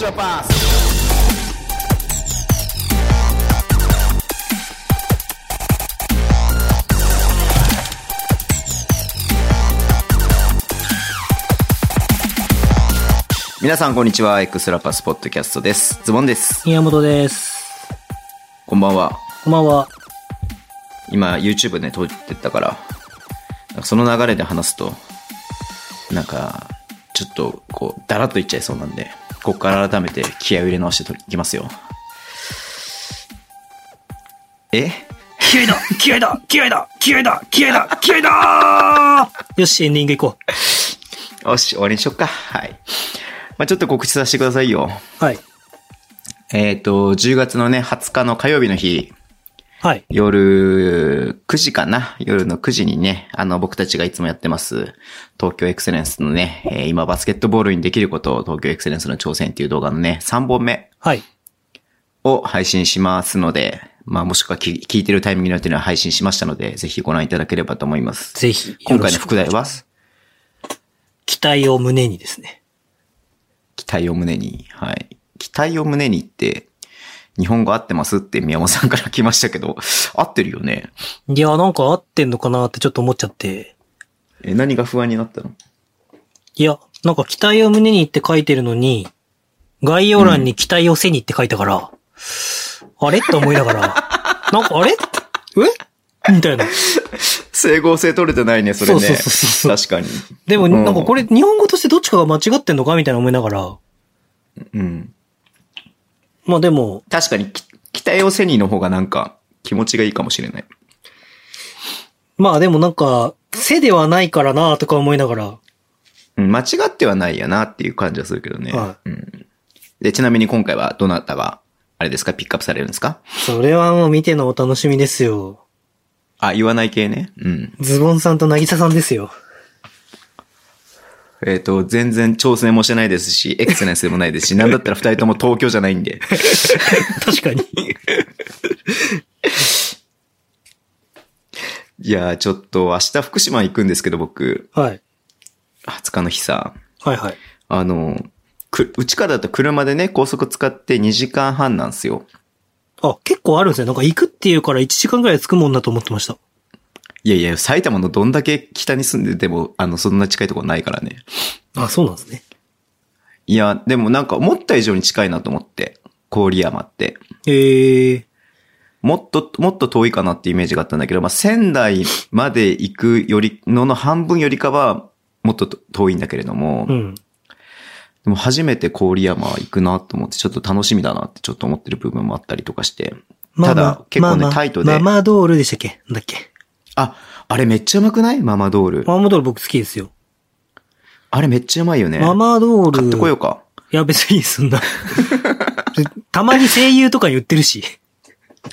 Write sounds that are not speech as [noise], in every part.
your past. 「皆さんこんにちはエクストラパスポッドキャスト」ですズボンです宮本です。こんばんはこんばんは。今 YouTube ね撮ってったからなんかその流れで話すとなんかちょっとこうだらっといっちゃいそうなんでここから改めて気合を入れ直して撮りいきますよえ消えだ消えだ消えだ消えだ消えだ消えだよし、エンディング行こよし終わりにしよっかはい、まあ、ちょっと告知させてくださいよう。はい。えっ、と10月のね20日の火曜日の日はい。夜9時かな夜の9時にね、あの僕たちがいつもやってます、東京エクセレンスのね、えー今バスケットボールにできることを東京エクセレンスの挑戦っていう動画のね、3本目はい。を配信しますので、まあもしくはき聞いてるタイミングによってのは配信しましたので、ぜひご覧いただければと思います。ぜひ、今回の副題よろしは、く期待を胸にですね。期待を胸に、はい。期待を胸にって、日本語合ってますって宮本さんから来ましたけど、合ってるよね。いや、なんか合ってんのかなってちょっと思っちゃって。え、何が不安になったのいや、なんか期待を胸にって書いてるのに、概要欄に期待を背にって書いたから、あれと思いながら、 [laughs] なんかあれえみたいな。整合性取れてないね、それね。そうそうそうそう確かに。でも、うんなんかこれ日本語としてどっちかが間違ってんのかみたいな思いながら、うん。まあでも、確かに、き期待を背にの方がなんか、気持ちがいいかもしれない。まあでもなんか、背ではないからなとか思いながら、うん、間違ってはないやなっていう感じはするけどね。はうん。で、ちなみに今回はどなたが、あれですか、ピックアップされるんですかそれはもう見てのお楽しみですよ。あ、言わない系ね。うん。ズボンさんとなぎささんですよ。えっ、と、全然挑戦もしてないですし、エクセレンスでもない [laughs] ですし、なんだったら二人とも東京じゃないんで。確かに。いやー、ちょっと明日福島行くんですけど、僕、はい。 20日の日さ、はいはい。あの、く、うちからだと車でね、高速使って2時間半なんですよ。あ、結構あるんですね。なんか行くっていうから1時間ぐらい着くもんだと思ってました。いやいや、埼玉のどんだけ北に住んでても、あの、そんな近いとこないからね。あ、そうなんですね。いや、でもなんか思った以上に近いなと思って、郡山って。ええもっと、もっと遠いかなってイメージがあったんだけど、まあ、仙台まで行くより、のの半分よりかは、もっとと遠いんだけれども、うでん。も初めて郡山行くなと思って、ちょっと楽しみだなってちょっと思ってる部分もあったりとかして。ただ、結構ね、タイトで、ママドールでしたっけなんだっけあ、あれめっちゃうまくないママドール。ママドール僕好きですよ。あれめっちゃうまいよね。ママドール。買ってこようか。いや、別にいい [laughs] そんな。たまに声優とかに売ってるし。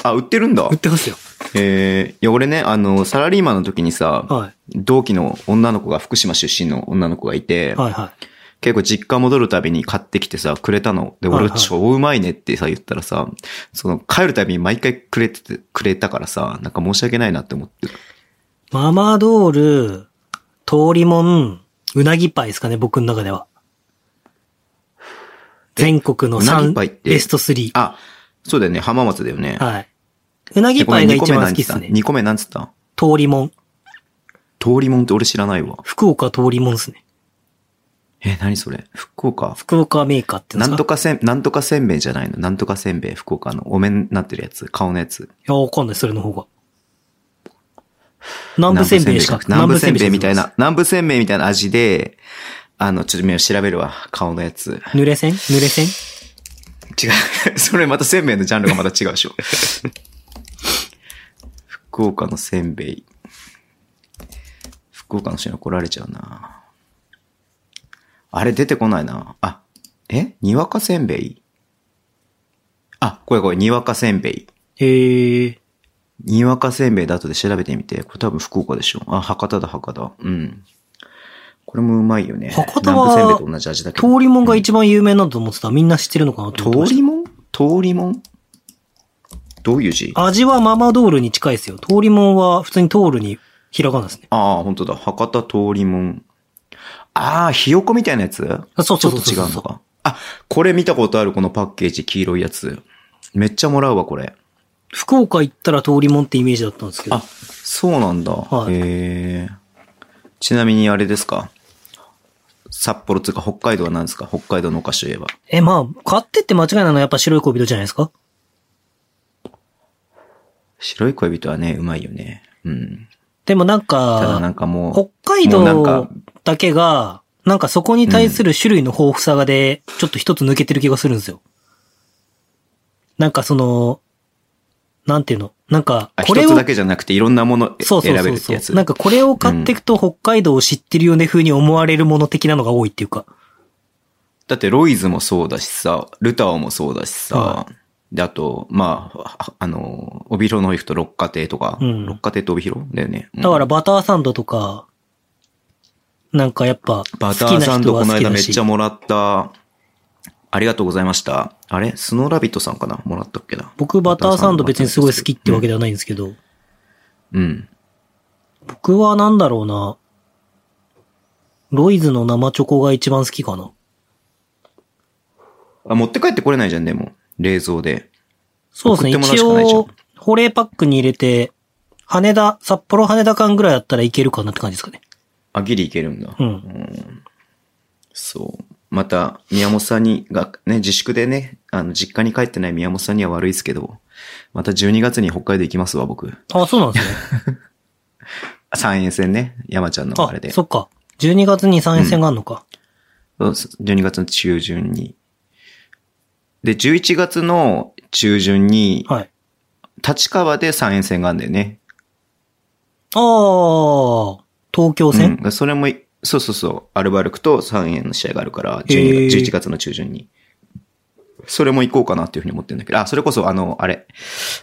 あ、売ってるんだ売っ。てますよ。えー、いや、俺ね、あの、サラリーマンの時にさ、は同期の女の子が、福島出身の女の子がいて、い。はいは結構実家戻るたびに買ってきてさ、くれたの。で、はい俺はい超うまいねってさ、言ったらさ、その、帰るたびに毎回くれてて、くれたからさ、なんか申し訳ないなって思ってる。い。ママドール、通りもん、うなぎパイですかね、僕の中では。全国のうなぎ3パイってベスト3。あ、そうだよね、浜松だよね。はい。うなぎでこパれイが二個一目番なん好つきったですね。二個目なんつった通りもん。通りもんって俺知らないわ。福岡通りもんですね。え、何それ福岡福岡メーカーっていなうんですんかとかせん、なんとかせんべいじゃないのなんとかせんべい、福岡のお面になってるやつ、顔のやつ。いや、わかんない、それの方が。南部せんべいしか。南部せんべいみたいしかな、南部せんべいみたいな味で、あの、ちょっと目を調べるわ。顔のやつ。知らない。濡れせん濡れせん違う。 [laughs] それまたせんべいのジャンルがまた違うでしょ。 [laughs] 福岡のせんべい。福岡の人に怒られちゃうな。あれ出てこないな。あ、えにわかせんべいあ、これこれ、にわかせんべい。へえ。にわかせんべいだとで調べてみて。これ多分福岡でしょ。あ、博多だ、博多。うん。これもうまいよね。博多南部せんべはいと同じ味だけ通ど。りもんが一番有名なんだと思ってた。みんな知ってるのかなと思ってま通したりもん通りもんどういう字あ味はママドールに近いですよ。通りもんは普通に通るにひらがなですね。あー、本当だ。博多通りもん。ああ、ひよこみたいなやつあそうそうそうそうちょっと違うのか。あ、あ、これ見たことある、このパッケージ、黄色いやつ。めっちゃもらうわ、これ。福岡行ったら通りもんってイメージだったんですけどあ、、そうなんだ。はいへえ。ちなみにあれですか札幌つうか北海道は何ですか北海道のお菓子といえば。え、まあ、買ってって間違いなのはやっぱ白い恋人じゃないですか白い恋人はね、うまいよね。うん。でもなんただなんか、かもう。北海もうなんか道だけが、なんかそこに対する種類の豊富さがで、ちょっと一つ抜けてる気がするんですよ。なんかその、なんていうのなんかあ、、こ一れつをだ、けじゃなくていろんなものえそう選そうべるそうってやつ。そう。なんかこれを買っていくと北海道を知ってるよね風に思われるもの的なのが多いっていうか。だってロイズもそうだしさ、ルタオもそうだしさは、で、あと、まあ、ああの、帯広の行くと六花亭とか、うん六花亭と帯広だよね。うんだからバターサンドとか、なんかやっぱ、好バきターなサン人ドはこ好のき間だめっしちゃ。もらった。ありがとうございました。あれスノーラビットさんかなもらったっけな。僕バターサンド別にすごい好きってわけだ。ではないんですけど、うん。僕はなんだろうな、ロイズの生チョコが一番好きかな。あ、持って帰ってこれないじゃん、でも。冷蔵で。そうですね、送ってもらう一しかないじゃん応、保冷パックに入れて、羽田、札幌羽田間ぐらいだったらいけるかなって感じですかね。あ、ギリいけるんだ。うんそう。また、宮本さんにが、ね、自粛でね、あの、実家に帰ってない宮本さんには悪いですけど、また12月に北海道行きますわ、僕。あ、そうなんです [laughs] ね。三円線ね、山ちゃんのああれで。、そっか。12月に3円線があるのか。そうです12月の中旬に。で、11月の中旬に、はい。立川で三円線があるんだよね。あー、東京線、うん、それもい、そうそうそう、アルバルクと三円の試合があるから、へ12ー月11月の中旬に。それも行こうかなっていうふうに思ってるんだけど、あ、それこそあの、あれ、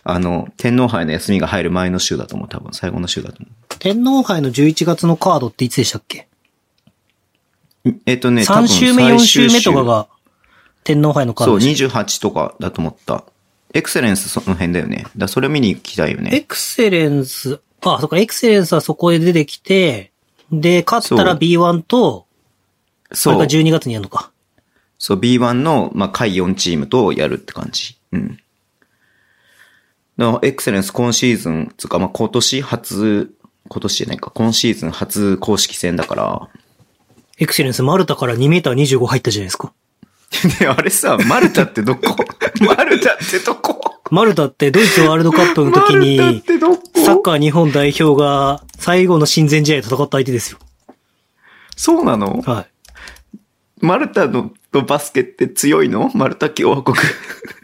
あの、天皇杯の休みが入る前の週だと思う、多分、最後の週だと思天皇杯の11月のカードっていつでしたっけう。えっとね、多3分週目、4最週終目とかが天皇杯のカーそう、ドでし28とかだと思った。エクセレンスその辺だよね。だからそれを見に行きたいよたエね。クセレンス、あ、そっか、エクセレンスはそこで出てきて、で、勝ったらそう B1 と、それそがう。 12月にやるのか。そう、B1 の、まあ、下位4チームとやるって感じ。うん。の、エクセレンス今シーズン、つうか、まあ、今年初、今年じゃないか、今シーズン初公式戦だから。 [laughs] エクセレンス、マルタから2メーター25入ったじゃないですか。ねあれさ、マルタってど [laughs] こマルタってどこマルタってドイツワールドカップの時マルタっに、てどこサッカー日本代表が最後の親善試合で戦った相手ですよ。そうなのはい。マルタのとバスケって強いのマルタ共和国。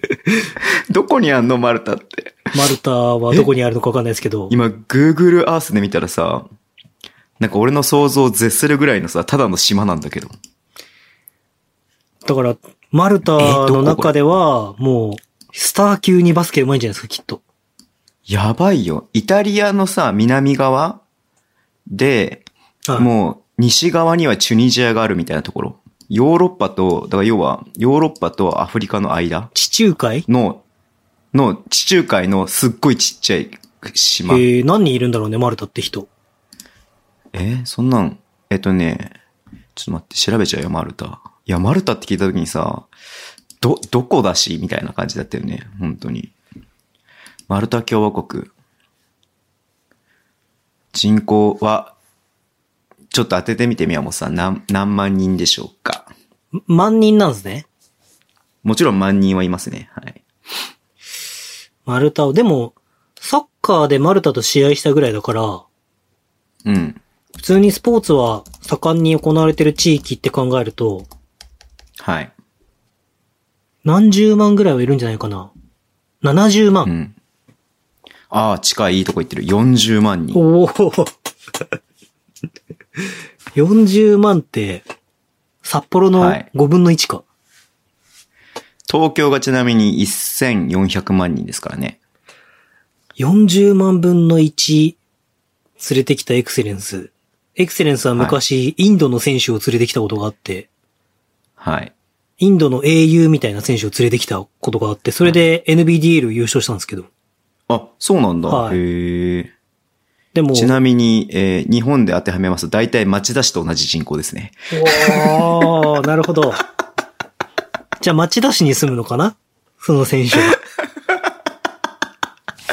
[laughs] どこにあんのマルタって。マルタはどこにあるのかわかんないですけど、今、Google Earth で見たらさ、なんか俺の想像を絶するぐらいのさ、ただの島なんだけど。だから、マルタえどこの中では、もう、スター級にバスケ上手いんじゃないですか、きっと。やばいよ。イタリアのさ、南側で、はいもう西側にはチュニジアがあるみたいなところ。ヨーロッパと、だから要は、ヨーロッパとアフリカの間地中海の、の地中海のすっごいちっちゃい島。ええー、何人いるんだろうね、マルタって人。ーそんなん、えっとね、ちょっと待って、調べちゃうよ、マルタ。いや、マルタって聞いた時にさ、ど、どこだしみたいな感じだったよね、本当に。マルタ共和国。人口は、ちょっと当ててみて、宮本さん。何、何万人でしょうか。ん万人なんですね。もちろん万人はいますね。はい。マルタを。でも、サッカーでマルタと試合したぐらいだから、うん。普通にスポーツは盛んに行われてる地域って考えると、はい。何十万ぐらいはいるんじゃないかな。70う万。ん。ああ、近い、いいとこ行ってる。40万人。おおー40万って、札幌のはい5分の1か。東京がちなみに1400万人ですからね。 40万分の1連れてきたエクセレンス。エクセレンスは昔、インドの選手を連れてきたことがあって、はい。インドの英雄みたいな選手を連れてきたことがあって、それで NBDL 優勝したんですけど。あ、そうなんだ。はいへえ。でも、ちなみに、えー日本で当てはめますと、大体町田市と同じ人口ですね。おーなるほど。じゃあ町田市に住むのかなその選手 [laughs] は。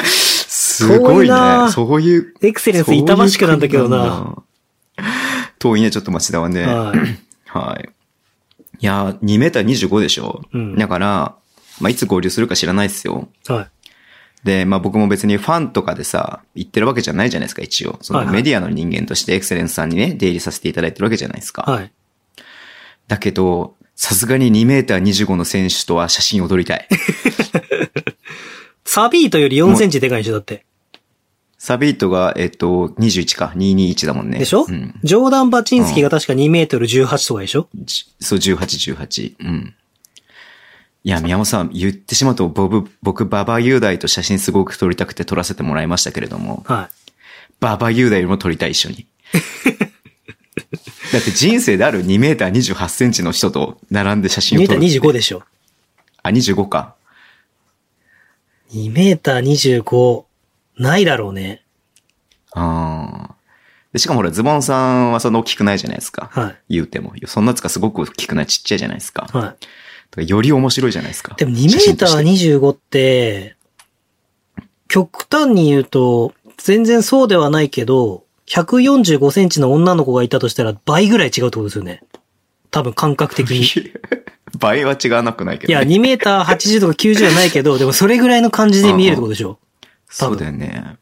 すご遠いいなね。そういう。エクセレンス板橋区なんだけどそういうな。国なんだ。 [laughs] 遠いね、ちょっと町田はね。はい。はい。いやー、2メーター25でしょ、うんだから、まあ、いつ合流するか知らないっすよ。はい。で、まあ、僕も別にファンとかでさ、言ってるわけじゃないじゃないですか、一応。そのはいはいメディアの人間としてエクセレンスさんにね、出入りさせていただいてるわけじゃないですか。はい。だけど、さすがに2メーター25の選手とは写真を撮りたい。 [laughs] サビートより4センチでかいでしょ、だって。サビートが、えっと、21か、221だもんね。でしょ、うん。ジョーダン・バチンスキーが確か2メートル18とかでしょじそう、18、18。うん。いや、宮本さん、言ってしまうと、僕、僕、ババ雄大と写真すごく撮りたくて撮らせてもらいましたけれども、はババ雄大よりも撮りたい、一緒 [laughs] に。だって人生である2メーター28センチの人と並んで写真い。2をメー撮ターる。 25でしょあ、25か。 2メーター25、ないだろうね。ああ。で、しかもほら、ズボンさんはそんな大きくないじゃないですか。は言うても。そんなつかすごく大きくないちっちゃいじゃないですか。い。はだからより面白いじゃないですか。い。でも2メーターに。 25って、極端に言うと、全然そうではないけど、145センチの女の子がいたとしたら倍ぐらい違うってことですよね。多分感 [laughs] 覚的に。い倍は違わなくないけど、ね。や、2メーター80とか90じゃないけど、でもそれぐらいの感じで見えるってことでしょ。そうだよね。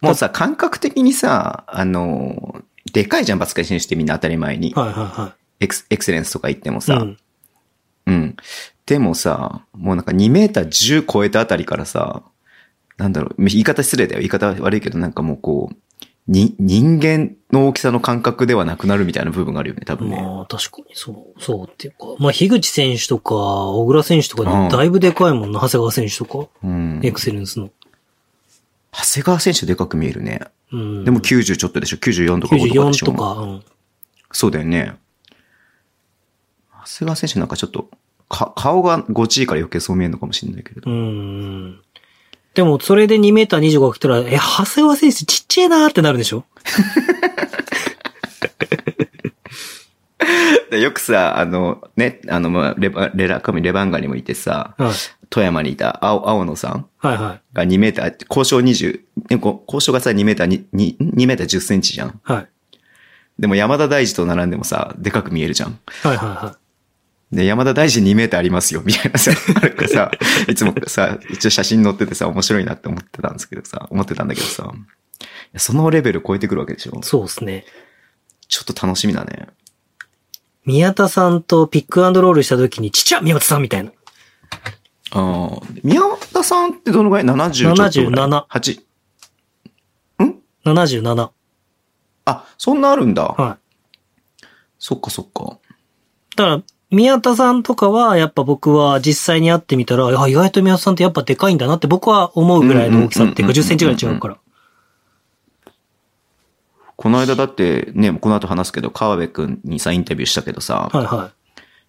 もうさ、感覚的にさ、あの、でかいじゃん、バスケ選手ってみんな当たり前に。はいはいはエクスエクセレンスとか言ってもい。さ、うん。うん。でもさ、もうなんか2メーター10超えたあたりからさ、なんだろう、言い方失礼だよ。言い方悪いけど、なんかもうこう、に、人間の大きさの感覚ではなくなるみたいな部分があるよね、多分ね。まあ、確かにそう、そうっていうか。まあ、樋口選手とか、小倉選手うとんか、だいぶでかいもんな、長谷川選手とか、うん。エクセレンスの。長谷川選手でかく見えるね。うん。でも90ちょっとでしょ ?94 とか5とかでし94ょとか、うん。そうだよね。長谷川選手なんかちょっと、か、顔がごちいから余計そう見えるのかもしれないけれど。うん。でも、それで2メーター25来たら、え、長谷川選手ちっちゃいなーってなるでしょでよくさ、あの、ね、あの、まあ、レバ、レラ、神レバンガにもいてさ、はい。富山にいた青、青野さんはいはい。が2メーター、交渉20、でこ交渉がさ2メーターに、に2メーター10センチじゃん。はい。でも山田大二と並んでもさ、でかく見えるじゃん。はいはいはで、山田大二2メーターありますよ、みたいなさ、あれが [laughs] さ、いつもさ、一応写真載っててさ、面白いなって思ってたんですけどさ、思ってたんだけどさ、いやそのレベル超えてくるわけでしょい。そうですね。ちょっと楽しみだね。宮田さんとピックアンドロールした時に、ちっちゃ宮田さんみたいな。ああ、宮田さんってどのぐらい ?70 ちょっとぐらい。 77 8。 77。あ、そんなあるんだ。はい。そっかそっか。だから、宮田さんとかは、やっぱ僕は実際に会ってみたら、あ意外と宮田さんってやっぱでかいんだなって僕は思うぐらいの大きさっうんうんうていうんうんうんか、10センチぐらい違うから。この間だってね、この後話すけど、川辺くんにさ、インタビューしたけどさ、はいは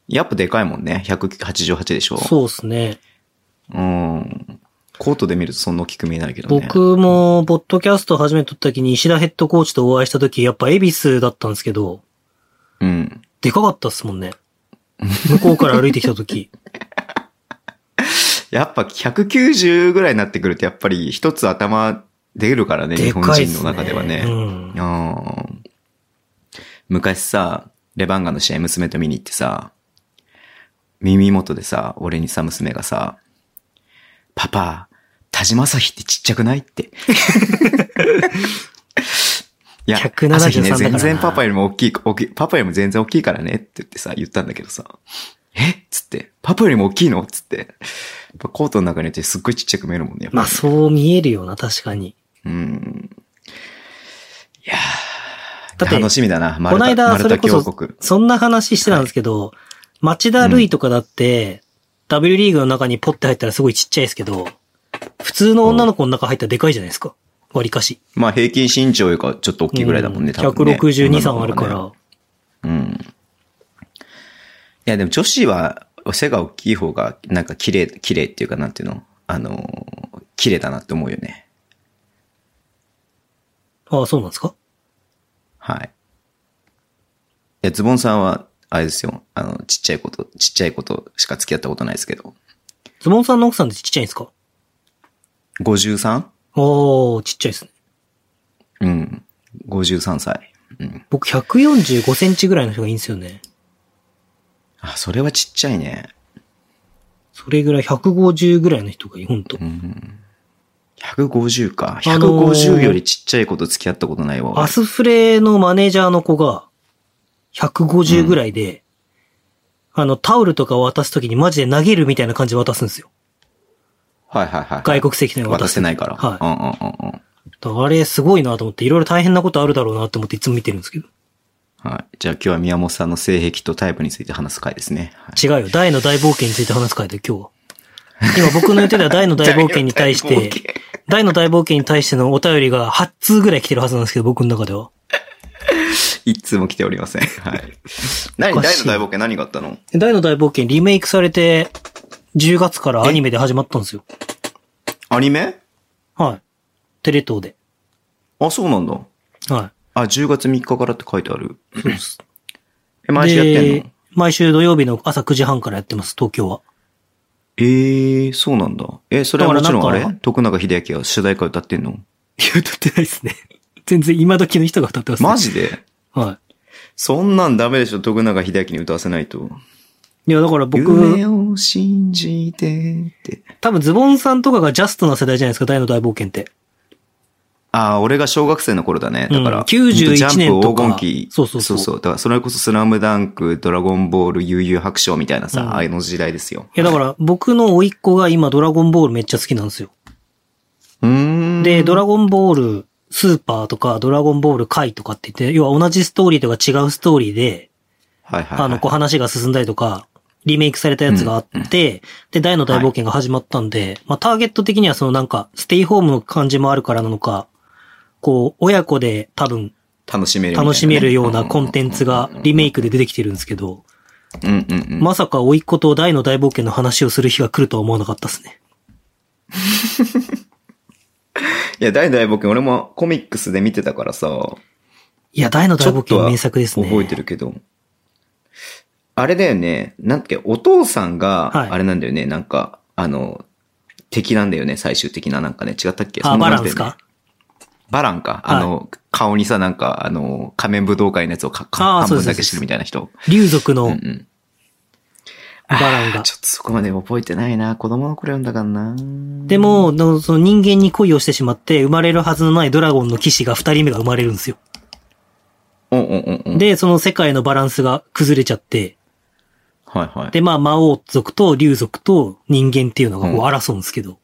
やっぱでかいもんね。188でしょい。そうですね。うん。コートで見るとそんな大きく見えないけどね。僕も、ポッドキャスト初めて撮った時に石田ヘッドコーチとお会いした時、やっぱ恵比寿だったんですけど、うん。でかかったっすもんね。向こうから歩いてきた時。やっぱ190ぐらいになってくると、やっぱり一つ頭出るからね、 [laughs] 日で本かいっ人すのね。中ではね。うん。うん昔さ、レバンガの試合娘と見に行ってさ、耳元でさ、俺にさ、娘がさ、パパ、田島朝日ってちっちゃくないって。いや、 173朝日ね、だから全な然パパよりも大きい、大きい、パパよりも全然大きいからねって言ってさ、言ったんだけどさ、えっつって、パパよりも大きいのっつって。やっぱコートの中にいてすっごいちっちゃく見えるもんね。やっぱまあ、そう見えるよな、確かに。うん。いやーだって楽しみだな。マこルのタ間、マそルれタこ共そ国、。そんな話してたんですけど、町田瑠唯とかだって、W リーグの中にポッて入ったらすごいちっちゃいですけど、普通の女の子の中入ったらでかいじゃないですか。割かし。まあ平均身長よりかちょっと大きいぐらいだもんね、多分ね。 162、3あるから。女の子はね。うん。いや、でも女子は背が大きい方が、なんか綺麗、綺麗っていうかなんていうのあのー、綺麗だなって思うよね。ああ、そうなんですかはい。いや、ズボンさんは、あれですよ。あの、ちっちゃいこと、ちっちゃいことしか付き合ったことないですけど。ズボンさんの奥さんってちっちゃいんですか 53? おー、ちっちゃいですね。うん。53歳。うん。僕145センチぐらいの人がいいんですよね。あ、それはちっちゃいね。それぐらい150ぐらいの人がいい、ほんと。 150か。あのー150よりちっちゃい子と付き合ったことないわ。アスフレのマネージャーの子が、150ぐらいで、あの、タオルとかを渡すときにマジで投げるみたいな感じで渡すんですよ。はいはいはい。外国籍の渡渡すせないから。はいうんうんうんうん。だからあれすごいなと思って、いろいろ大変なことあるだろうなと思っていつも見てるんですけど。はい。じゃあ今日は宮本さんの性癖とタイプについて話す回ですね。はい違うよ。大の大冒険について話す会で今日は。今僕の言ってた大の大冒険に対し大冒 [laughs] て険、大の大冒険に対してのお便りが8通ぐらい来てるはずなんですけど、僕の中では。一通も来ておりません。はい。何、 [laughs] おか大しいの大冒険何があったの大の大冒険リメイクされて、10月からアニメで始まったんですよ。アニメはい。テレ東で。あ、そうなんだ。はあ、10月3日からって書いてある。い。そうです。 [laughs] え、毎週やってんので毎週土曜日の朝9時半からやってます、東 [laughs] 京は。えー、そうなんだ。え、それはもちろんあだからなんれ徳永秀明は主題歌歌ってんのいや、歌ってないですね。 [laughs] 全然今時の人が歌ってます、マジではい。そんなんダメでしょ徳永秀明に歌わせないと。いや、だから夢僕、を信じてって。多分ズボンさんとかがジャストな世代じゃないですか、大の大冒険って。ああ、俺が小学生の頃だね。だから、うん91ジャンプ年とか黄金期。そうそうそうそうだから、それこそスラムダンク、ドラゴンボール、悠々白書みたいなさ、うんああいうの時代ですよ。いや、[laughs] だから、僕の甥いっ子が今、ドラゴンボールめっちゃ好きなんですよ。うーん。で、ドラゴンボールスーパーとか、ドラゴンボール回とかって言って、要は同じストーリーとか違うストーリーで、はいはい、はい。あの、こう話が進んだりとか、リメイクされたやつがあって、で、大の大冒険が始まったんで、まあ、ターゲット的にはそのなんか、ステイホームの感じもあるからなのか、こう、親子で多分楽しめるみたいなね、楽しめるようなコンテンツがリメイクで出てきてるんですけど、うんうんうん。まさか甥いっ子と大の大冒険の話をする日が来るとは思わなかったですね。いや、大大冒険、俺もコミックスで見てたからさ、いや、大のち大ょ冒っと険は名作ですね。覚えてるけど。あれだよね、なんてお父さんはいが、あれなんだよね、なんか、あの、敵なんだよね、最終的な、なんかね、違ったっけそあ、んなバのなランんだスよねかバランか。はいあの、顔にさ、なんか、あの、仮面武道会のやつをかかあー半そうで分すだけしてるみたいな人。竜族うんうのん。バランがち。ょっとそこまで覚えてないな。子供の頃読んだからな。でも、のその人間に恋をしてしまって、生まれるはずのないドラゴンの騎士が二人目が生まれるんですよ。うんうんうんうん。で、その世界のバランスが崩れちゃって、はいはい。で、まあ、魔王族と竜族と人間っていうのがこううん争うんですけど。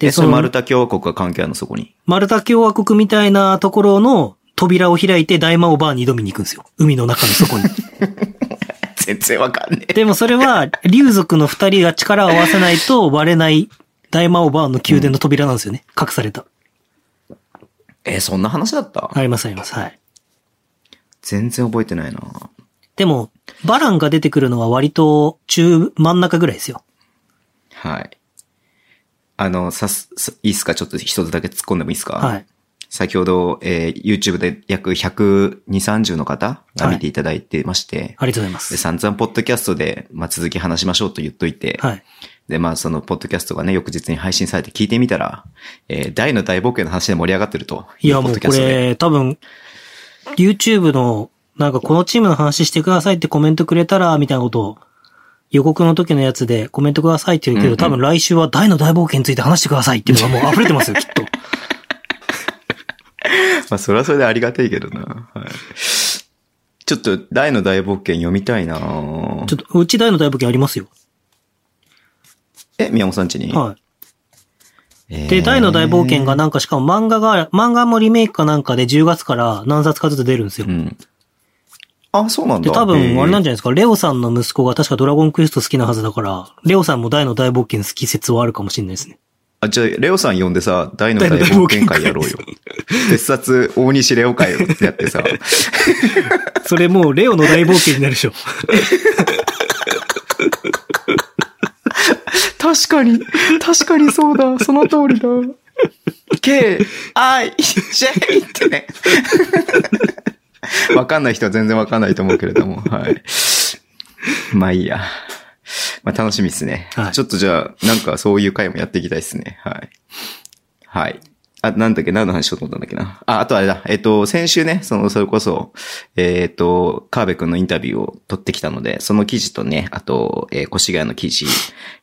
えで、そそれのマルタ共和国が関係あるの、そこに。 [laughs] マルタ共和国みたいなところの扉を開いて大魔王バーに挑みに行くんですよ。海の中の [laughs] 底に。全然わかんねえ。でもそれは、竜族の二人が力を合わせないと割れない大魔王バーの宮殿の扉なんですよね。隠された。え、そんな話だったありますあります。はい。全然覚えてないな。でも、バランが出てくるのは割と中、真ん中ぐらいですよ。はい。あの、さす、すいいっすかちょっと一つだけ突っ込んでもいいっすかはい。先ほど、えー YouTube で約120、30の方が見ていただいてまして、ありがとうございま。です散々ポッドキャストで、まあ、続き話しましょうと言っといて、はい。で、まあ、そのポッドキャストがね、翌日に配信されて聞いてみたら、えー大の大冒険の話で盛り上がってると。いや、ポもッうドキャこストで。れ、多分、YouTube の、なんかこのチームの話してくださいってコメントくれたら、みたいなことを、予告の時のやつでコメントくださいって言うけど、うんうん多分来週は大の大冒険について話してくださいっていうのがもう溢れてますよ、き [laughs] っと。 [laughs] まあ、それはそれでありがたいけどな。はい。ちょっと、大の大冒険読みたいなちょっと、うち大の大冒険ありますよ。え、宮本さんちにはい。いで、大の大冒険がな。なんかしかも漫画が、漫画もリメイクかなんかで10月から何冊かずつ出るんですよう。ん。あ、そうなんで、だ。多分、あれじなんじゃないですか、レオさんの息子が確かドラゴンクエスト好きなはずだから、レオさんも大の大冒険好き説はあるかもしれないですね。ゃあ、じゃあ、レオさん呼んでさ、大の大冒険会やろうよ。別冊、大西レオ会をやってさ。それもう、レオの大冒険になるでしょ。 [laughs] 確かに、確かにそうだ、その通りだ。K, I, J ってね。 [laughs] わかんない人は全然わかんないと思うけれども、はい。まあいいや。まあ楽しみですね。はいちょっとじゃあ、なんかそういう回もやっていきたいですね。はい。はい。あ、なんだっけ、何の話しようと思ったんだっけな。あ、あとあれだ。えっ、と、先週ね、その、それこそ、えっ、と、河辺くんのインタビューを取ってきたので、その記事とね、あと、えー越谷の記事、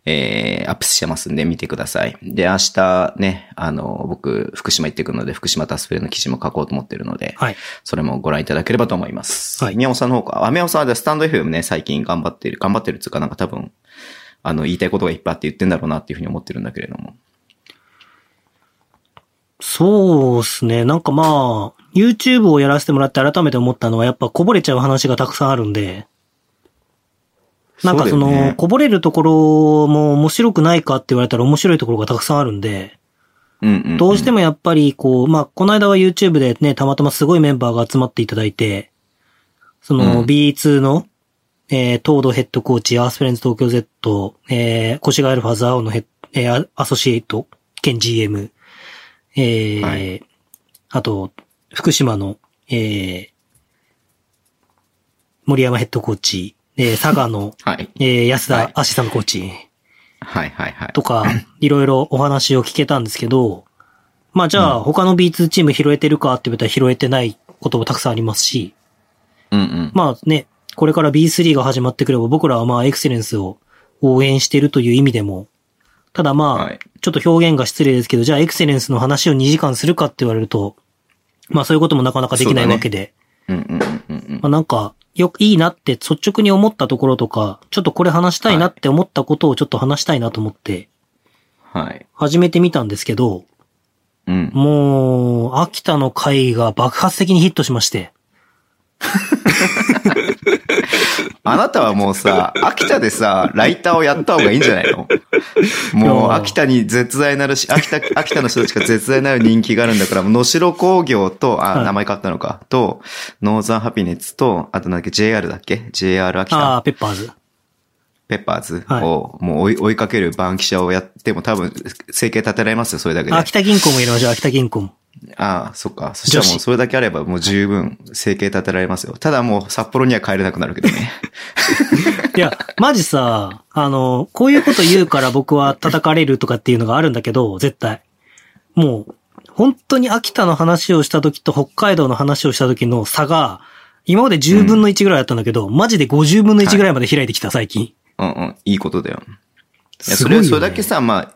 えーアップしてますんで見てください。で、明日ね、あの、僕、福島行ってくるので、福島タスプレの記事も書こうと思ってるので、はい。それもご覧いただければと思います。はい宮本さんの方か。あ、宮本さんはスタンド FM ね、最近頑張ってる、頑張ってるっつうかなんか多分、あの、言いたいことがいっぱいあって言ってんだろうなっていうふうに思ってるんだけれども。そうですね。なんかまあ、YouTube をやらせてもらって改めて思ったのは、やっぱこぼれちゃう話がたくさんあるんで、なんかその、うだよねこぼれるところも面白くないかって言われたら面白いところがたくさんあるんで、うんうん、どうしても、もやっぱりこう、まあ、この間は YouTube でね、たまたますごいメンバーが集まっていただいて、そのうん B2 の、えー、東堂ヘッドコーチ、アースフレンズ東京 Z、えー、越谷アルファーズ青のヘッ、えー、アアソシエイト、兼 GM、えー、はあと、福島の、えー、森山ヘッドコーチ、えー、佐賀の、はい。えー、安は田いアシスタントコーチ、はいはいはい。とか、いろいろお話を聞けたんですけど、まあじゃあ他の B2 チーム拾えてるかって言ったら拾えてないこともたくさんありますし、うんうん。まあね、これから B3 が始まってくれば僕らはまあエクセレンスを応援してるという意味でも、ただまあ、はいちょっと表現が失礼ですけど、じゃあエクセレンスの話を2時間するかって言われると、まあそういうこともなかなかできないわけで、うんうんうんうんうん。まあ、なんか、よくいいなって率直に思ったところとか、ちょっとこれ話したいなって思ったことをちょっと話したいなと思ってはい。始めてみたんですけど、うん。もう、秋田の回が爆発的にヒットしまして。あなたはもうさ、秋田でさ、ライターをやった方がいいんじゃない [laughs] のもう、いやー秋田に絶大なるし、秋田、秋田の人たちが絶大なる人気があるんだから、もう能代工業と、あ、はい名前変わったのか、と、ノーザンハピネッツと、あとなんだっけ、JR だっけ ?JR 秋あ田、あ、ペッパーズ。ペッパーズはいを、もう追い追いかけるバンキシャをやっても多分、生計立てられますよ、それだけで。ああ秋田銀行も入れましょう、秋田銀行も。あ、そっか。そしたらも女う、子それだけあればもう十分、生計立てられますよ。ただもう、札幌には帰れなくなるけど [laughs] ね。[laughs] いや、マジさ、あの、こういうこと言うから僕は叩かれるとかっていうのがあるんだけど、絶対。もう、本当に秋田の話をした時と北海道の話をした時の差が、今まで10分の1ぐらいだったんだけど、マジで50分の1ぐらいまで開いてきた、最近。うんうん、いいことだよ。いや、すそごいれ、よねそれだけさ、まあ、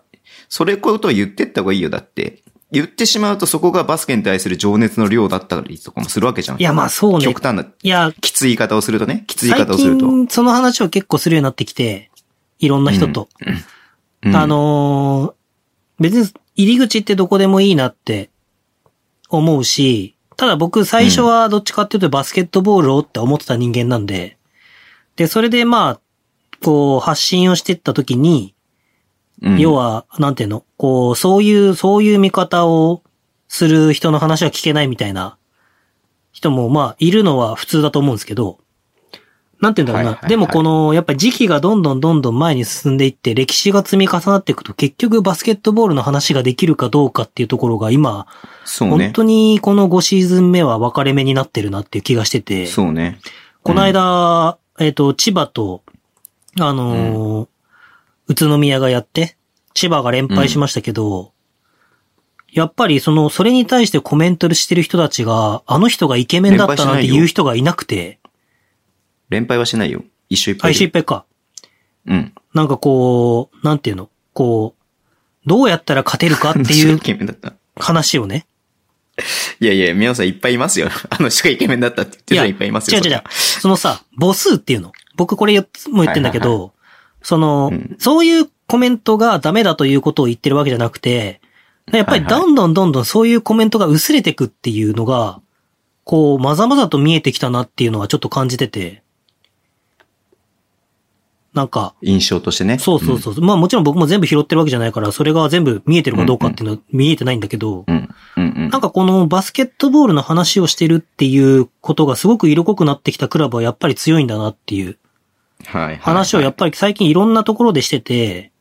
それことを言ってった方がいいよ。だって、言ってしまうとそこがバスケに対する情熱の量だったりとかもするわけじゃん。いや、まあそうね極。端な、いや、きつい言い方をするとね、きつい言い最方をすると。近その話を結構するようになってきて、いろんな人と。うんあ、のー別に入り口ってどこでもいいなって思うし、ただ僕最初はどっちかっていうとバスケットボールをって思ってた人間なんで、で、それでまあ、こう発信をしてった時に、うん要、は、なんていうのこう、そういう、そういう見方をする人の話は聞けないみたいな人も、まあ、いるのは普通だと思うんですけど、なんていうんだろうな。はいはいはいでもこの、やっぱり時期がどんどんどんどん前に進んでいって、歴史が積み重なっていくと、結局バスケットボールの話ができるかどうかっていうところが今、そう本ね。当にこの5シーズン目は分かれ目になってるなっていう気がしてて。そうね。この間、えっ、と、千葉と、あのー宇都宮がやって、千葉が連敗しましたけど、やっぱりその、それに対してコメントしてる人たちが、あの人がイケメンだったなんて言う人がいなくて、連敗はしないよ。一緒いっぱあ、い。一緒いっぱいか。うん。なんかこう、なんていうのこう、どうやったら勝てる [laughs] かってい [laughs] イうケメンだった。話をね。いやいや、皆さんいっぱいいますよ。あの人がイケメンだったって言ってる人はいっぱいいますよ。違う違う違。そうそのさ、母数っていうの。僕これよも言ってんだけど、はいその、うんそういうコメントがダメだということを言ってるわけじゃなくて、やっぱりはいはいどんどんどんどんそういうコメントが薄れてくっていうのが、こう、まざまざと見えてきたなっていうのはちょっと感じてて。なんか、印象としてね。そうそうそう。まあもちろん僕も全部拾ってるわけじゃないから、それが全部見えてるかどうかっていうのは見えてないんだけど、うん。うん。うんうん。なんかこのバスケットボールの話をしてるっていうことがすごく色濃くなってきたクラブはやっぱり強いんだなっていうはいはい。話をやっぱり最近いろんなところでしてて、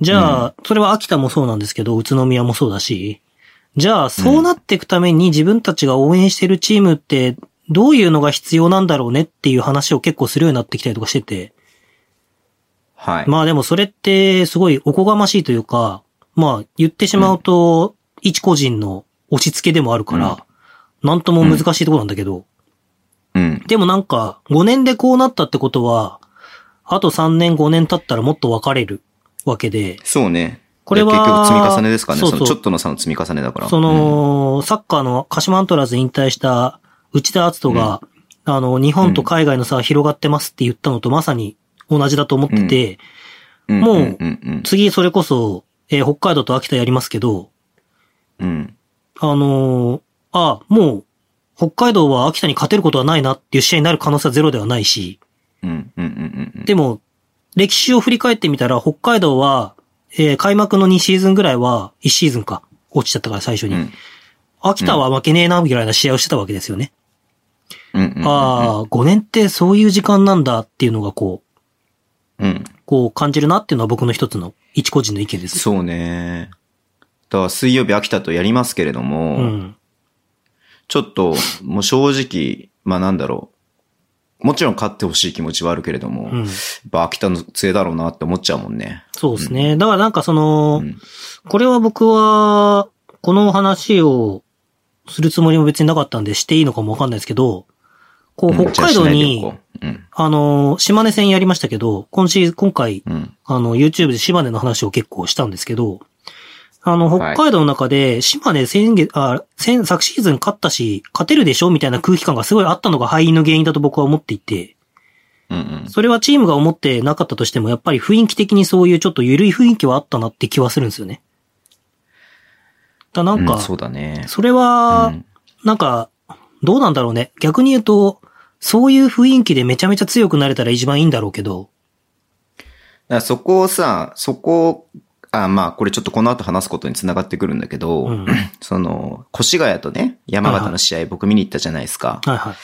じゃあ、それは秋田もそうなんですけど、宇都宮もそうだし、じゃあそうなっていくために自分たちが応援してるチームってどういうのが必要なんだろうねっていう話を結構するようになってきたりとかしてて、はい。まあでもそれってすごいおこがましいというか、まあ言ってしまうと、一個人の押し付けでもあるから、なんとも難しいところなんだけど、うん。でもなんか、5年でこうなったってことは、あと3年5年経ったらもっと分かれるわけで、そうね。これは結局積み重ねですからね。そうそそうのちょっとの差の積み重ねだから。その、サッカーの鹿島アントラーズ引退した内田篤人が、あの、日本と海外の差は広がってますって言ったのとまさに同じだと思ってて、うん、もうんうんうん次それこそ、えー北海道と秋田やりますけど、うん。あのーあ、もう、北海道は秋田に勝てることはないなっていう試合になる可能性はゼロではないし、うん。うん。うん。うん。うんでも、歴史を振り返ってみたら、北海道は、えー開幕の2シーズンぐらいは、1シーズンか、落ちちゃったから最初に。うん。秋田は負けねえな、ぐらいな試合をしてたわけですよね。うん。うん。ああ、5年ってそういう時間なんだっていうのがこう、うん。こう感じるなっていうのは僕の一つの、一個人の意見です。そうね。だから水曜日秋田とやりますけれども、うん。ちょっと、もう正直、まあなんだろう。もちろん勝ってほしい気持ちはあるけれども、うやっん。ぱ秋田の杖だろうなって思っちゃうもんね。そうですね。だからなんかその、うんこれは僕は、この話をするつもりも別になかったんでしていいのかもわかんないですけど、こう、うん北海道に、、じゃあしないでいこあの、島根戦やりましたけど、今シーズン、今回、ううん。うん。あの、YouTube で島根の話を結構したんですけど、あの、は北い海道の中で、島根先月、あ、先、昨シーズン勝ったし、勝てるでしょみたいな空気感がすごいあったのが敗因の原因だと僕は思っていて、うんうん。それはチームが思ってなかったとしても、やっぱり雰囲気的にそういうちょっと緩い雰囲気はあったなって気はするんですよね。だなんか、うんそうだね。それはう、んなんか、どうなんだろうね。逆に言うと、そういう雰囲気でめちゃめちゃ強くなれたら一番いいんだろうけど、だからそこをさ、そこを、あまあ、これちょっとこの後話すことにつながってくるんだけど、 [clears throat] うん。はいその、越谷とね、山形の試合僕見に行ったじゃないですか。はい。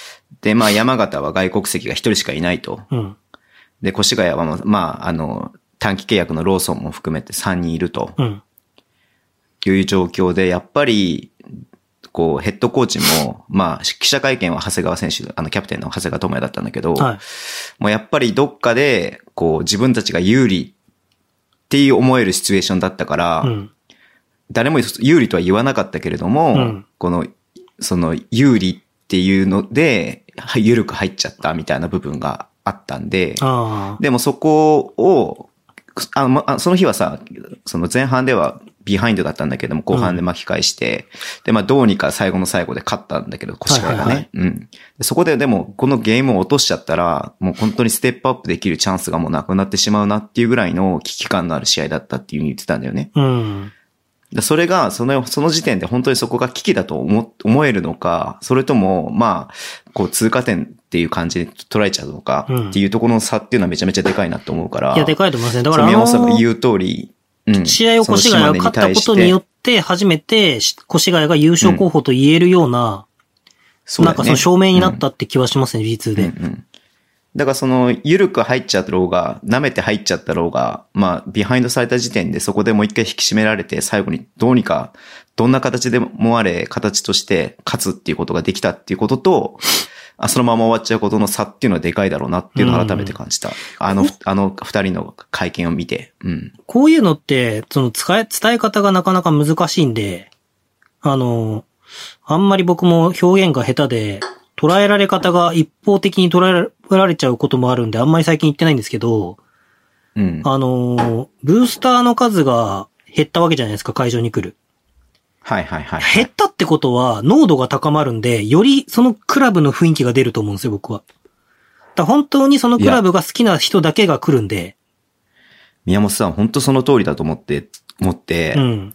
で、まあ山形は外国籍が一人しかいないと。うん。で、越谷はまあ、まあ、あの、短期契約のローソンも含めて3人いるとうん。いう状況で、やっぱり、こう、ヘッドコーチも、まあ、記者会見は長谷川選手、あの、キャプテンの長谷川智也だったんだけど、はい。もうやっぱりどっかで、こう、自分たちが有利っていう思えるシチュエーションだったから、うん。誰も有利とは言わなかったけれども、うんこの、その、有利っていうので、は緩く入っちゃったみたいな部分があったんで、あでもそこを、あまあその日はさ、その前半ではビハインドだったんだけども、後半で巻き返して、で、まあどうにか最後の最後で勝ったんだけど、腰がね、はいはいはいうん。でそこででも、このゲームを落としちゃったら、もう本当にステップアップできるチャンスがもうなくなってしまうなっていうぐらいの危機感のある試合だったっていうふうに言ってたんだよね。あ。うん。だそれが、その、その時点で本当にそこが危機だと思、思えるのか、それとも、まあ、こう、通過点っていう感じで捉えちゃうのか、うんっていうところの差っていうのはめちゃめちゃでかいなと思うから。いや、でかいと思いますね。だだか、からら、宮あ本さんがの、言う通り、うん試合を越谷が勝ったことによって、初めて、し越谷が優勝候補と言えるような、その島根に対して、なんかその証明になったっって気はしますね、B2 てで。だからその、緩く入っちゃったろうが、舐めて入っちゃったろうが、まあ、ビハインドされた時点でそこでもう一回引き締められて、最後にどうにか、どんな形でもあれ、形として勝つっていうことができたっていうことと、あそのまま終わっちゃうことの差っていうのはでかいだろうなっていうのを改めて感じた。あの、あの二人の会見を見て。うん。こういうのって、その使え、伝え方がなかなか難しいんで、あの、あんまり僕も表現が下手で、捉えられ方が一方的に捉えら捉えられちゃうこともあるんで、あんまり最近言ってないんですけど、うん。あの、ブースターの数が減ったわけじゃないですか、会場に来る。はいはいはい。減ったってことは、濃度が高まるんで、よりそのクラブの雰囲気が出ると思うんですよ、僕は。だから本当にそのクラブが好きな人だけが来るんで、宮本さん、本当その通りだと思って、思って、うん、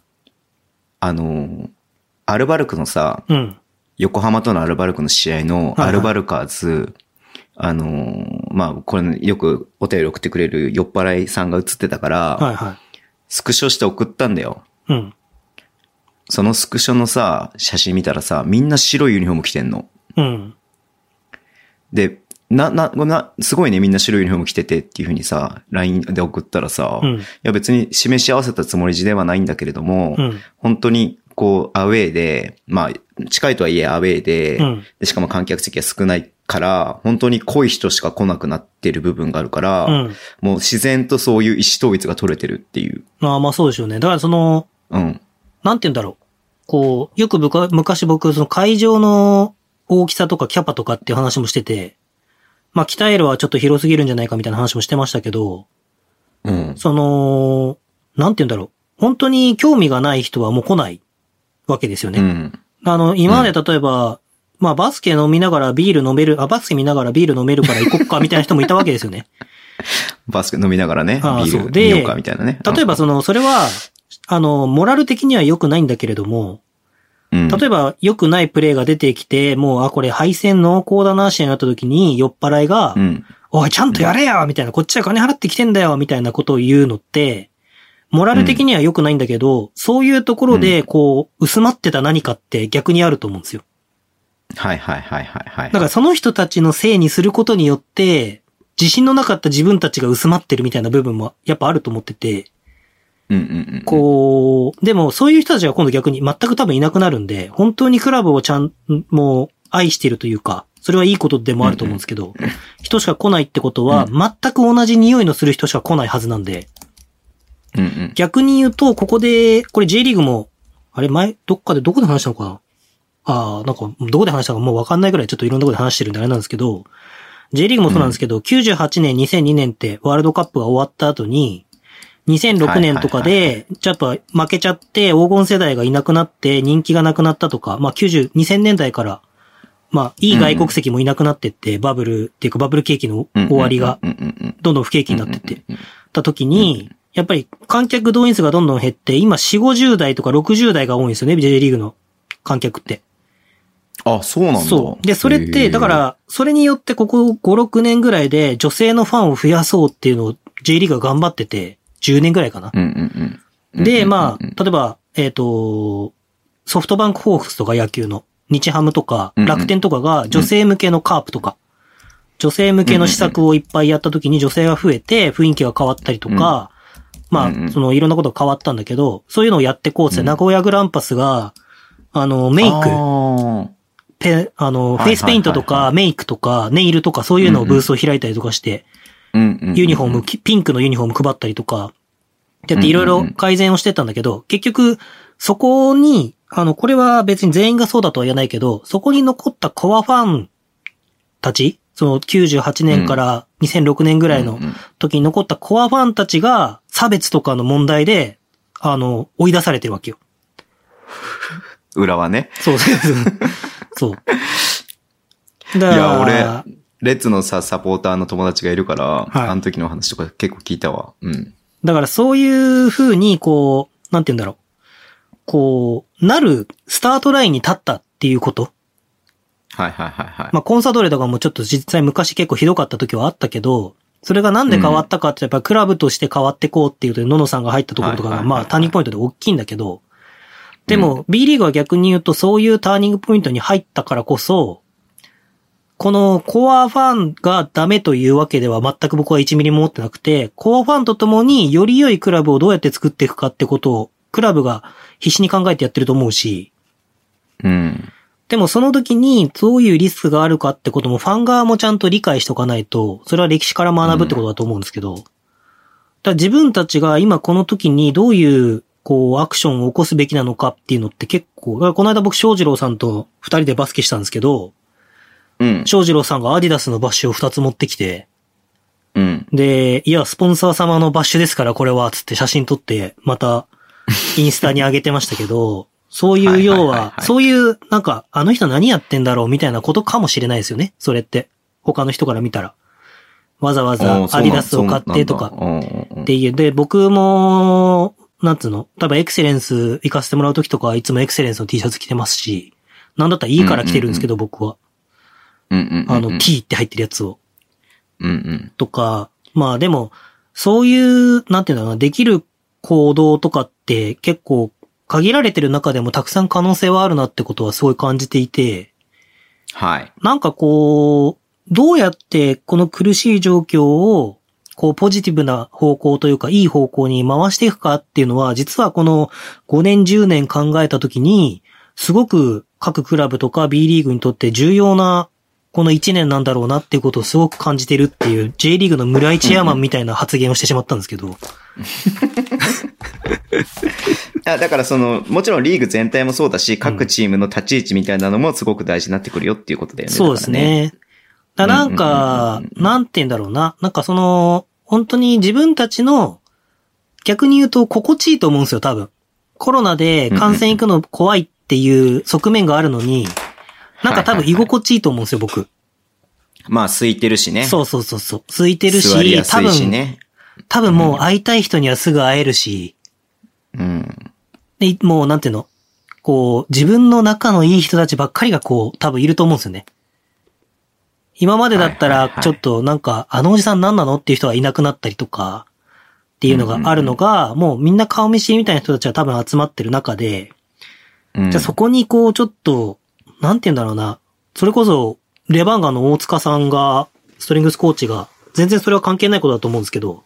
あの、アルバルクのさ、うん、横浜とのアルバルクの試合のはいはいアルバルカーズ、あの、まあ、これ、よくお便り送ってくれる酔っ払いさんが映ってたから、はいはスクショして送ったんだよ。い。うん、そのスクショのさ、写真見たらさ、みんな白いユニフォーム着てんの。うん、で、な、な、な、すごいね、みんな白いユニフォーム着ててっていうふうにさ、LINE で送ったらさ、ういん、や別に示し合わせたつもりではないんだけれども、うん、本当にこう、アウェーで、まあ、近いとはいえアウェーで、うんでしかも観客席が少ないから、本当に濃い人しか来なくなってる部分があるから、うん。もう自然とそういう意思統一が取れてるっていう。まあまあそうでしょうね。だからその、うん。なんて言うんだろう。こう、よくぶか昔僕、その会場の大きさとかキャパとかっていう話もしてて、まあ、鍛えるはちょっと広すぎるんじゃないかみたいな話もしてましたけど、うん。その、なんて言うんだろう。本当に興味がない人はもう来ないわけですよね。うん。あの、今まで例えば、まあ、バスケ飲みながらビール飲める、あ、バスケ見ながらビール飲めるから行こっかみたいな人もいたわけですよね。バスケ飲みながらね、ビああーそうルで [laughs] 見ようかみたいなね。例えばその、それは、あの、モラル的には良くないんだけれども、うん、例えば良くないプレーが出てきて、もう、あ、これ敗戦濃厚だな、試合になった時に酔っ払いが、うん。おい、ちゃんとやれよみたいな、こっちは金払ってきてんだよみたいなことを言うのって、モラル的には良くないんだけど、そういうところで、こう、薄まってた何かって逆にあると思うんですよ。はいはいはいはいはい。だからその人たちのせいにすることによって、自信のなかった自分たちが薄まってるみたいな部分もやっぱあると思ってて、うんうんうん。こう、でもそういう人たちが今度逆に全く多分いなくなるんで、本当にクラブをちゃん、もう愛してるというか、それはいいことでもあると思うんですけど、人しか来ないってことは、う全く同じ匂いのする人しか来ないはずなんで、うんうん。逆に言うと、ここで、これ J リーグも、あれ前、どっかでどこで話したのかなああ、なんか、どこで話したかもうわかんないぐらいちょっといろんなとこで話してるんであれなんですけど、J リーグもそうなんですけど、98年、2002年ってワールドカップが終わった後に、2006年とかはいで、やっぱ負けちゃって黄金世代がいなくなって人気がなくなったとか、まあ90、2000年代から、まあいい外国籍もいなくなってって、バブルっていうかバブル景気の終わりがうんうんうんどんどん不景気うん。になってって、うんうんった時に、やっぱり観客動員数がどんどん減って、今4、50代とか60代が多いんですよね、J リーグの観客って。うん。あ、そうなんだ。そう。で、それっへて、ーだか、ら、それによってここ5、6年ぐらいで女性のファンを増やそうっていうのを J リーグが頑張ってて、10年ぐらいかな。うんうんうんうん。で、まうんうんあ、例えば、えっ、と、ソフトバンクホークスとか野球の、日ハムとか、うんうん楽天とかが女性向けのカープとか、女性向けの施策をいっぱいやった時に女性が増えて雰囲気が変わったりとか、まうんうあ、んそのいろんなことが変わったんだけど、そういうのをやってこうって、うん名古屋グランパスが、あの、メイあク、ーペ、あの、はいフェイスペイントとはいはいかはメイクとかネイルとかそういうのをブースを開いたりとかして、うんうんうんユニフォーム、きピンクのユニフォーム配ったりとか、やっていろいろ改善をしてたんだけど、結局、そこに、あの、これは別に全員がそうだとは言えないけど、そこに残ったコアファンたち、その98年から2006年ぐらいのうんうん時に残ったコアファンたちが差別とかの問題で、あの、追い出されてるわけよ。裏はね。そうそうそう。そう。[laughs] だいや、俺、レッツのさ、サポーターの友達がいるから、はいあの時の話とか結構聞いたわ。うん。だからそういう風に、こう、なんて言うんだろう。こう、なるスタートラインに立ったっていうこと。はいはいはいはい。まあ、コンサドーレとかもちょっと実際昔結構ひどかった時はあったけど、それがなんで変わったかって、やっぱクラブとして変わってこうっていうと、ののさんが入ったところとかはいが、はいはいまはいあ、ターニングポイントで大きいんだけど、でうも、B リーグは逆に言うと、そういうターニングポイントに入ったからこそ、このコアファンがダメというわけでは全く僕は1ミリも思ってなくて、コアファンと共により良いクラブをどうやって作っていくかってことを、クラブが必死に考えてやってると思うし、うん。でもその時にどういうリスクがあるかってこともファン側もちゃんと理解しとかないと、それは歴史から学ぶってことだと思うんですけど、だから自分たちが今この時にどういう、こう、アクションを起こすべきなのかっていうのって結構、だからこの間僕、翔二郎さんと二人でバスケしたんですけど、うん。翔二郎さんがアディダスのバッシュを二つ持ってきて、うん。で、いや、スポンサー様のバッシュですから、これは、つって写真撮って、ま [laughs] た、インスタに上げてましたけど、そういはう要いはいはいはは、いそういう、なんか、あの人何やってんだろう、みたいなことかもしれないですよね、それって。他の人から見たら。わざわざ、アディダスを買ってとか、っっていう。で、僕も、なんつうの、例えばエクセレンス行かせてもらうときとかはいつもエクセレンスの T シャツ着てますし、なんだったらいいから着てるんですけど、僕は。あの、T って入ってるやつを。うんうん。とか、まあでも、そういう、なんていうんだろうな、できる行動とかって結構限られてる中でもたくさん可能性はあるなってことはすごい感じていて、はい。なんかこう、どうやってこの苦しい状況をこう、ポジティブな方向というか、いい方向に回していくかっていうのは、実はこの5年、10年考えたときに、すごく各クラブとか B リーグにとって重要な、この1年なんだろうなっていうことをすごく感じてるっていう、J リーグの村井チェアマンみたいな発言をしてしまったんですけど、あだからその、もちろんリーグ全体もそうだし、各チームの立ち位置みたいなのもすごく大事になってくるよっていうことだよね。そうですね。だからなんうかんうんうん、うんなんて言うんだろうな。なんかその、本当に自分たちの、逆に言うと心地いいと思うんですよ、多分。コロナで感染行くの怖いっていう側面があるのに、なんか多分居心地いいと思うんですよ、僕。だからね。まあ、空いてるしね。そうそうそうそう。空いてる座りやし、す多いし分、ね。多分もう会いたい人にはすぐ会えるし、うん。で、もうなんていうの、こう、自分の仲のいい人たちばっかりがこう、多分いると思うんですよね。今までだったはいはいらは、いちょっとなんか、あのおじさん何なのっていう人はいなくなったりとか、っていうのがあるのが、もうみんな顔見知りみたいな人たちは多分集まってる中で、うんじゃあそこにこう、ちょっと、なんて言うんだろうな、それこそ、レバンガの大塚さんが、ストリングスコーチが、全然それは関係ないことだと思うんですけど、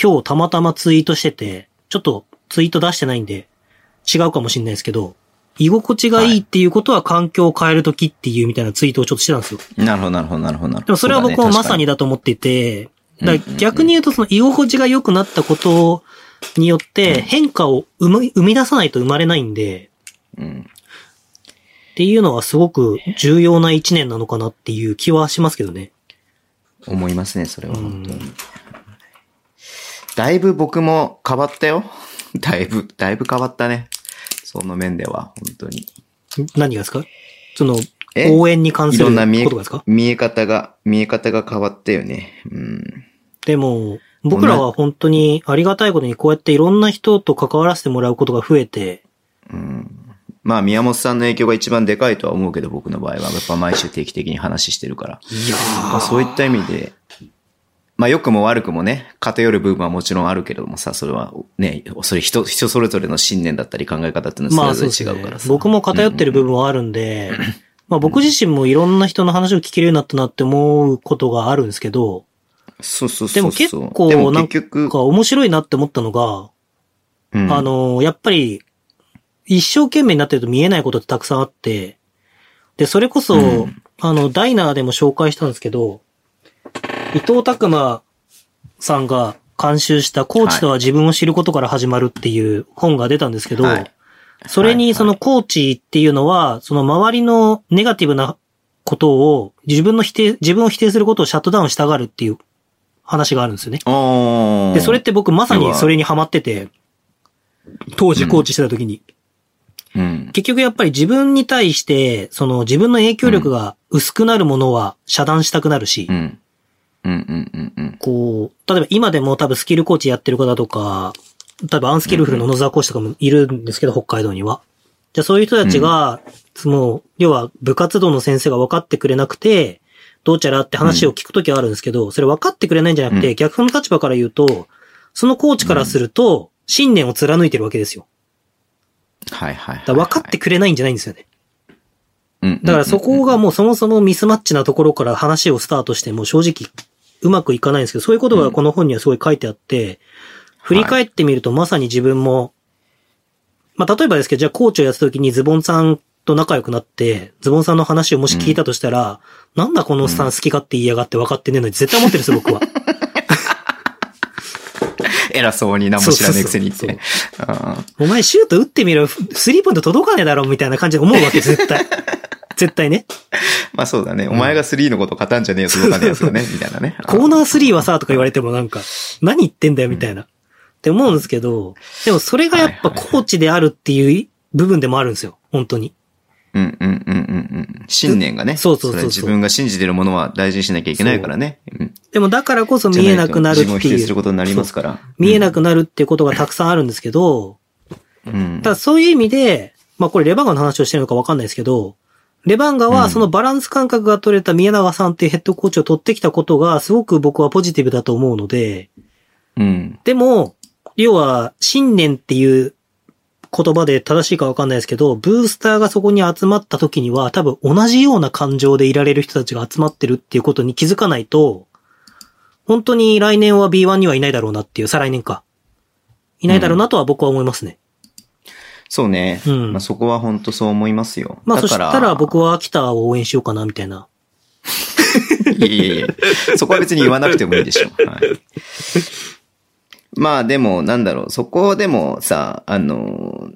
今日たまたまツイートしてて、ちょっとツイート出してないんで、違うかもしれないですけど、居心地がいいっていうことは環境を変えるときっていうみたいなツイートをちょっとしてたんですよ。なるほど、なるほど、なるほど、なるほど。でもそれは僕もまさにだだと思っていて、そうだだねから逆に言うとその居心地が良くなったことによって変化を生み生み出さないと生まれないんね。で、うん。っていうのはすごく重要な一年なのかなっていう気はしますけどね。思いますね、それはうん本当に。だいぶ僕も変わったよ。 [laughs] だいぶ、だいぶ変わったね。その面では、本当に。何がですかその、え応援に関いするろこんとなが見えですか見え方が、見え方が変わったよね。うん。でも、僕らは本当にありがたいことにこうやっていろんな人と関わらせてもらうことが増えて、うん。まあ、宮本さんの影響が一番でかいとは思うけど、僕の場合は。やっぱ毎週定期的に話してるから。いやまあ、そういった意味で、まあ、良くも悪くもね、偏る部分はもちろんあるけれどもさ、それはね、それ人、人それぞれの信念だったり考え方っていうのまはあそそうれですぞねれ違うからさ。僕も偏ってる部分はあるんで、まあ僕自身もいろんな人の話を聞けるようになったなって思うことがあるんですけど、そうそうそうそう。でも結でも構なん結か局、面白いなって思ったのが、うんあ、の、やっぱり、一生懸命になってると見えないことってたくさんあって、で、それこそ、うんあの、ダイナーでも紹介したんですけど、伊藤拓馬さんが監修した、コーチとは自分を知ることから始まるっていう本が出たんですけど、はいそれはいにそのコーチっていうのは、その周りのネガティブなことを、自分の否定、自分を否定することをシャットダウンしたがるっていう話があるんですよね。おーで、それっ、て僕まさにそれにハマってて、当時コーチしてた時に。うん。結局やっぱり自分に対して、その自分の影響力が薄くなるものは遮断したくなるし、うん。うんうんうんうん。こう、例えば今でも多分スキルコーチやってる方とか、例えばアンスキルフルの野沢講師とかもいるんですけど、北海道には。じゃあそういう人たちが、もう、要は部活動の先生が分かってくれなくて、どうちゃらって話を聞くときはあるんですけど、それ分かってくれないんじゃなくて、う逆の立場から言うと、そのコーチからすると、信念を貫いてるわけですよ。はいはいはい。だから分かってくれないんじゃないんですよね。うんうんうん。だからそこがもうそもそもミスマッチなところから話をスタートしても正直うまくいかないんですけど、そういうことがこの本にはすごい書いてあって、振り返ってみるとまさに自分も、まあ例えばですけど、じゃあコーチをやった時にズボンさんと仲良くなって、ズボンさんの話をもし聞いたとしたら、なんだこのおっさん好き勝手言いやがって分かってねえのに絶対思ってるんですよ、僕 [laughs] は。偉そうに何も知らないくせにってね。うんお前シュート打ってみろ、スリーポイント届かねえだろ、みたいな感じで思うわけ、絶 [laughs] 対。絶対ね。まあそうだね。お前が3のこと語んじゃねえよ、そのかねえやつだね。みたいなね。コーナー3はさ、とか言われてもなんか、何言ってんだよみたいな。って思うんですけど、でもそれがやっぱはいはいコーチであるっていう部分でもあるんですよ。本当に。うんうんうんうんうん。信念がね。そうそうそうそうれ自分が信じてるものは大事にしなきゃいけないからね。うんでもだからこそ見えなくなるっじゃいと自分を否て定いするう。ことになりますから。見えなくなるっていうことがたくさんあるんですけど、うん。ただそういう意味で、まあこれレバンガの話をしてるのかわかんないですけど、レバンガうはんそのバランス感覚が取れた宮永さんっていうヘッドコーチを取ってきたことがすごく僕はポジティブだと思うので、うん。でも、要は、信念っていう言葉で正しいかわかんないですけど、ブースターがそこに集まった時には、多分同じような感情でいられる人たちが集まってるっていうことに気づかないと、本当に来年は B1 にはいないだろうなっていう、再来年か。いないだろうなとは僕は思いますね。そうね。うんまあそこは本当そう思いますよ。まあだそしかたら僕は秋田を応援しようかな、みたいな。いえいえいえ。そこは別に言わなくてもいいでしょう。はい。まあでも、なんだろう、そこでもさ、あの、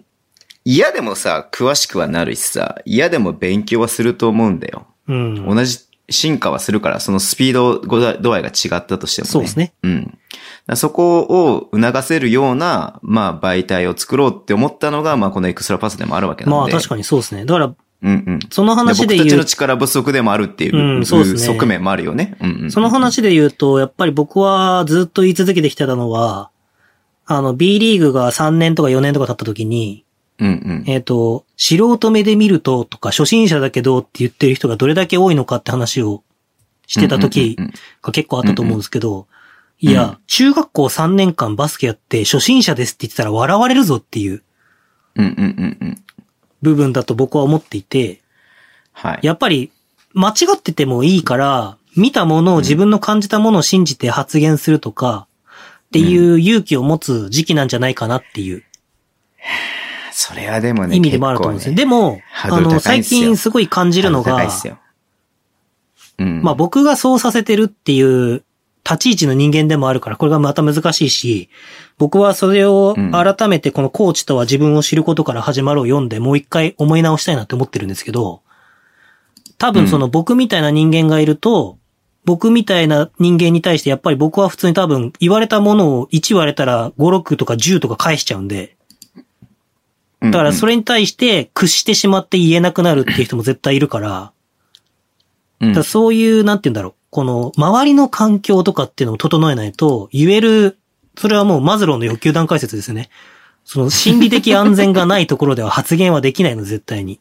嫌でもさ、詳しくはなるしさ、嫌でも勉強はすると思うんだよ。うん。同じ進化はするから、そのスピードごだ度合いが違ったとしてもね。そうですね。うん。だからそこを促せるような、まあ媒体を作ろうって思ったのが、まあこのエクストラパスでもあるわけなんで。まあ確かにそうですね。だから、に。うんうん。その話僕でたち言のう、力不足でもあるっていう、うんそうですね側面もあるよね。うんうん、その話で言うと、やっぱり僕はずっと言い続けてきてたのは、あの、B リーグが3年とか4年とか経った時に、うんうん。えっ、と、素人目で見るととか、初心者だけどって言ってる人がどれだけ多いのかって話をしてた時うんうんうんが結構あったと思うんですけど、うんいうんや、中学校3年間バスケやって初心者ですって言ってたら笑われるぞっていううんうんうんうん。部分だと僕は思っていて、はい。やっぱり間違っててもいいから、見たものを自分の感じたものを信じて発言するとか、っていう勇気を持つ時期なんじゃないかなっていうそれはでもね、意味でもあると思うんですよ。結でも、ハードあル高いんの、ですよ最近すごい感じる構ねの高いがっ、すようん。まあ僕がそうさせてるっていう立ち位置の人間でもあるから、これがまた難しいし、僕はそれをうん改めてこのコーチとは自分を知ることから始まるを読んで、もう一回思い直したいなって思ってるんですけど、多分その僕みたいな人間がいると、僕みたいな人間に対してやっぱり僕は普通に多分言われたものを1言われたら5、6とか10とか返しちゃうんで、うんうんだからそれに対して屈してしまって言えなくなるっていう人も絶対いるから、うんだからそういう、なんて言うんだろう。この、周りの環境とかっていうのを整えないと、言える、それはもうマズローの欲求段階説ですね。その、心理的安全がないところでは発言はできないの、絶対に。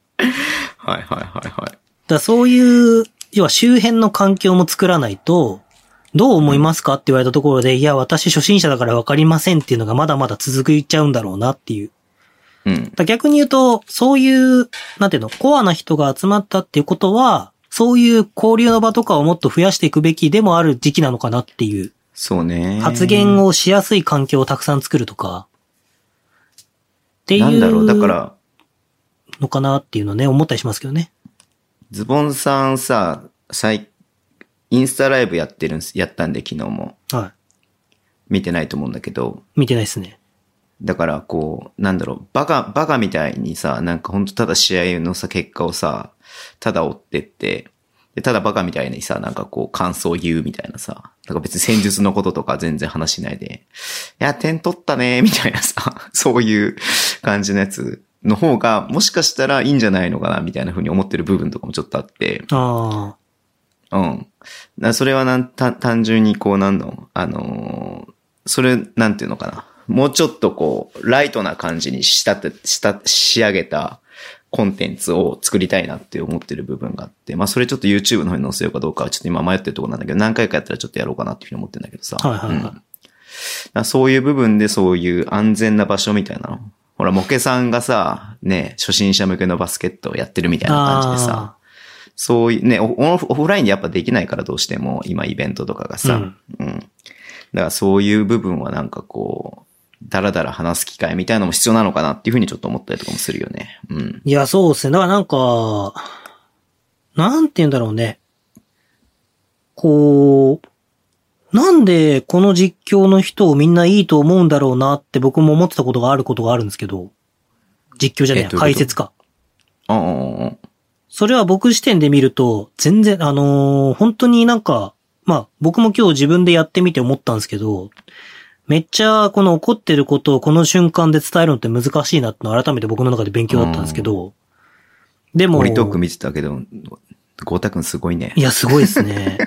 はいはいはいはい。だからそういう、要は周辺の環境も作らないと、どう思いますかって言われたところで、いや、私初心者だからわかりませんっていうのがまだまだ続くいっちゃうんだろうなっていう。うんだ。から逆に言うと、そういう、なんていうの、コアな人が集まったっていうことは、そういう交流の場とかをもっと増やしていくべきでもある時期なのかなっていう、そうね。発言を。をしやすい環境をたくさん作るとか、っていなんだろう、だかうら、のかなっていうのね、思ったりしますけどね。ズボンさんさ、最、インスタライブやってるんす、やったんで昨日も。は見てないと思うんだけど、い。見てないですね。だからこう、なんだろう、バカ、バカみたいにさ、なんかほんとただ試合のさ、結果をさ、ただ追ってって、でただバカみたいにさ、なんかこう、感想を言うみたいなさ、なんか別に戦術のこととか全然話しないで、いや、点取ったね、みたいなさ、そういう感じのやつの方が、もしかしたらいいんじゃないのかな、みたいな風に思ってる部分とかもちょっとあって、あうん。なそれはなん、た単純にこうなんの、あのーそれ、なんていうのかな。もうちょっとこう、ライトな感じにしたて、した、仕上げたコンテンツを作りたいなって思ってる部分があって、まあそれちょっと YouTube の方に載せようかどうかはちょっと今迷ってるところなんだけど、何回かやったらちょっとやろうかなっていうふうに思ってるんだけどさ。あ、はいはいうんはい。だそういう部分でそういう安全な場所みたいなの。ほら、モケさんがさ、ね、初心者向けのバスケットをやってるみたいな感じでさあ、そういうね、オオフオフラインでやっぱできないからどうしても、今イベントとかがさ、ううんん。だからそういう部分はなんかこう、だらだら話す機会みたいなのも必要なのかなっていうふうにちょっと思ったりとかもするよね。うん。ーいや、そうですね。だからなんか、なんて言うんだろうね。こう、なんでこの実況の人をみんないいと思うんだろうなって僕も思ってたことがあることがあるんですけど、実況じゃねええや、どういうこと解説か。ああ、それは僕視点で見ると、全然、あのー本当になんか、まあ、僕も今日自分でやってみて思ったんですけど、めっちゃこの怒ってることをこの瞬間で伝えるのって難しいなってのを改めて僕の中で勉強だったんですけど、でも、森トーク見てたけど、ゴータくんすごいねい。や、すごいで [laughs] すね。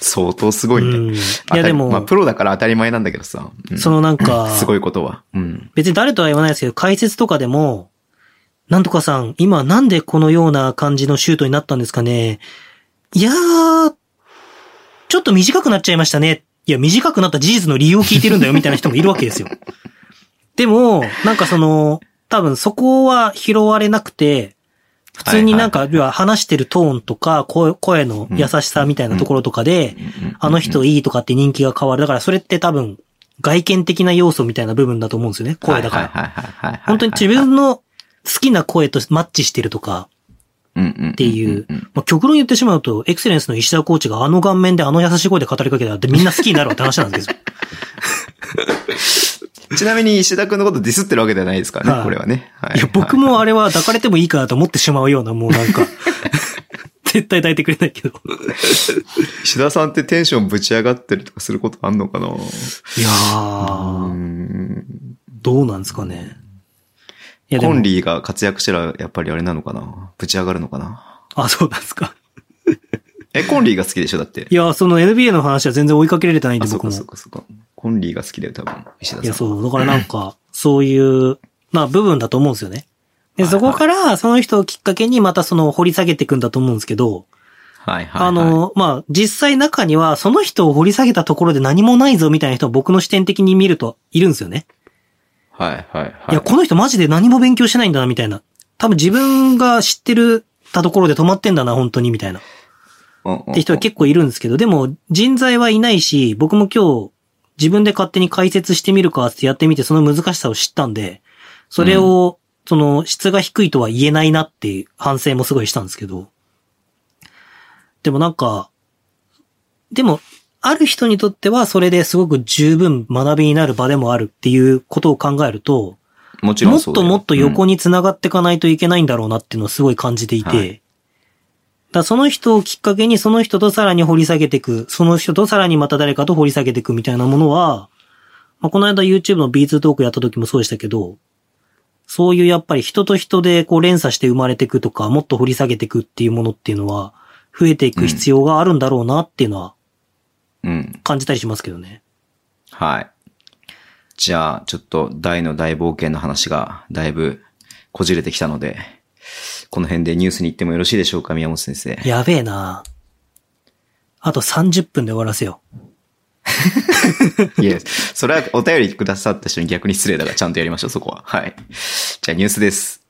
相当すごいうんね。い当たや、りでも、まあプロだから当たり前なんだけどさ。うん、そのなんか [laughs] すごいことは。うん。別に誰とは言わないですけど、解説とかでも、なんとかさん、今なんでこのような感じのシュートになったんですかねいやー、ちょっと短くなっちゃいましたね。いや、短くなった事実の理由を聞いてるんだよ、みたいな人もいるわけ [laughs] ですよ。でも、なんかその、多分そこは拾われなくて、普通になんか、要は話してるトーンとか、声声の優しさみたいなところとかで、あの人いいとかって人気が変わる。だからそれって多分、外見的な要素みたいな部分だと思うんですよね。声だから。ら本当に自分の好きな声とマッチしてるとか、っていう。まあ、極論言ってしまうと、エクセレンスの石田コーチがあの顔面であの優しい声で語りかけたってみんな好きになるわって話なんですよ。ちなみに石田くんのことディスってるわけではないですからはね、いこれはね。はいや、僕もあれは抱かれてもいいかなと思ってしまうような、もうなんか、絶対抱いてくれないけど。石田さんってテンションぶち上がったりとかすることあんのかないやうーー、んどうなんですかね。いや、でコもン、リーが活躍したらやっぱりあれなのかなぶち上がるのかなあ、そうなんですか。え、コンリーが好きでしょだってい。や、その NBA の話は全然追いかけられてないんあ、で、そう僕かも。そうかそうか。コンリーが好きだよ、多分。石田さん。いや、そう。だからなんか、そういう、まあ部分だと思うんですよね。で、はいはそいこから、その人をきっかけにまたその掘り下げていくんだと思うんですけど、はいはい、はい。あ、の、まあ実際中には、その人を掘り下げたところで何もないぞみたいな人を僕の視点的に見るといるんですよね。はいはいはい。いや、この人マジで何も勉強してないんだな、みたいな。多分自分が知ってるたところで止まってんだな、本当に、みたいな。うんうんうんって人は結構いるんですけど、でも人材はいないし、僕も今日自分で勝手に解説してみるかってやってみて、その難しさを知ったんで、それを、その質が低いとは言えないなっていう反省もすごいしたんですけど。でもなんか、でも、ある人にとってはそれですごく十分学びになる場でもあるっていうことを考えると、もちろもんっそうだとよもっと横うんに繋がっていかないといけないんだろうなっていうのをすごい感じていて、はいだからその人をきっかけにその人とさらに掘り下げていく、その人とさらにまた誰かと掘り下げていくみたいなものは、まあ、この間 YouTube の B2 トークやった時もそうでしたけど、そういうやっぱり人と人でこう連鎖して生まれていくとか、もっと掘り下げていくっていうものっていうのは、増えていく必要があるんだろうなっていうのはうん。感じたりしますけどね。はい。じゃあ、ちょっと大の大冒険の話がだいぶこじれてきたので、この辺でニュースに行ってもよろしいでしょうか、宮本先生。やべえなあと30分で終わらせよう。 [laughs] いや、それはお便りくださった人に逆に失礼だからちゃんとやりましょう、そこは。はい。じゃあニュースです。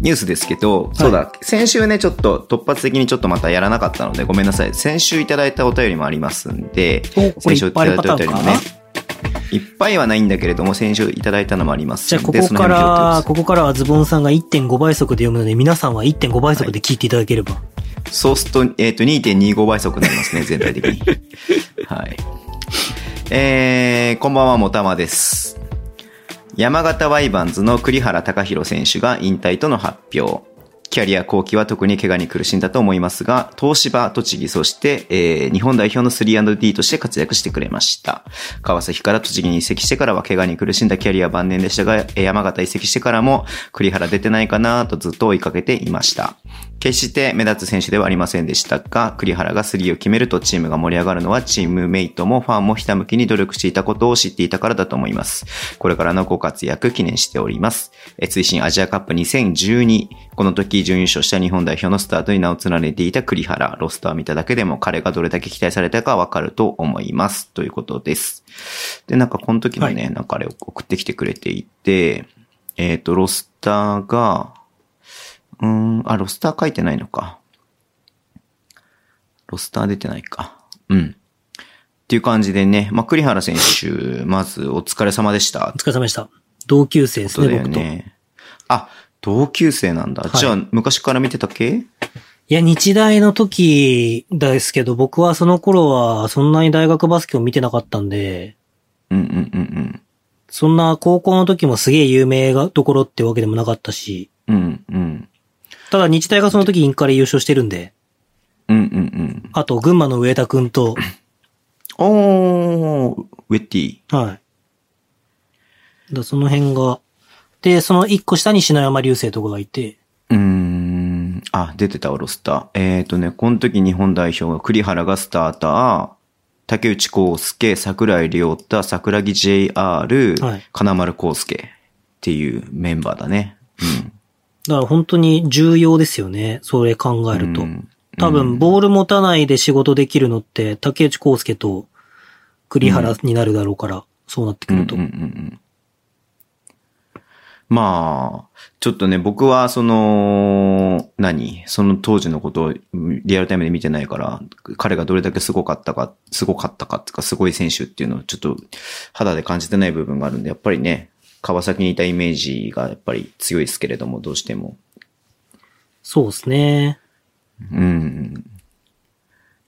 ニュースですけど、そうだ、先週ね、ちょっと突発的にちょっとまたやらなかったので、ごめんなさい。先週いただいたお便りもありますんで、おこ先れ週いっいぱたいあだるいたパタお便ーンりかもなね、いっぱいはないんだけれども、先週いただいたのもありますじゃあ、んこで。こそのか辺も拾ってくださらい、ここからはズボンさんが1.5倍速で読むので、皆さんは1.5倍速で聞いていただければ。そうすると、えっ、と、2.25倍速になりますね、全体的に。はい。えー、こんばんは、もたまです。山形ワイバンズの栗原隆弘選手が引退との発表。キャリア後期は特に怪我に苦しんだと思いますが、東芝、栃木、そして、えー日本代表の 3&D として活躍してくれました。川崎から栃木に移籍してからは怪我に苦しんだキャリア晩年でしたが、えー山形移籍してからも栗原出てないかなとずっと追いかけていました。決して目立つ選手ではありませんでしたが、栗原が3を決めるとチームが盛り上がるのはチームメイトもファンもひたむきに努力していたことを知っていたからだと思います。これからのご活躍記念しております。えー追伸アジアカップ2012。この時準優勝した日本代表のスタートに名を連ねていた栗原。ロスターを見ただけでも彼がどれだけ期待されたかわかると思います。ということです。で、なんかこの時のね、なんかあれを送ってきてくれていて、えっ、と、ロスターが、うーん、あ、ロスター書いてないのか。ロスター出てないか。うん。っていう感じでね、まあ、栗原選手、まずお疲れ様でしたお。疲れ様でした。同級生ですそうだね、よ僕と。いね。あ、同級生なんだ。はいじゃあ、昔から見てた系や、日大の時ですけど、僕はその頃はそんなに大学バスケを見てなかったんで、うんうんうんそんな高校の時もすげえ有名がどころってわけでもなかったし、うん。うんうん。ただ日大がその時インカレ優勝してるんで、うんうんうん。あと群馬の上田く [laughs] んと、おー、ウェッティ。はい。だその辺が、で、その一個下に篠山流星とかがいて、うーん。あ、出てたわ、ロスター。えっ、ー、とね、この時日本代表が栗原がスターター、竹内康介、桜井亮太、桜木 JR、はい金丸康介っていうメンバーだね。だから本当に重要ですよね。それ考えうん。るとう。ん多分、ボール持たないで仕事できるのって、竹内康介と栗原になるだろうから、そうなってくうんうるんうと。んうん。まあ、ちょっとね、僕はその、何その当時のことをリアルタイムで見てないから、彼がどれだけすごかったか、すごかったかっていうか、すごい選手っていうのをちょっと肌で感じてない部分があるんで、やっぱりね、川崎にいたイメージがやっぱり強いですけれども、どうしても。そうですね。うん。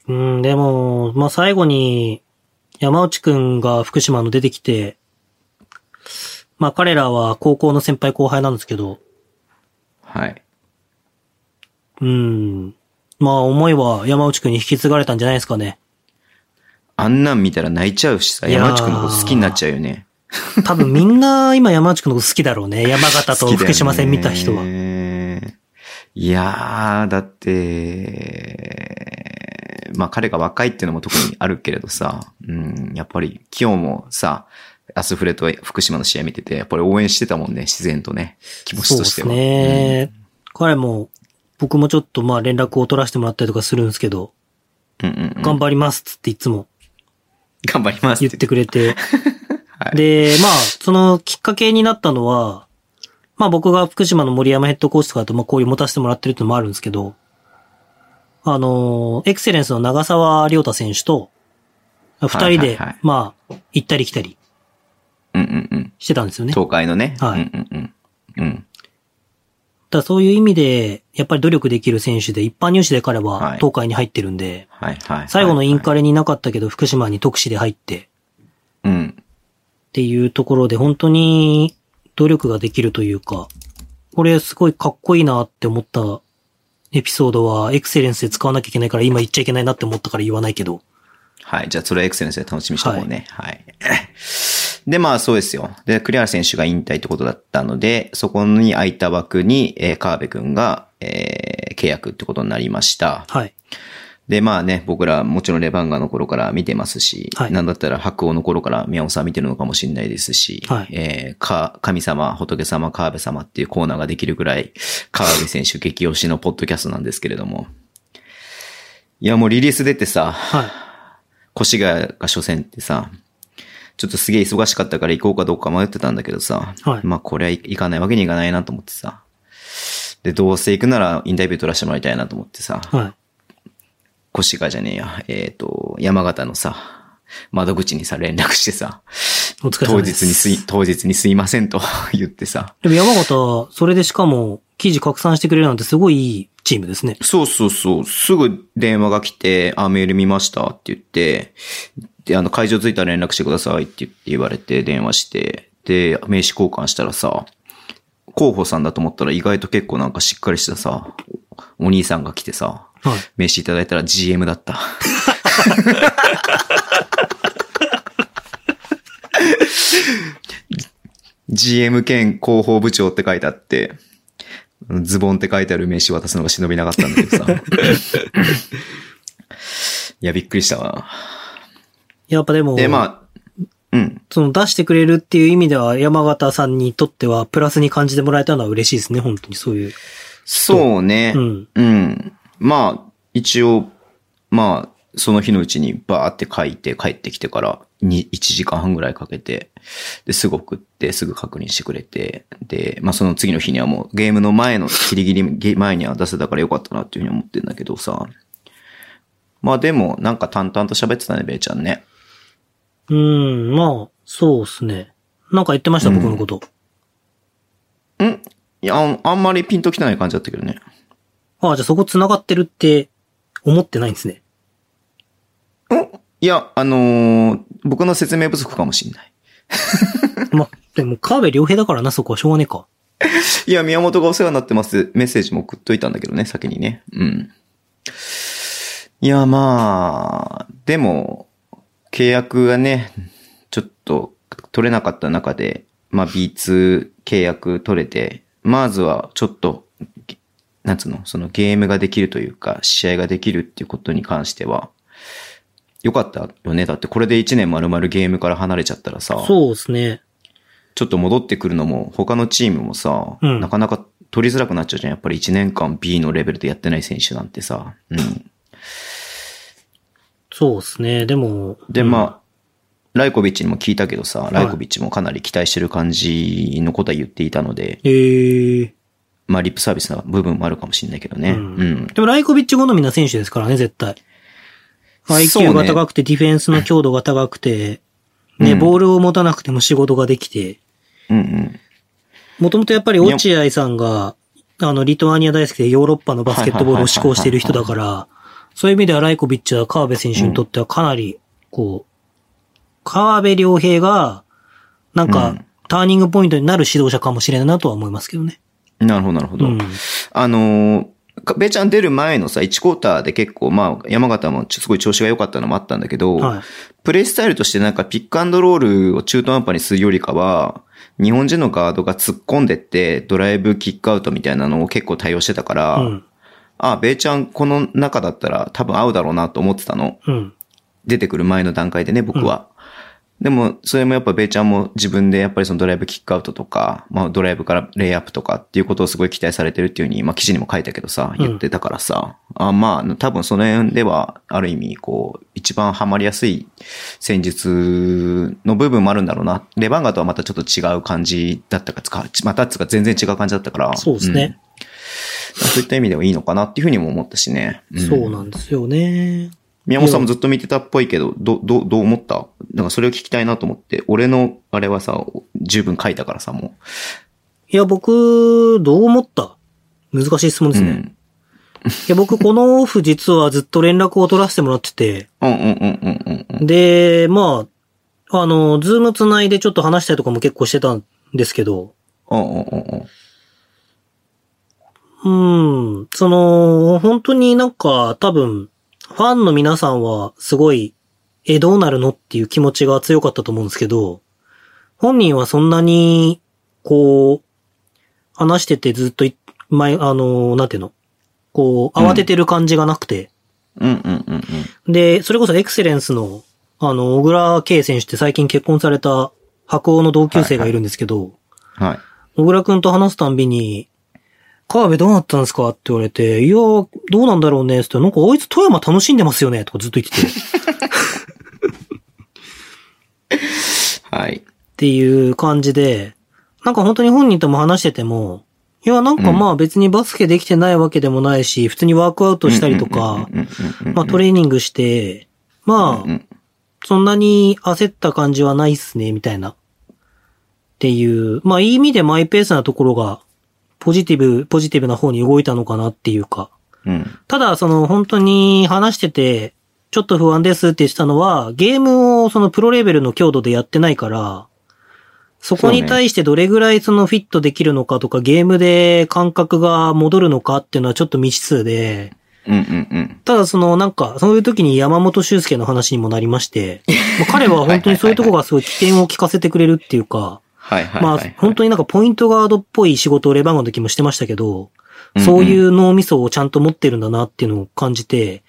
うん、でも、まあ、最後に、山内くんが福島の出てきて、まあ、彼らは高校の先輩後輩なんですけど、はい。うん、まあ、思いは山内くんに引き継がれたんじゃないですかね。あんなん見たら泣いちゃうしさ、いやー山内くんのこと好きになっちゃうよね。多分みんな今山内くんのこと好きだろうね。山形と福島戦見た人は。は。いやー、だって、まあ彼が若いっていうのも特にあるけれどさ、うん、やっぱり今日もさ、アスフレと福島の試合見てて、やっぱり応援してたもんね、自然とね、気持ちそうとでしてすは。ね。彼も、僕もちょっとまあ連絡を取らせてもらったりとかするんですけど、うんうんうん、頑張りますっつっていつも頑張ります言っっててくれて。 [laughs] はいで、まあ、そのきっかけになったのは、まあ僕が福島の森山ヘッドコーチとかとまあこういう持たせてもらってるってのもあるんですけど、あの、エクセレンスの長沢亮太選手と、二人はで、いはいはいまあ、行ったり来たりうんうんうん。してたんですよね。東海のね。はいうんうんうん。うん。だからそういう意味で、やっぱり努力できる選手で、一般入試で彼ははい東海に入ってるんで、はいはい。最後のインカレ。レになかったけど、福島に特使で入って、うん。っていうところで、本当に努力ができるというか、これすごいかっこいいなって思ったエピソードは、エクセレンスで使わなきゃいけないから、今言っちゃいけないなって思ったから言わないけど、はい。じゃあ、それはエクセレンスで楽しみにしておこうね。はい。 [laughs] で、まあ、そうですよ。で、栗原選手が引退ってことだったので、そこに空いた枠に、えー、河辺くんが、えー契約ってことになりました。はい。で、まあね、僕らもちろんレバンガの頃から見てますし、はいなんだったら白鸚の頃から宮本さん見てるのかもしれないですし、はいえーか、神様、仏様、河辺様っていうコーナーができるぐらい、河辺選手激推しのポッドキャストなんですけれども。いや、もうリリース出てさ、はい。越谷が初戦ってさ、ちょっとすげえ忙しかったから行こうかどうか迷ってたんだけどさ、はいまあこれは行かないわけにいかないなと思ってさ、で、どうせ行くならインタビュー取らせてもらいたいなと思ってさ、はい。越谷じゃねえや、えっ、と、山形のさ、窓口にさ、連絡してさ、お疲れ当様です。日にすい、当日にすいませんと [laughs] 言ってさ、でも山形、それでしかも、記事拡散してくれるなんてすごいいいチームですね。そうそうそう、すぐ電話が来て、あ、メール見ましたって言って、で、あの、会場着いたら連絡してくださいって言って言われて、電話して、で、名刺交換したらさ、候補さんだと思ったら意外と結構なんかしっかりしたさ、おお兄さんが来てさ、はい。名刺いただいたら GM だった。GM 兼広報部長って書いてあって、ズボンって書いてある名刺渡すのが忍びなかったんだけどさ。いや、びっくりしたわ。やっぱでも、で、まあ、うん。その出してくれるっていう意味では、山形さんにとっては、プラスに感じてもらえたのは嬉しいですね、本当にそういう。そうね。うんうんまあ、一応、まあ、その日のうちにバーって書いて帰ってきてからに1時間半ぐらいかけて、で、すぐ送って、すぐ確認してくれて、で、まあその次の日にはもうゲームの前の、ギリギリゲ前には出せたからよかったなっていうふうに思ってんだけどさ。まあでも、なんか淡々と喋ってたね、べーちゃんね。うん、まあ、そうっすね。なんか言ってました、うん僕のこと。んいや、あんあんまりピンときてない感じだったけどね。ああ、じゃあそこ繋がってるって、思ってないんですね。いや、あのー僕の説明不足かもしんない。まあ、でも、河辺良平だからな、そこはしょうがねえか。いや、宮本がお世話になってます。メッセージも送っといたんだけどね、先にね。うん。いや、まあ、でも、契約がね、ちょっと取れなかった中で、まあ B2 契約取れて、まずはちょっと、なんつうの、そのゲームができるというか、試合ができるっていうことに関しては、よかったよね。だってこれで1年丸々ゲームから離れちゃったらさ。そうですね。ちょっと戻ってくるのも、他のチームもさ、うんなかなか取りづらくなっちゃうじゃん。やっぱり1年間 B のレベルでやってない選手なんてさ。うん。そうですね。でも、で、まあ、ライコビッチにも聞いたけどさ、ライコビッチもかなり期待してる感じのことは言っていたので、ええまあ、リップサービスな部分もあるかもしれないけどね。ううんん。でもライコビッチ好みな選手ですからね、絶対。そうね IQ が高くて、ディフェンスの強度が高くて、ね、うんボールを持たなくても仕事ができて、うんうん。もともとやっぱり落合さんが、あの、リトアニア大好きでヨーロッパのバスケットボールを志向している人だから、そういう意味ではライコビッチは川辺選手にとってはかなり、こう、川辺良平が、なんうかん、ターニングポイントになる指導者かもしれないなとは思いますけどね。なるほど、なるほど。うんあのー、かベちゃん出る前のさ、1クォーターで結構、まあ、山形もちょすごい調子が良かったのもあったんだけど、はい。プレイスタイルとしてなんかピックアンドロールを中途半端にするよりかは、日本人のガードが突っ込んでって、ドライブキックアウトみたいなのを結構対応してたから、うん。あ、ベイちゃんこの中だったら多分合うだろうなと思ってたの。うん。出てくる前の段階でね、僕は。でも、それもやっぱベイちゃんも自分でやっぱりそのドライブキックアウトとか、まあドライブからレイアップとかっていうことをすごい期待されてるっていうふうに、まあ記事にも書いたけどさ、うん言ってたからさ、あまあ多分その辺ではある意味こう、一番ハマりやすい戦術の部分もあるんだろうな。レバンガとはまたちょっと違う感じだったか、つかまたつうか全然違う感じだったから。そうですね。うんそういった意味ではいいのかなっていうふうにも思ったしね。んそうなんですよね。宮本さんもずっと見てたっぽいけど、ど、ど、どう思ったなんかそれを聞きたいなと思って、俺のあれはさ、十分書いたからさ、もいや、僕、どう思った難しい質問う。ですね。いや、僕、このオフ実はずっと連絡を取らせてもらってて、うん。うんうんうんうんうんうん。で、まあ、あの、ズーム繋いでちょっと話したりとかも結構してたんですけど、うんうんうんうん。うん、その、本当になんか多分、ファンの皆さんはすごい、え、どうなるのっていう気持ちが強かったと思うんですけど、本人はそんなに、こう、話しててずっとい、前、あの、なんていうのこう、うん慌ててる感じがなくて。うんうんうんうん。で、それこそエクセレンスの、あの、小倉圭選手って最近結婚された白鸚の同級生がいるんですけど、はい。小倉くんと話すたんびに、川辺どうなったんですかって言われて、いやー、どうなんだろうねって言って、なんかあいつ富山楽しんでますよねとかずっと [laughs] 言ってて、っはい。ていう感じで、なんか本当に本人とも話してても、いや、なんかまあ別にバスケできてないわけでもないし、普通にワークアウトしたりとうか、んうんうんうんうん、まあトレーニングして、まうあ、んそんなに焦った感じはないっすね、みたいな。っていう、まあいい意味でマイペースなところが、ポジティブ、ポジティブな方に動いたのかなっていうか。うん。ただ、その本当に話してて、ちょっと不安ですって言ってたのは、ゲームをそのプロレベルの強度でやってないから、そこに対してどれぐらいそのフィットできるのかとか、ゲームで感覚が戻るのかっていうのはちょっと未知数で、うんうんうん。ただそのなんか、そういう時に山本修介の話にもなりまして、まあ彼は本当にそういうとこがすごい起点を聞かせてくれるっていうか、はいはいまはい、あはい。本当になんかポイントガードっぽい仕事をレバンガの時もしてましたけど、うんうんそういう脳みそをちゃんと持ってるんだなっていうのを感じて、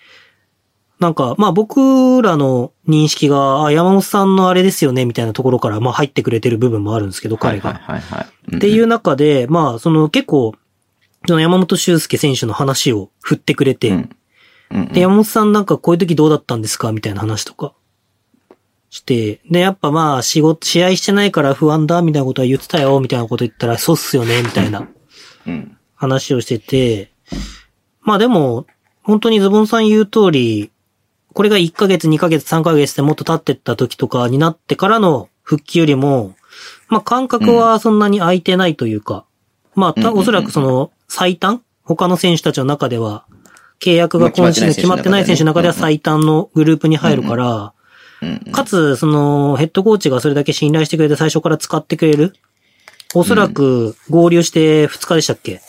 なんか、まあ僕らの認識が、あ、山本さんのあれですよね、みたいなところから、まあ入ってくれてる部分もあるんですけど、彼が。はいはいはいはい。っていうう中で、まあ、その結構、その山本修介選手の話を振ってくれて、んうん。うんで、山本さんなんかこういう時どうだったんですかみたいな話とか。して、で、やっぱまあ、仕事、試合してないから不安だ、みたいなことは言ってたよ、みたいなこと言ったら、そうっすよね、みたいなうん。話をしてて、まあでも、本当にズボンさん言う通り、これが1ヶ月、2ヶ月、3ヶ月でもっと経ってった時とかになってからの復帰よりも、まあ感覚はそんなに空いてないというか、まあうんうんた、うんおそらくその最短他の選手たちの中では、契約が今シーズン決まってない選手の中では最短のグループに入るから、うんうんかつ、その、ヘッドコーチがそれだけ信頼してくれて最初から使ってくれるおそらく合流して2日でしたっけ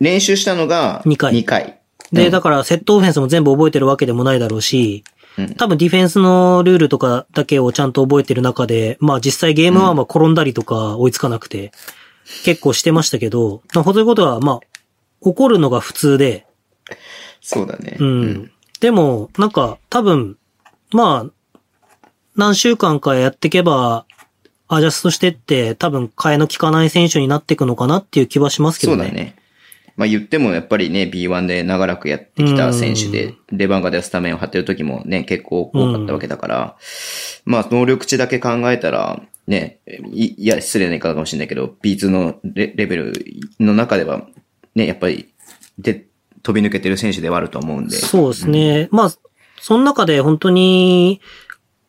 練習したのが、二回二回。で、だから、セットオフェンスも全部覚えてるわけでもないだろうし、うん多分ディフェンスのルールとかだけをちゃんと覚えてる中で、まあ実際ゲームはまあ転んだりとか追いつかなくて、結構してましたけど、まあ、そういうことは、まあ、起こるのが普通で、そうだね。うん。でも、なんか、多分、まあ、何週間かやっていけば、アジャストしてって、多分、替えの効かない選手になっていくのかなっていう気はしますけそどうね。だね。まあ言ってもやっぱりね、B1 で長らくやってきた選手で、レバンガでスタメンを張ってる時もね、結構多かったわけだから、まあ能力値だけ考えたら、ね、いいや、失礼な言い方かもしれないけど、B2 のレレベルの中では、ね、やっぱり、で、飛び抜けてる選手ではあると思うんで。そうですね。まあ、その中で本当に、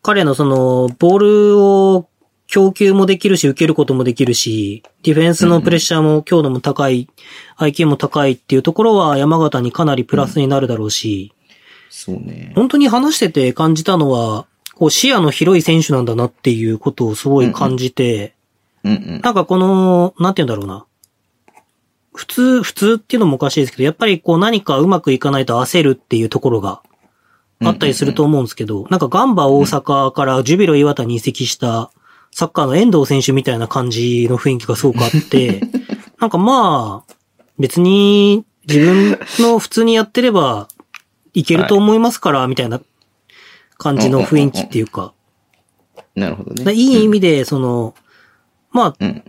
彼のその、ボールを供給もできるし、受けることもできるし、ディフェンスのプレッシャーも強度も高い、IQ も高いっていうところは山形にかなりプラスになるだろうし、そうね。本当に話してて感じたのは、こう視野の広い選手なんだなっていうことをすごい感じて、うんうん。なんかこの、なんて言うんだろうな。普通、普通っていうのもおかしいですけど、やっぱりこう何かうまくいかないと焦るっていうところがあったりすると思うんですけど、なんかガンバ大阪からジュビロ岩田に移籍したサッカーの遠藤選手みたいな感じの雰囲気がすごくあ [laughs] って、なんかまあ、別に自分の普通にやってればいけると思いますから、みたいな感じの雰囲気っていうか、なるほどね。だからいい意味で、その、まあ、うん。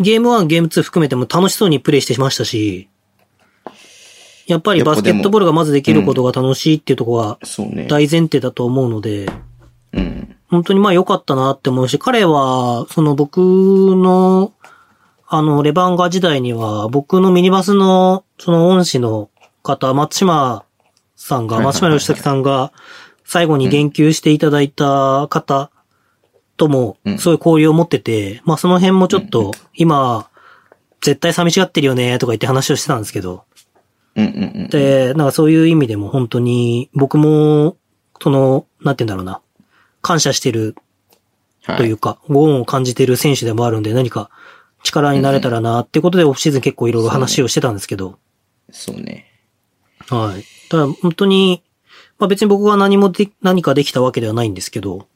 ゲーム1、ゲーム2含めても楽しそうにプレイしてましたし、やっぱりバスケットボールがまずできることが楽しいっていうところはそうね。大前提だと思うので、うん。本当にまあ良かったなって思うし、彼は、その僕の、あの、レバンガ時代には、僕のミニバスの、その恩師の方、松島さんが、はいはいはい松島義崎さんが、最後に言及していただいた方ともう、んそういう交流を持ってて、まあその辺もちょっと、今、絶対寂しがってるよね、とか言って話をしてたんですけど、うんうんうん。で、なんかそういう意味でも本当に、僕も、その、なんて言うんだろうな、感謝してるはというか、ご恩を感じている選手でもあるんで、何か力になれたらなってことで、オフシーズン結構いろいろ話をしてたんですけど、そうね。はい。ただ、本当に、まあ別に僕が何もで、何かできたわけではないんですけど、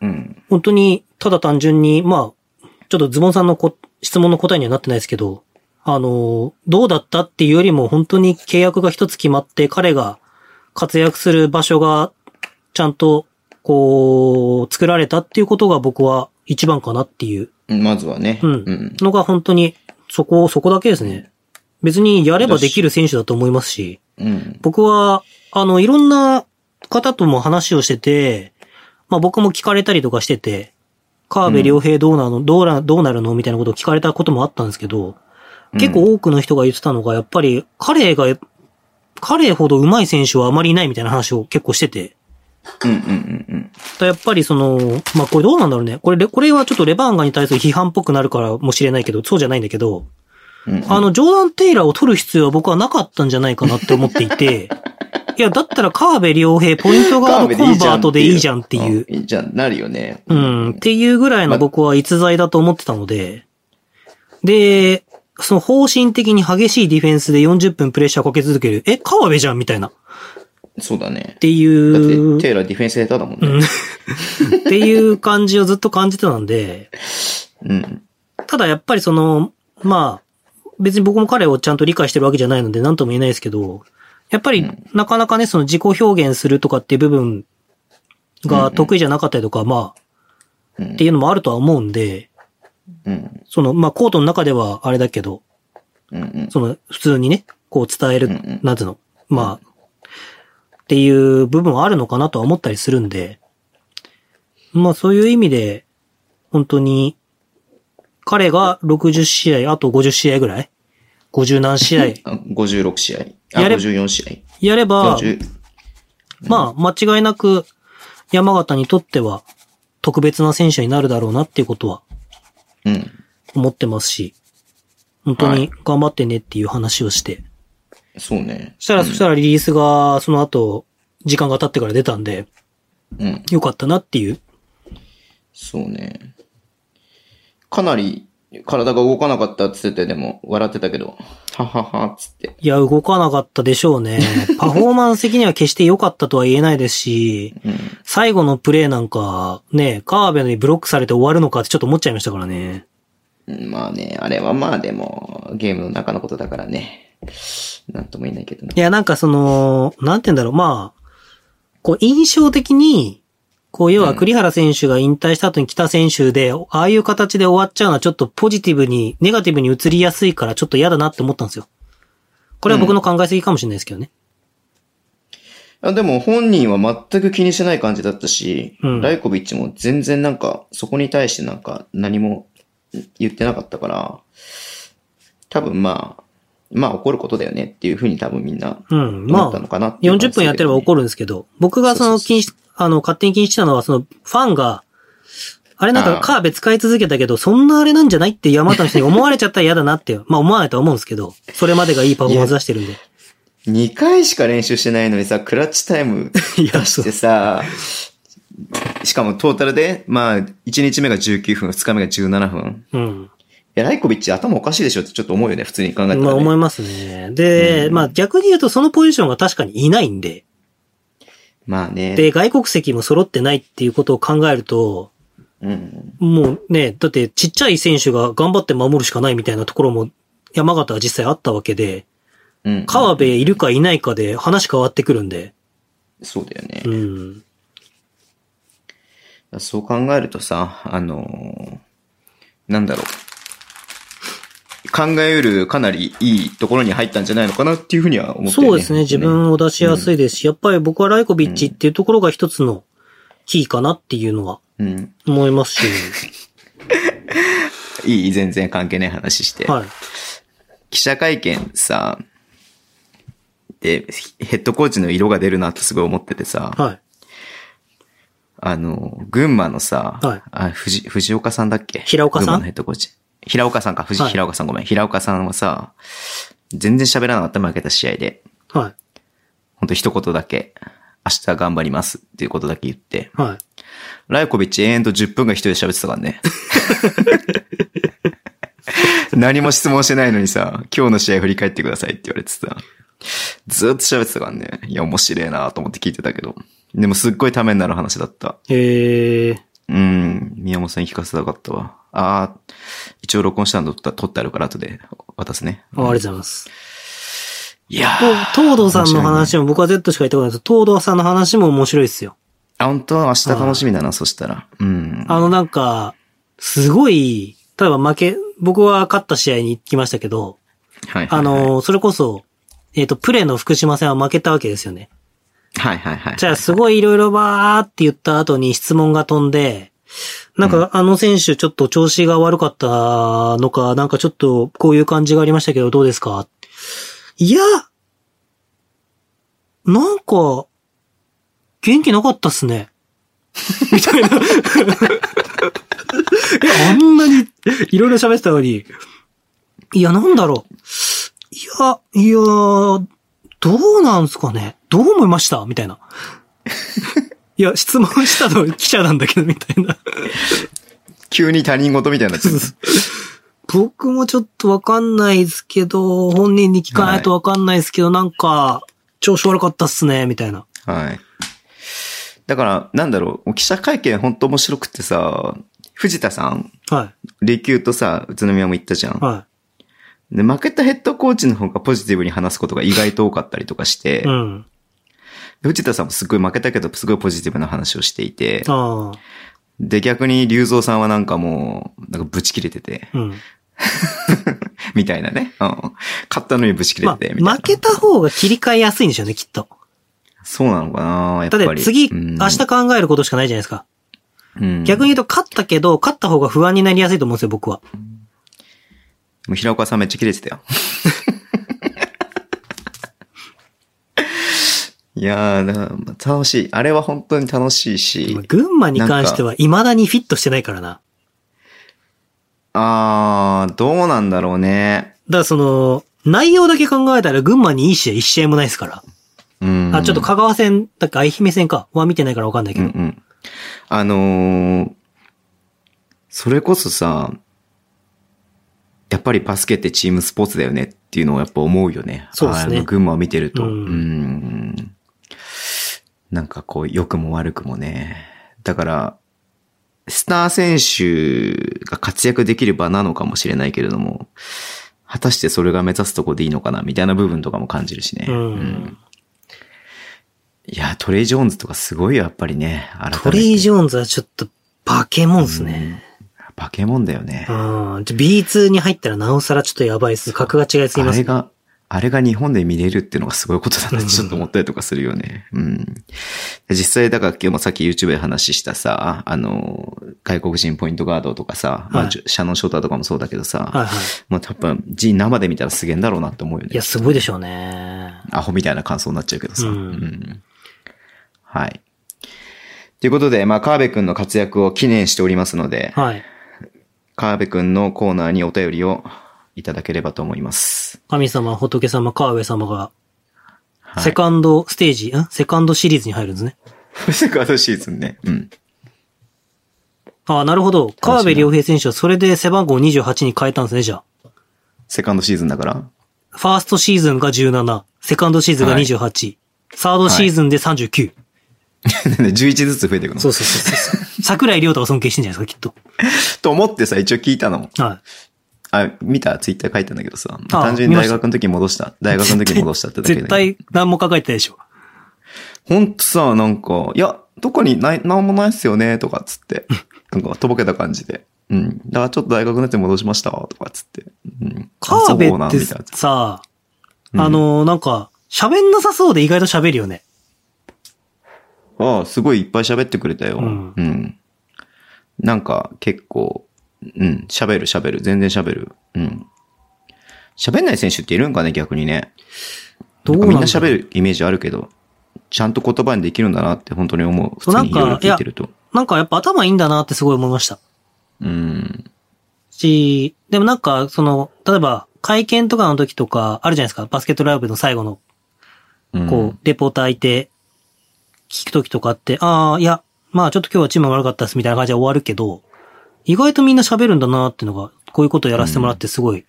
うん。本当に、ただ単純に、まあ、ちょっとズボンさんのこ質問の答えにはなってないですけど、あの、どうだったっていうよりも、本当に契約が一つ決まって、彼が活躍する場所が、ちゃんと、こう、作られたっていうことが僕は一番かなっていうまずはね。うんうん。のが本当に、そこ、そこだけですね。別にやればできる選手だと思いますし、うん。僕は、あの、いろんな方とも話をしてて、まあ僕も聞かれたりとかしてて、河辺良平どうなの、どうな、どうなるのみたいなことを聞かれたこともあったんですけど、結構多くの人が言ってたのが、やっぱり彼が、彼ほど上手い選手はあまりいないみたいな話を結構してて、うんうんうんうん。ただやっぱりその、まあこれどうなんだろうね。これレ、これはちょっとレバーンガに対する批判っぽくなるからもしれないけど、そうじゃないんだけど、うんあの、ジョーダン・テイラーを取る必要は僕はなかったんじゃないかなって思ってい [laughs] て、いや、だったら河辺良平、ポイントガードコンバートでいいじゃんっていう、いいじゃん、なるよね。うん、っていうぐらいの僕は逸材だと思ってたので、で、その方針的に激しいディフェンスで40分プレッシャーかけ続ける、え、河辺じゃんみたいな、っそうだね。ていだって、う、テイラーディフェンス下手だもんね。っていう感じをずっと感じてたんで、うん。ただやっぱりその、まあ、別に僕も彼をちゃんと理解してるわけじゃないので何とも言えないですけど、やっぱりなかなかね、その自己表現するとかっていう部分が得意じゃなかったりとか、まあ、うんっていうのもあるとは思うんで、うん。その、まあコートの中ではあれだけど、うんうん。その普通にね、こう伝えるうんうん、なんていうの、まあ、っていう部分はあるのかなとは思ったりするんで、まあそういう意味で、本当に、彼が60試合、あと50試合ぐらい ?50 何試合あ56試合。あ、やれ54試やれ合。ば、 50まあ間違いなく山形にとっては特別な選手になるだろうなっていうことはうん。思ってますし、本当はにい頑張ってねっていう話をして、そうねそ。したら、そしたらリリースが、その後、時間が経ってから出たんで、うん。よかったなっていう。そうね。かなり、体が動かなかったっつってて、でも、笑ってたけど、はははっつって。いや、動かなかったでしょうね。パフォーマンス的には決して良かったとは言えないですし、うん。最後のプレーなんか、ね、カーベにブロックされて終わるのかってちょっと思っちゃいましたからね。うんまあね、あれはまあでも、ゲームの中のことだからね。なんとも言えないけどねい。や、なんかその、なんて言うんだろう、まあ、こう、印象的に、こう、要は栗原選手が引退した後に来た選手で、ああいう形で終わっちゃうのはちょっとポジティブに、ネガティブに移りやすいからちょっと嫌だなって思ったんですよ。これは僕の考えすぎかもしれないですけどね。あでも本人は全く気にしてない感じだったし、うんライコビッチも全然なんか、そこに対してなんか何も言ってなかったから、多分まあ、まあ怒ることだよねっていうふうに多分みんなうん。ま思あった、のかなっていう感じ40だけどね、分やってれば怒るんですけど、僕がそのそうそうそう禁止、あの、勝手に禁止したのは、その、ファンが、あれなんあーかカーベ使い続けたけど、そんなあれなんじゃないって山田の人に思われちゃったら嫌だなって、まあ思わないとは思うんですけど、それまでがいいパフォーマンス出してるんで。 2回しか練習してないのにさ、クラッチタイムい出やしてさ、しかもトータルで、まあ、1日目が19分、2日目が17分。うん。いや、ライコビッチ頭おかしいでしょってちょっと思うよね、普通に考えたら、ね。まあ思いますね。で、うんまあ逆に言うとそのポジションが確かにいないんで、まあね。で、外国籍も揃ってないっていうことを考えると、うん。もうね、だってちっちゃい選手が頑張って守るしかないみたいなところも山形は実際あったわけで、うん。川辺いるかいないかで話変わってくるんで、そうだよね。うん。そう考えるとさ、あのーなんだろう。考えうるかなりいいところに入ったんじゃないのかなっていうふうには思ってる、そうですね、自分を出しやすいですし、やっぱり僕はライコビッチっていうところが一つのキーかなっていうのはうん。思いますし、いい、全然関係ない話して。はい。記者会見さ、で、ヘッドコーチの色が出るなってすごい思っててさ、はい。あの、群馬のさ、はいあ藤藤岡さんだっけ平岡さん群馬のヘッドコーチ。平岡さんか、藤、はい平岡さんごめん。平岡さんはさ、全然喋らなかった負けた試合で、はい。ほんと一言だけ、明日頑張りますっていうことだけ言って、はい。ライコビッチ延々と10分が一人で喋ってたから [laughs] ね。何も質問してないのにさ、今日の試合振り返ってくださいって言われてさ、ずっと喋ってたからね。いや、面白いなと思って聞いてたけど。でもすっごいためになる話だった。えー、うん、宮本さんに聞かせたかったわ。あー一応録音したの撮った撮ってあるから後で渡すね。あありがとうございます。いやとー東堂さんの面白いね話も、僕は Z しか言ったことないです。東堂さんの話も面白いですよ。あ、本当明日楽しみだな、そしたら。うん。あのなんか、すごい、例えば負け、僕は勝った試合に行きましたけど、はいはいはいあ、の、それこそ、えっ、と、プレーの福島戦は負けたわけですよね。はいはいはい。じゃあ、すごいいろいろばーって言った後に質問が飛んで、なんか、あの選手ちょっと調子が悪かったのか、なんかちょっとこういう感じがありましたけど、どうですかいや、なんか、元気なかったっすね。 [laughs] みたいな。 [laughs] え、あんなにいろいろ喋ってたのに、いや、なんだろう。いや、いや、どうなんすかねどう思いましたみたいな。いや、質問したの記者なんだけど、みたいな。急に他人事みたいになっちゃう。 [laughs] 僕もちょっとわかんないですけど、本人に聞かないとわかんないですけど、なんか、調子悪かったっすね、みたいな。はい。だから、なんだろう、記者会見ほんと面白くってさ、藤田さん、は琉球とさ、宇都宮も行ったじゃんい。。はで、負けたヘッドコーチの方がポジティブに話すことが意外と多かったりとかして、い。うん。藤田さんもすごい負けたけど、すごいポジティブな話をしていて、ああ。で、逆に龍造さんはなんかもう、なんかブチ切れてて、うん。みたいなね。うん。勝ったのにブチ切れまてて、みたあ、いな負。けた方が切り替えやすいんでしょうね、きっと。そうなのかなやっぱだり。って次、うん明日、考えることしかないじゃないですか。うん逆に言うと、勝ったけど、勝った方が不安になりやすいと思うんですよ、僕は。もう平岡さんめっちゃ切れてたよ。 [laughs] いやー、だからまあ楽しい。あれは本当に楽しいし。群馬に関しては、未だにフィットしてないからな。あー、どうなんだろうね。だからその、内容だけ考えたら群馬にいい試合一試合もないですから。うん。あ、ちょっと香川戦、だっけ愛媛戦かは見てないからわかんないけうんど。うん。あのー、それこそさ、やっぱりバスケってチームスポーツだよねっていうのをやっぱ思うよね。そうですねあの群馬を見てると。ううんん。なんかこう、良くも悪くもね。だから、スター選手が活躍できる場なのかもしれないけれども、果たしてそれが目指すとこでいいのかなみたいな部分とかも感じるしね。うんいや、トレイ・ジョーンズとかすごいよ、やっぱりね。改めてトレイ・ジョーンズはちょっと、バケモンっすね。バケモンだよねう。ん。じゃ B2 に入ったらなおさらちょっとやばいっす。格が違いすぎあますれ。が、あれが日本で見れるっていうのがすごいことだなってちょっと思ったりとかするよね。うん。で実際、だから今日もさっき YouTube で話したさ、あの、外国人ポイントガードとかさ、まはあ、いシャノンショーターとかもそうだけどさ、はいはい。もう多分、G 生で見たらすげえんだろうなって思うよいや、ね。すごいでしょうね。アホみたいな感想になっちゃうけどさ。うんんはい。ということで、まあ、河辺くんの活躍を記念しておりますので、はい。河辺くんのコーナーにお便りをいただければと思います。神様、仏様、川上様が、はいセカンドステージ、んセカンドシリーズに入るんですね。 [laughs] セカンドシーズンね。うん。ああ、なるほど。川辺良平選手はそれで背番号28に変えたんですね、じゃあ。セカンドシーズンだから。 [laughs] ファーストシーズンが17、セカンドシーズンが28、サードシーズンで39。なんで11ずつ増えていくのそうそうそう [laughs] そう。桜井亮太を尊敬してんじゃないですか、きっと思ってさ、一応聞いたの。と。はい。あ、見たツイッター書いたんだけどさ。あ単純に大学の時戻した。大学の時戻したってだけで。絶。対何も考えてないでしょ。ほんとさ、なんか、いや、どこにない、なんもないっすよね、とかっつって。なんか、とぼけた感じで。うん。だからちょっと大学になって戻しました、とかっつって。うん。川あそうな辺んってみたいなさ、うんあのー、なんか、喋んなさそうで意外と喋るよね。ああ、すごいいっぱい喋ってくれたよ。ううんん。なんか、結構、うん、喋る喋る。全然喋る。うん。喋んない選手っているんかね、逆にね。どうなんだみんろうな喋るイメージあるけど、ちゃんと言葉にできるんだなって本当に思う。そ普う通にいろいなろんか聞いやいてると。なんかやっぱ頭いいんだなってすごい思いました。うん。し、でもなんか、その、例えば、会見とかの時とか、あるじゃないですか。バスケットライブの最後の、うんこう、レポーターいて、聞く時とかって、ああ、いや、まあちょっと今日はチーム悪かったですみたいな感じで終わるけど、意外とみんな喋るんだなっていうのが、こういうことをやらせてもらってすごい、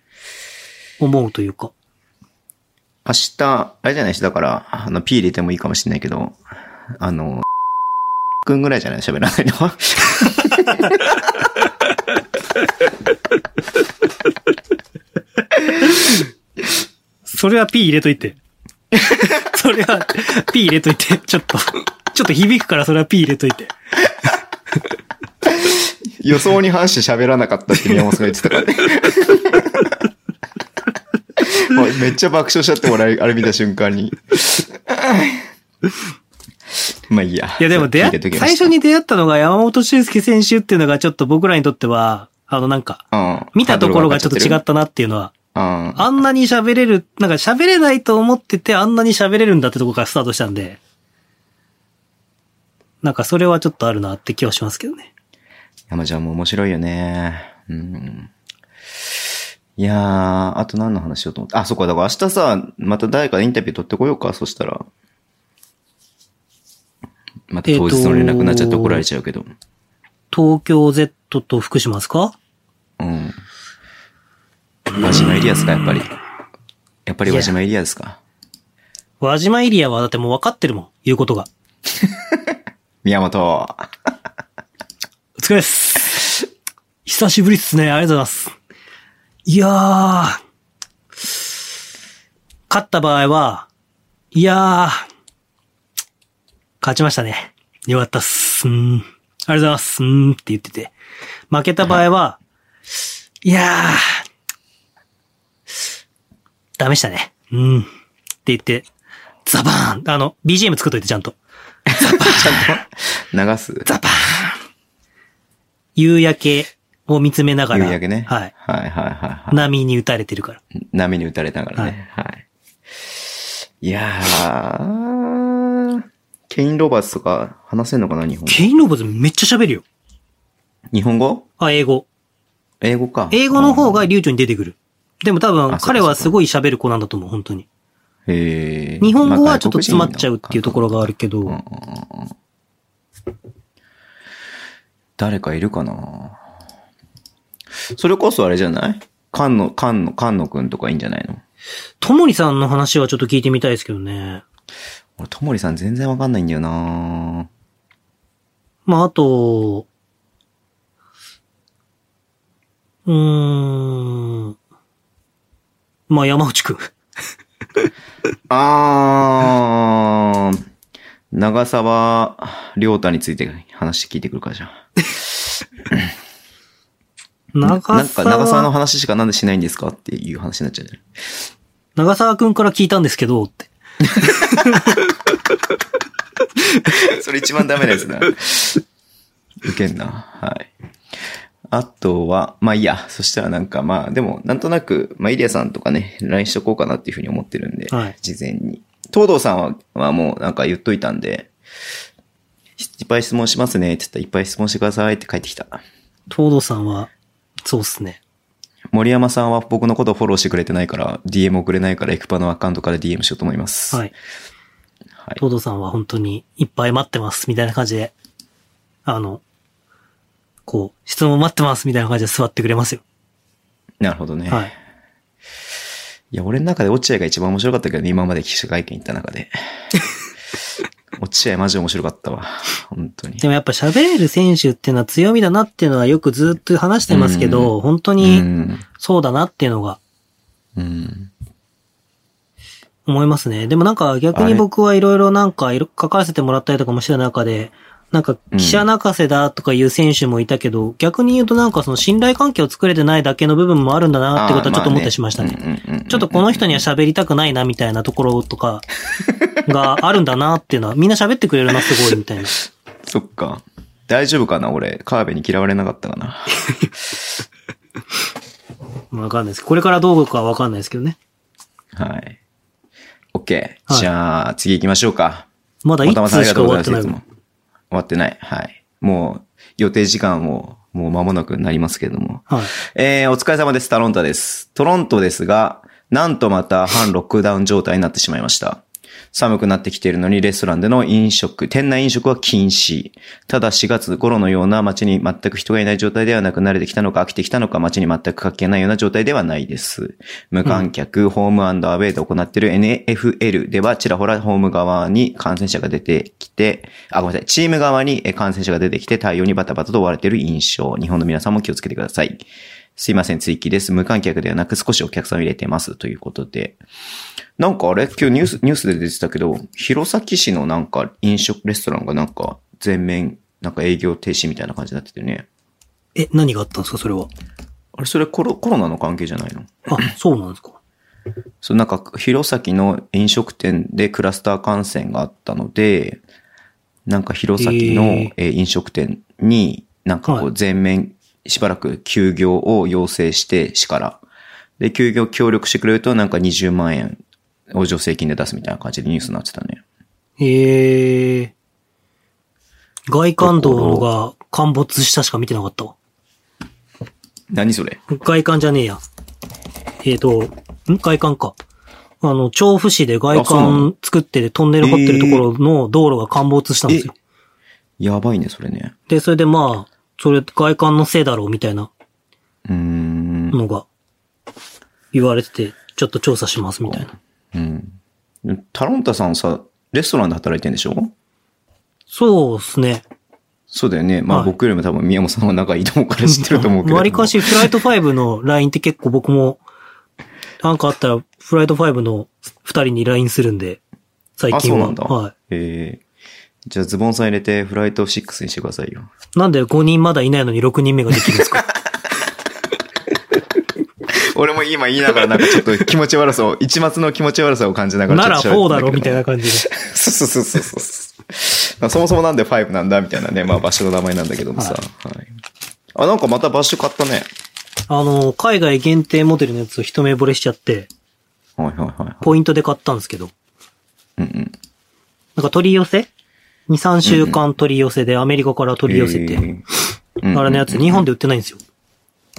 思うというか。明日、あれじゃないし、だから、あの、P 入れてもいいかもしれないけど、あの、 [laughs] くんぐらいじゃない喋らないのは。それは P 入れといて。 [laughs] それは P 入れといて。ちょっと、ちょっと響くからそれは P 入れといて。予想に反して喋らなかったって宮本さんが言ってた [laughs] からね。もうめっちゃ爆笑しちゃって、俺、あれ見た瞬間に。まあいいや。いやでも出聞いて会おきっ、ま最した初。に出会ったのが山本俊介選手っていうのがちょっと僕らにとっては、あのなんか、うん、見たところがちょっと違ったなっていうのは、うん。あんなに喋れる、なんか喋れないと思っててあんなに喋れるんだってとこからスタートしたんで、なんかそれはちょっとあるなって気はしますけどね。山ちゃんも面白いよね。うん。いやー、あと何の話しようと思って。あ、そっか、だから明日さ、また誰かインタビュー取ってこようか、そしたら。また当日の連絡になっちゃって怒られちゃうけど。東京 Z と福島ですかうん。輪島エリアですか、やっぱり。やっぱり輪島エリアですか。輪島エリアはだってもう分かってるもん、言うことが。宮本。お疲れっす。久しぶりっすね。ありがとうございます。いやー。勝った場合は、いやー。勝ちましたね。よかったっす。うん。ありがとうございます。うんって言ってて。負けた場合は、いやー。ダメでしたね。うん。って言って、ザバーン。あの、BGM 作っといてちゃんと。流す。ザバーン夕焼けを見つめながら。夕焼けね。はい。はいはいはいはい。波に打たれてるから。波に打たれながらね。はい。い、やー、ケイン・ロバーツとか話せんのかな、日本語。ケイン・ロボズめっちゃ喋るよ。日本語あ、英語。英語か。英語の方が流暢に出てくる。でも多分あそうか彼はすごい喋る子なんだと思う、本当に。うん、へー日本語はちょっと詰まっちゃうっていうところ。があるけまあ外国人のど、感覚うんうんうんうん誰かいるかなそれこそあれじゃない菅野、菅野、菅野くんとかいいんじゃないのともりさんの話はちょっと聞いてみたいですけどね。俺、ともりさん全然わかんないんだよなまあ、あと、うーん。まあ、山内くん。あー、長沢亮太について話して聞いてくるからじゃん。長なんか長沢沢の話しかなんでしないんですかっていう話になっちゃうじゃん。長沢くんから聞いたんですけど、って。 [laughs] それ一番ダメなやつだ。受けんな。はい。あとは、まあいいや。そしたらなんかまあ、でもなんとなく、まあイリアさんとかね、LINE しとこうかなっていうふうに思ってるんで、はい事前に。東堂さんは、まあもうなんか言っといたんで、いっぱい質問しますねって言ったら、いっぱい質問してくださいって帰ってきた。東堂さんは、そうっすね。森山さんは僕のことフォローしてくれてないから、DM 送れないから、エクパのアカウントから DM しようと思います。はい。はい東堂さんは本当にいっぱい待ってます、みたいな感じで、あの、こう、質問待ってます、みたいな感じで座ってくれますよ。なるほどね。はいい。や、俺の中で落合が一番面白かったけどね、今まで記者会見行った中 [laughs] で。落合マジ面白かったわ。本当にで。もやっぱ喋れる選手っていうのは強みだなっていうのはよくずっと話してますけど、本当うにん。そうだなっていうのがうん。思いますね。でもなんか逆に僕はいろいろなんかいろ書かせてもらったりとかもしてた中で、なんか記者泣かせだとかいう選手もいたけど、逆に言うとなんかその信頼関係を作れてないだけの部分もあるんだなってことはちょっと思ったりしましたね。ねちょっとこの人には喋りたくないなみたいなところとかがあるんだなっていうのは、みんな喋ってくれるなすごいみたいな。そっか。大丈夫かな俺、川辺に嫌われなかったかな。わかんないです。これからどうかはわかんないですけどね。はい。OK。はいじゃあ、次行きましょうか。まだお1たまさんあ通りしがかとう終ございわまっす。ていないつもんも。終わってない。はい。もう、予定時間も、もう間もなくなりますけれども。はい。えー、お疲れ様です。タロンタです。トロントですが、なんとまた反ロックダウン状態になってしまいました。寒くなってきているのにレストランでの飲食、店内飲食は禁止。ただ4月頃のような街に全く人がいない状態ではなく慣れてきたのか飽きてきたのか街に全く関係ないような状態ではないです。無観客、ホームアウェイで行っている NFL ではちらほらホーム側に感染者が出てきて、あ、ごめんなさい、チーム側にえ感染者が出てきて対応にバタバタと追われている印象。日本の皆さんも気をつけてください。すいません、追記です。無観客ではなく少しお客さんを入れてます。ということで。なんかあれ今日ニュース、ニュースで出てたけど、弘前市のなんか飲食レストランがなんか全面、なんか営業停止みたいな感じになっててね。え、何があったんですか、それは。あれそれコロ、コロナの関係じゃないのあ、そうなんですか。そう、なんか、弘前の飲食店でクラスター感染があったので、なんか弘前のえーえー飲食店に、なんかこはう全面、しばらく休業を要請して、市から。で、休業協力してくれると、なんか20万円を助成金で出すみたいな感じでニュースになってたね。へえ。外環道が陥没したしか見てなかったわ。何それ外環じゃねえや。えっ、と、ん外環か。あの、調布市で外あそうな環の作っててトンネル掘ってるところの道路が陥没したんですよ。やばいね、それね。で、それでまあ、それ外観のせいだろうみたいなうーん。のが言われてて、ちょっと調査しますみたいな。うん。タロンタさんさ、レストランで働いてんでしょそうですね。そうだよね。まあはい僕よりも多分宮本さんは仲いいと思うから知ってると思うけれども。わりかしフライト5の LINE って結構僕も、なんかあったらフライト5の二人に LINE するんで、最近は。あそうなんだはえー、じゃあズボンさん入れてフライト6にしてくださいよ。い。なんで5人まだいないのに6人目ができるんで [laughs] すか俺も今言いながらなんかちょっと気持ち悪さを、一抹の気持ち悪さを感じながらなちょらっと喋ってんけど4だろみたいな。感じ [laughs] で。そうそうそうそうそう。そもそもなんで5なんだみたいなね。まあ場所の名前なんだけどもさ。はい。あ、なんかまた場所買ったね。あの、海外限定モデルのやつを一目惚れしちゃって、はいはいはいはい。ポイントで買ったんですけど。うんうん。なんか取り寄せ ?2、3週間取り寄せでアメリカから取り寄せて、えーうんうんあれのやつ日本で売ってないんですよ。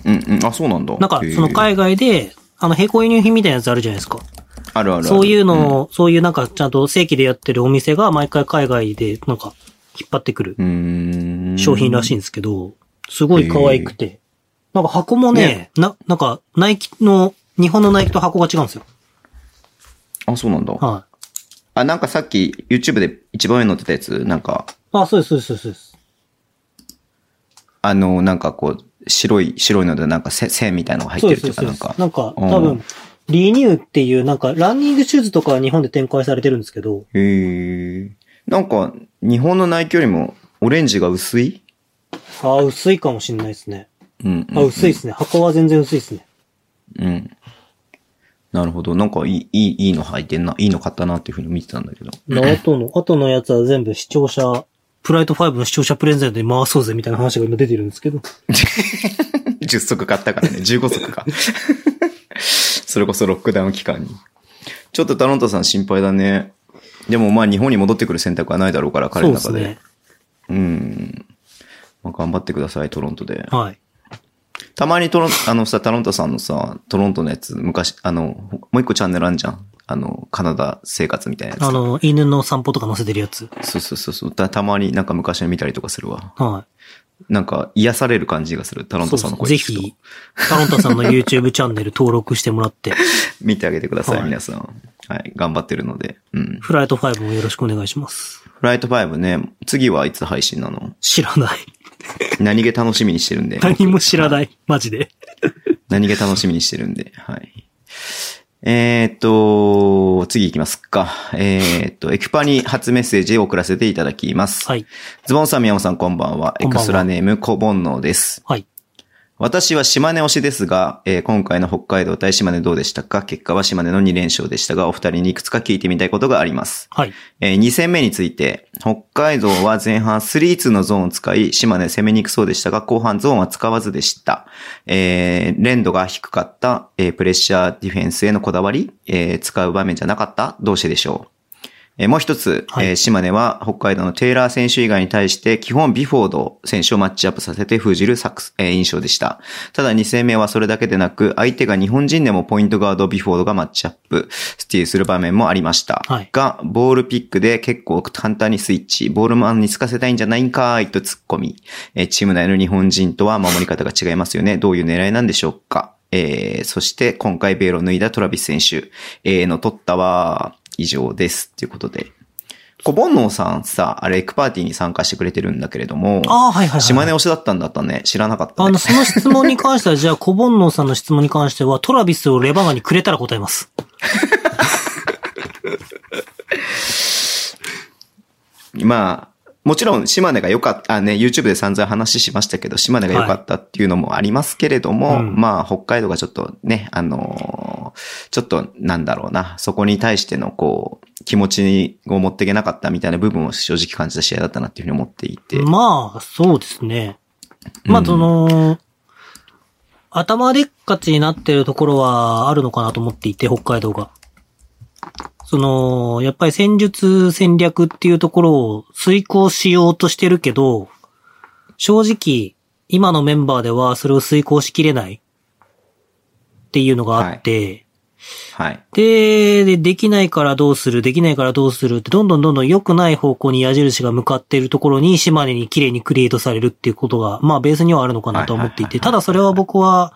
うんうん。あ、そうなんだ。なんかへーその海外で、あの、並行輸入品みたいなやつあるじゃないですか。あるあるあるそういうのを、そういうなんかちゃんと正規でやってるお店が毎回海外でなんか引っ張ってくるうーん。商品らしいんですけど、すごい可愛くて。なんか箱もねね、な、なんかナイキの、日本のナイキと箱が違うんですよ。あ、そうなんだ。はい。あ、なんかさっき YouTube で一番上に載ってたやつ、なんか、あ、そうです、そうです、そうです。あの、なんかこう、白い、白いのでなんかせ線みたいなのが入そっうてでるす、とそういうです。かそうなでんすか。なんか、うん多分、リニューっていうなんかランニングシューズとかは日本で展開されてるんですけど、へえ。なんか、日本のナイキよりもオレンジが薄いあー薄いかもしんないですね。うん、うん。 [laughs] あ、薄いですね。箱は全然薄いですね。うん。なるほど。なんかいい、いい、いいの履いてんな、いいの買ったなっていうふうに見てたんだけど。 [laughs] あとの、あとのやつは全部視聴者、プライト5の視聴者プレゼントに回そうぜみたいな話が今出てるんですけど。 10足買ったからね、15足か。 [laughs] それこそロックダウン期間に。ちょっとタロンタさん心配だね。でもまあ日本に戻ってくる選択はないだろうから、彼そうの中ですで。ね。うん。まあ頑張ってください、トロントで。はい。たまにトロン、あのさ、タロンタさんのさ、トロントのやつ、昔、あの、もう一個チャンネルあんじゃん。あの、カナダ生活みたいなやつ。あの、犬の散歩とか載せてるやつ。そうそうそうそう。た、たまになんか昔の見たりとかするわ。はなんか癒される感じがする。タロい。ンそタさうんのそう声ぜ聞くと。ひ、タロンタさんの YouTube チャンネル登録してもらって、 [laughs] 見てあげてください、はい皆さん。はい。頑張ってるので。うん。フライト5もよろしくお願いします。フライト5ね、次はいつ配信なの知ら [laughs] ない。何気楽しみにしてるんで。何も知らい。ない。マジで。何気楽しみにしてるんで。はい。えーっと、次行きますか。えーっと、エクパに初メッセージを送らせていただきます。はい。ズボンさん、宮本さん、こんばんは。こんばんはエクストラネーム、小煩悩です。はい。私は島根推しですが、えー今回の北海道対島根どうでしたか結果は島根の2連勝でしたが、お二人にいくつか聞いてみたいことがあります。はい。えー2戦目について、北海道は前半3-2のゾーンを使い、島根攻めにくそうでしたが、後半ゾーンは使わずでした。えー、連度が低かった、えープレッシャーディフェンスへのこだわり、えー使う場面じゃなかったどうしてでしょうえーもう一つ、はいえー島根は北海道のテイラー選手以外に対して基本ビフォード選手をマッチアップさせて封じる作戦、えー印象でした。ただ2戦目はそれだけでなく、相手が日本人でもポイントガードビフォードがマッチアップ、スティールする場面もありました。はいが、ボールピックで結構簡単にスイッチ、ボールマンにつかせたいんじゃないんかーいと突っ込み、えーチーム内の日本人とは守り方が違いますよね。どういう狙いなんでしょうかえー、そして今回ベールを脱いだトラビス選手、えー、の取ったは、以上です。ということで。小煩悩さんさ、あれ、エクパーティーに参加してくれてるんだけれども、ああ、はいはい、はい。島根推しだったんだったね。知らなかった、ね。あの、その質問に関しては、じゃあ、小煩悩さんの質問に関しては、トラビスをレバガにくれたら答えます。まあ、もちろん島根が良かった、あね、YouTube で散々話しましたけど、島根が良かったっていうのもありますけれども、はいうんまあ、北海道がちょっとね、あのーちょっとなんだろうな、そこに対してのこう、気持ちを持っていけなかったみたいな部分を正直感じた試合だったなっていうふうに思っていて。まあ、そうですね。うまあ、んその、頭でっかちになってるところはあるのかなと思っていて、北海道が。その、やっぱり戦術戦略っていうところを遂行しようとしてるけど、正直、今のメンバーではそれを遂行しきれないっていうのがあって、はい。で、で、できないからどうする、できないからどうするって、どんどんどんどん良くない方向に矢印が向かっているところに、島根に綺麗にクリエイトされるっていうことが、まあベースにはあるのかなと思っていて、はいはたいはいはいだそれは僕は、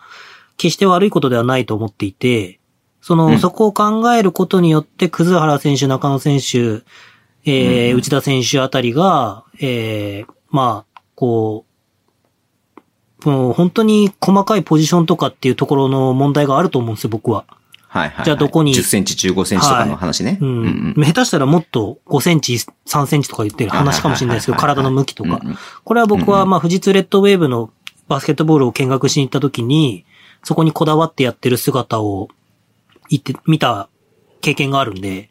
決して悪いことではないと思っていて、その、うんそこを考えることによって、葛原選手、中野選手、えうんーうん内田選手あたりが、えーまあ、こう、もう本当に細かいポジションとかっていうところの問題があると思うんですよ、僕は。はい、はい。じゃあどこに10センチ、15センチとかの話ね。うん。下手したらもっと5センチ、3センチとか言ってる話かもしれないですけど、はいはい体はいはのい向きとか。うんうんこれは僕うんは、うんまあ、富士通レッドウェーブのバスケットボールを見学しに行った時に、そこにこだわってやってる姿を、言って、見た経験があるんで、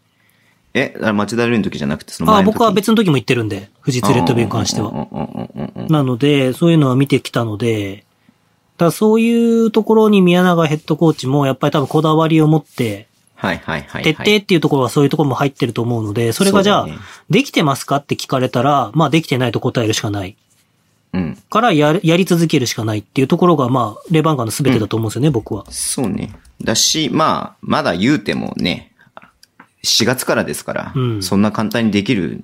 え、あれ町田瑠璃の時じゃなくて、そのあ前あ、の時僕は別の時も行ってるんで、富士通レッドウェーブに関してはうん。うんうんうんうんうんなので、そういうのは見てきたので、だからそういうところに宮永ヘッドコーチも、やっぱり多分こだわりを持って、はいはいはいはい。徹底っていうところはそういうところも入ってると思うので、それがじゃあそうだね、できてますかって聞かれたら、まあできてないと答えるしかない。うん。からやる、やり続けるしかないっていうところが、まあ、レバンガの全てだと思うんですよね、僕は。そうね。だし、まあ、まだ言うてもね、4月からですから、うんそんな簡単にできる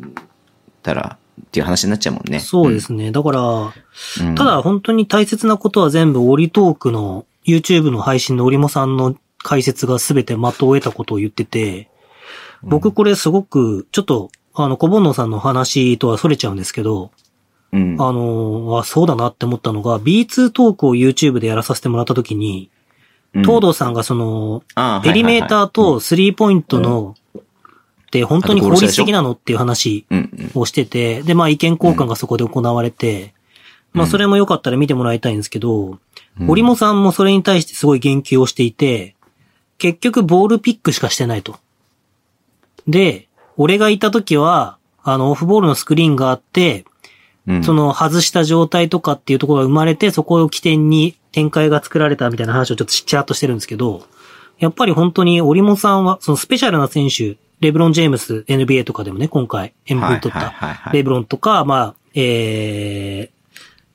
たらっていう話になっちゃうもんね。そうですね。だから、うん。うんた、だ本当に大切なことは全部、オリトークの、YouTube の配信のオリモさんの解説が全て的を得たことを言ってて、僕これすごく、ちょっと、あの、小煩悩さんの話とは逸れちゃうんですけど、うん。あの、あ、そうだなって思ったのが、B2 トークを YouTube でやらさせてもらった時うに、ん東堂さんがその、あーペリメーター、とスリーポイントの、って本当に効率的なのっていう話はいはいはいうんをしてて、で、まあ意見交換がそこで行われて、うんまあそれもよかったら見てもらいたいんですけど、うん織本さんもそれに対してすごい言及をしていて、結局ボールピックしかしてないと。で、俺がいた時は、あの、オフボールのスクリーンがあって、うん。その外した状態とかっていうところが生まれて、そこを起点に展開が作られたみたいな話をちょっとちらっとしてるんですけど、やっぱり本当にオリモさんは、そのスペシャルな選手、レブロン・ジェームス、NBA とかでもね、今回 MVP 取っはいはいはいはた、いレブロンとか、まあ、え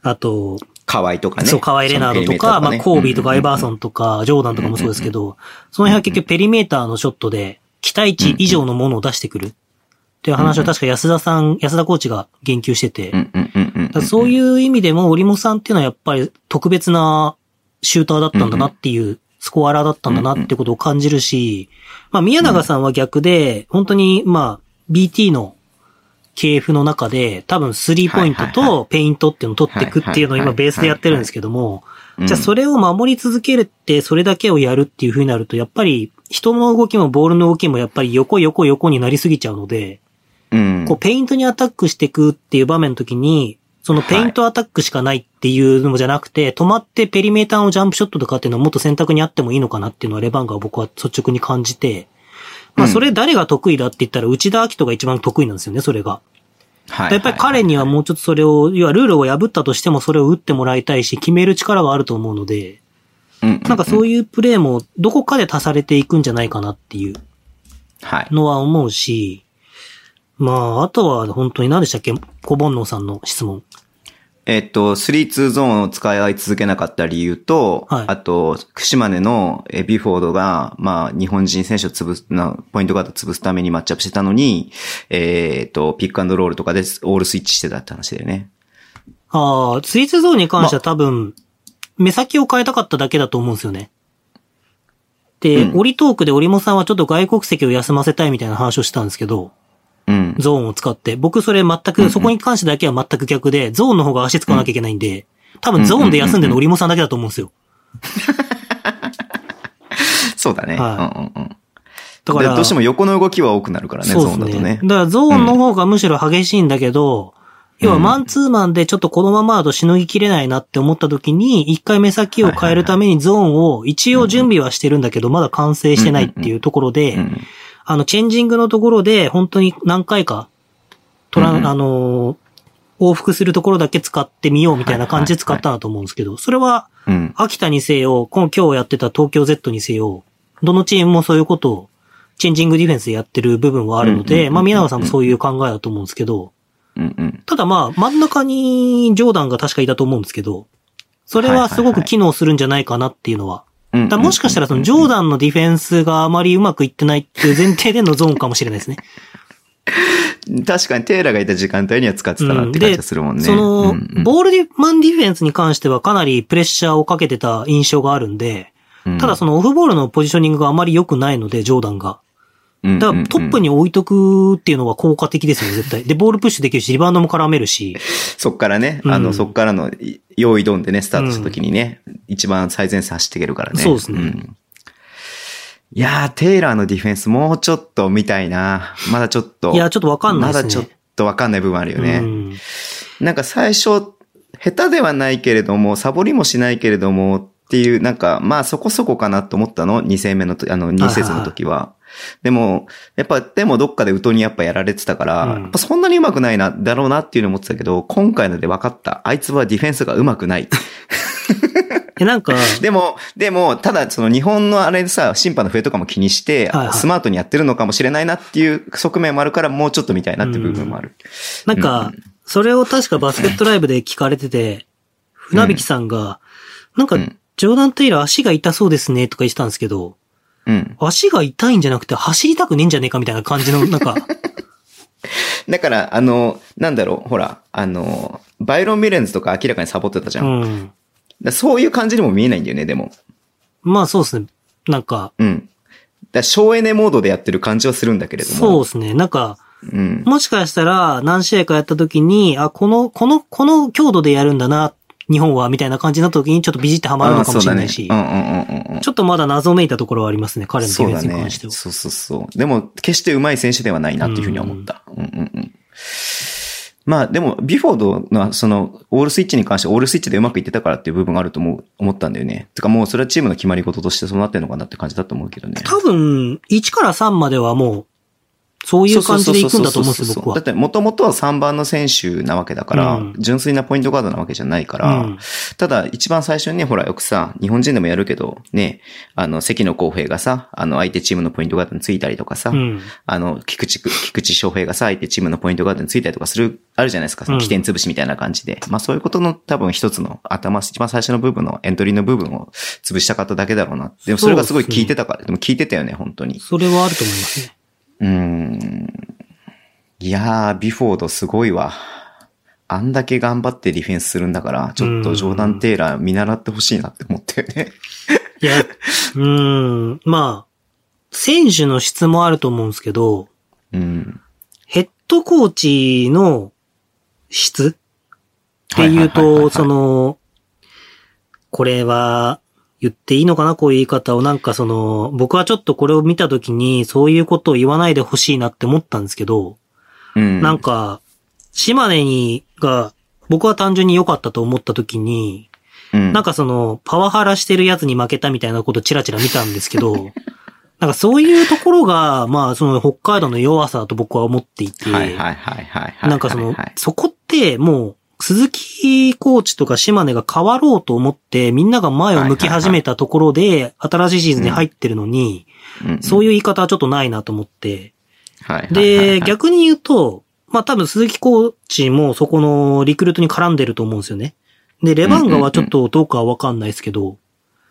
ー、あと、河合とかね。そう、河合レナードとか、まあ、コービーとか、エバーソン。ンとか、ジョーダンとかもそうですけど、その辺は結局ペリメーターのショットで、期待値以上のものを出してくる。っていう話は確か安田さん、安田コーチが言及してて、うんうんうんうんだからそういう意味でも、オリモさんっていうのはやっぱり特別なシューターだったんだなっていう、スコアラーだったんだなってことを感じるし、まあ宮永さんは逆で、本当にまあ BT の系譜の中で、多分スリーポイントはいはいとペイントっていうのを取っていくっていうのを今ベースでやってるんですけども、うん。じゃあそれを守り続けるって、それだけをやるっていう風になると、やっぱり人の動きもボールの動きもやっぱり横横横になりすぎちゃうので、うん、こう、ペイントにアタックしていくっていう場面の時に、そのペイントアタックしかないっていうのじゃなくて、止まってペリメーターのジャンプショットとかっていうのはもっと選択にあってもいいのかなっていうのはレバンガは僕は率直に感じて、まあうんそれ誰が得意だって言ったら内田明人が一番得意なんですよね、それが。はいやっぱり彼にはもうちょっとそれを、要はルールを破ったとしてもそれを打ってもらいたいし、決める力があると思うので、なんかうそん、ういうプレーもどこかで足されていくんじゃないかなっていうはい。のは思うし、まあ、あとは本当に何でしたっけ小煩悩さんの質問。えっと、3-2ゾーンを使い続けなかった理由と、はいあと、島根のえビュフォードが、まあ、日本人選手を潰す、なポイントガードを潰すためにマッチアップしてたのに、えっと、ピックアンドロールとかでオールスイッチしてたって話だよね。ああ、スイーツゾーンに関しては多分、目先を変えたかっただけだと思うんですよね。で、うんオリトークでオリモさんはちょっと外国籍を休ませたいみたいな話をしたんですけど、うん。ゾーンを使って。僕それ全く、そこに関してだけは全く逆で、ゾーンの方が足使わなきゃいけないんで、多分ゾーンで休んでるのオリモさんだけだと思うんですよ。そうだね。はうんうんうん。だからでどうしても横の動きは多くなるからね、ゾそうーンでだすとねね。。だからゾーンの方がむしろ激しいんだけど、要はマンツーマンでちょっとこのままだとしのぎきれないなって思った時に、一回目先を変えるためにゾーンを一応準備はしてるんだけど、まだ完成してないっていうところうで、んあの、チェンジングのところで本当に何回か、トラうんン、あのー、往復するところだけ使ってみようみたいな感じで使ったなと思うんですけど、それはうん。秋田にせよ、今今日やってた東京 Z にせよ、どのチームもそういうことを、チェンジングディフェンスでやってる部分はあるのうんうんうんで、うんまあ宮永さんもそういう考えだと思うんですけど、うんうん。ただまあ真ん中にジョーダンが確かいたと思うんですけど、それはすごく機能するんじゃないかなっていうのは。うんうんだからもしかしたらそのジョーダンのディフェンスがあまりうまくいってないっていう前提でのゾーンかもしれないですね。確かにテーラがいた時間帯には使ってたなって感じがするもんね。そのうんう、んボールマンディフェンスに関してはかなりプレッシャーをかけてた印象があるんで、ただそのオフボールのポジショニングがあまり良くないので、ジョーダンが。のだからトップに置いとくっていうのは効果的ですよね、絶対。で、ボールプッシュできるし、リバウンドも絡めるし。そっからね、うんあの、そっからのい用意どんでね、スタートした時にね、一番最前線走っていけるからね。そうですねんいやー、テイラーのディフェンスもうちょっと見たいな。まだちょっと。いや、ちょっとわかんないまですね。だちょっとわかんない部分あるようね。んなんか最初、下手ではないけれども、サボりもしないけれどもっていう、なんか、まあそこそこかなと思ったの ?2 戦目のと、あの、2はいはい節の時は。でも、やっぱ、でもどっかでウトにやっぱやられてたから、うんやっぱそんなに上手くないな、だろうなっていうのを思ってたけど、今回ので分かった。あいつはディフェンスが上手く [laughs] ない。え、なんか、でも、でも、ただその日本のあれさ、審判の笛とかも気にして、はいはいスマートにやってるのかもしれないなっていう側面もあるから、もうちょっと見たいなっていう部分もある。なんか、それを確かバスケットライブで聞かれてて、船引さんが、なんかうん、ジョーダン・テイラー足が痛そうですね、とか言ってたんですけど、うん足が痛いんじゃなくて走りたくねえんじゃねえかみたいな感じ [laughs] の、なんか、だから、あの、なんだろう、ほら、あの、バイロン・ミレンズとか明らかにサボってたじゃ。うんだかん。らそういう感じにも見えないんだよね、でも。まあそうですね。なんか、うん。だから省エネモードでやってる感じはするんだけれどそうも。ですね。なんか、う。うん。もしかしたら、何試合かやった時に、あ、この、この、この強度でやるんだな、日本は、みたいな感じになった時に、ちょっとビジってハマるのかもしれないし、あーそうだね、うんうんうんうんうん。ちょっとまだ謎めいたところはありますね、彼のディそフうェンだスにね関。しては。そうそうそう。でも、決して上手い選手ではないなっていうふうには思った。うんうんうん。まあでも、ビフォードのその、オールスイッチに関してオールスイッチでうまくいってたからっていう部分があると思う、思ったんだよね。てかもうそれはチームの決まり事としてそうなってるのかなって感じだと思うけどね。多分、1から3まではもう、そういう感じで行くんだと思うんですよ、僕だっは。て、もともとは3番の選手なわけだから、うん純粋なポイントガードなわけじゃないから、うんただ、一番最初にね、ほら、よくさ、日本人でもやるけど、ね、あの、関野公平がさ、あの、相手チームのポイントガードについたりとかさ、うん。あの、菊池く、菊池翔平がさ、相手チームのポイントガードについたりとかする、あるじゃないですか、そのうん起点潰しみたいな感じで。まあそういうことの多分一つの頭、一番最初の部分のエントリーの部分を潰したかっただけだろうな。でもそれがすごい効いてたから、でも効いてたよね、本当に。それはあると思いますね。うーん。いやー、ビフォードすごいわ。あんだけ頑張ってディフェンスするんだから、ちょっとジョーダン・テイラー見習ってほしいなって思ったよね。い [laughs] や、うーん、まあ、選手の質もあると思うんですけど、うん。ヘッドコーチの質っていうはいはいはいはいはと、いそ、の、これは言っていいのかなこういう言い方を。なんかその、僕はちょっとこれを見たときに、そういうことを言わないでほしいなって思ったんですけど、うん、なんか、島根にが、僕は単純に良かったと思ったときに、うん、なんかその、パワハラしてるやつに負けたみたいなことチラチラ見たんですけど、 [laughs] なんかそういうところが、まあその北海道の弱さだと僕は思っていて、はいはいはいはいはい。なんかそのはい、そこってもう、鈴木コーチとか島根が変わろうと思って、みんなが前を向き始めたところで、新しいシーズンに入ってるのに、そういう言い方はちょっとないなと思って。はいで、、逆に言うと、まあ多分鈴木コーチもそこのリクルートに絡んでると思うんですよね。で、レバンガはちょっとどうかはわかんないですけど、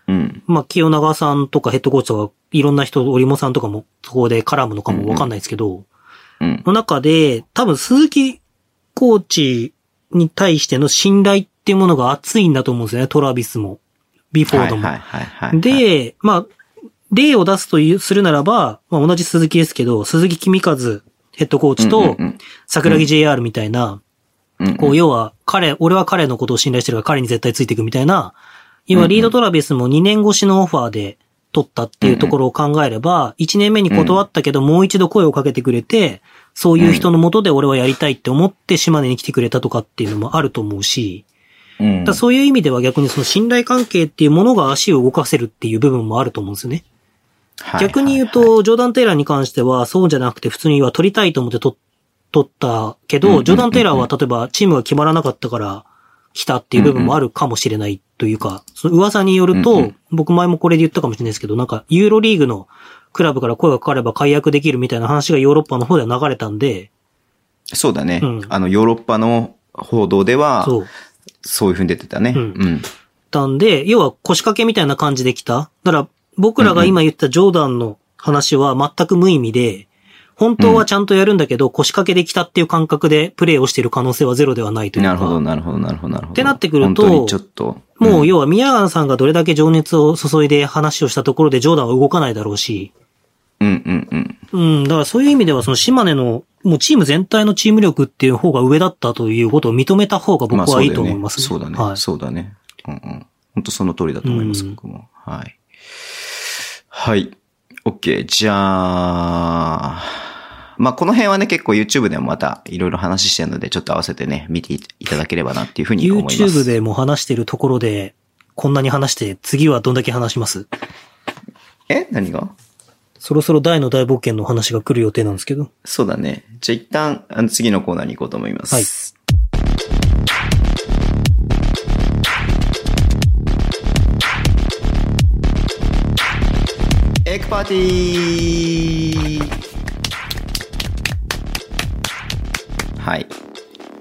うん。まあ清永さんとかヘッドコーチとか、いろんな人、折茂さんとかもそこで絡むのかもわかんないですけど、うん。の中で、多分鈴木コーチに対しての信頼っていうものが厚いんだと思うんですよね、トラビスも、ビフォードも。はいはいはいはい。、で、まあ、例を出すという、するならば、まあ同じ鈴木ですけど、鈴木君和ヘッドコーチと、桜木 JR みたいな、こう、要は、彼、俺は彼のことを信頼してるから彼に絶対ついていくみたいな、要はリードトラビスも2年越しのオファーで取ったっていうところを考えれば、1年目に断ったけどもう一度声をかけてくれて、そういう人のもとで俺はやりたいって思って島根に来てくれたとかっていうのもあると思うし、うん、だからそういう意味では逆にその信頼関係っていうものが足を動かせるっていう部分もあると思うんですよね。逆に言うはいはいはい、と、ジョーダン・テイラーに関しては、そうじゃなくて、普通には取りたいと思って取っ取ったけうんうんうんうど、んジョーダン・テイラーは例えばチームが決まらなかったから来たっていう部分もあるかもしれないというか、その噂によるうんうとん、僕前もこれで言ったかもしれないですけど、なんかユーロリーグのクラブから声がかかれば解約できるみたいな話がヨーロッパの方では流れたんで、そうだね、うんあの、ヨーロッパの報道では、そう。そういうふうに出てたね。うんうん。ったんで、要は腰掛けみたいな感じで来た。だから、僕らが今言ったジョーダンの話は全く無意味で、本当はちゃんとやるんだけど、腰掛けで来たっていう感覚でプレーをしてる可能性はゼロではないというか。なるほど、なるほど、なるほど、なるほど。ってなってくると本当にちょっと。もよ、う、要は宮川さんがどれだけ情熱を注いで話をしたところでジョーダンは動かないだろうし。うんうんうん。うん、だからそういう意味ではその島根の、もうチーム全体のチーム力っていう方が上だったということを認めた方が僕はいいと思いますそうだね。はい。そうだね。うんうん。本当その通りだと思います、うん僕も。はい。はい。OK。じゃあ、まあ、この辺はね、結構 YouTube でもまたいろいろ話してるので、ちょっと合わせてね、見ていただければなっていうふうに思います。 YouTube でも話してるところで、こんなに話して、次はどんだけ話しますえ何がそろそろ大の大冒険の話が来る予定なんですけど。そうだね。じゃあ一旦、あの、次のコーナーに行こうと思います。はいエッグパーティーはい。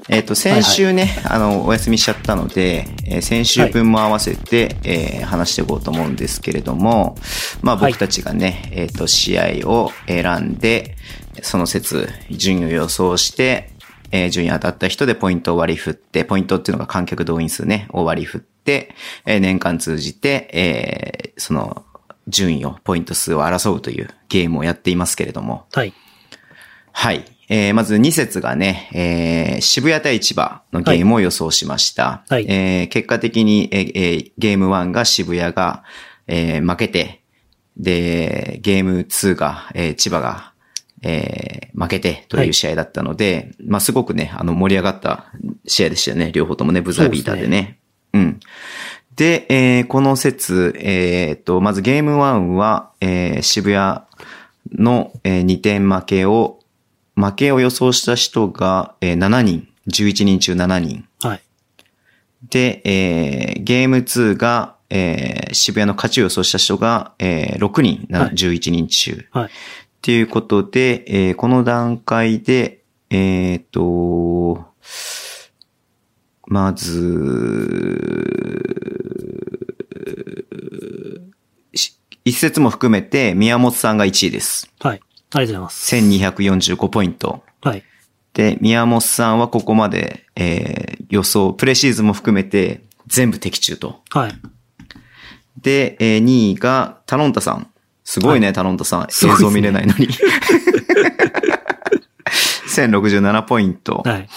えっ、と、先週ね、あの、お休みしちゃったので、えー先週分も合わせて、えー話していこうと思うんですけれども、まあはい僕たちがね、えっ、と、試合を選んで、その説、順位を予想して、えー順位当たった人でポイントを割り振って、ポイントっていうのが観客動員数ね、を割り振って、えー年間通じて、えーその、順位を、ポイント数を争うというゲームをやっていますけれども、はい。はい。えー、まず2節がね、えー、渋谷対千葉のゲームを予想しました。はいはいえー、結果的に、えーえーゲーム1が渋谷が、えー、負けて、で、ゲーム2が、えー、千葉が、えー負けてという試合だったので、まあすごくね、あの盛り上がった試合でしたよね。両方ともね、ブザービーターでね。うん。で、えーこの節、えーっと、まずゲーム1は、えー渋谷の、え2点負けを、負けを予想した人が、えー7人、11人中7人。はい。で、えーゲーム2が、えー渋谷の勝ちを予想した人が、えー6人、なはい11人中。はっい。ていうことで、えーこの段階で、えっ、と、まず、し一節も含めて宮本さんが1位です。はい。ありがとうございます。 1245ポイント。はい。で、宮本さんはここまで、えー予想、プレシーズンも含めて全部的中と。はい。で、え2位がタロンタさん。すごいね、タロンタさん。すごい映ですね像見れないのに。1067ポイント。はい。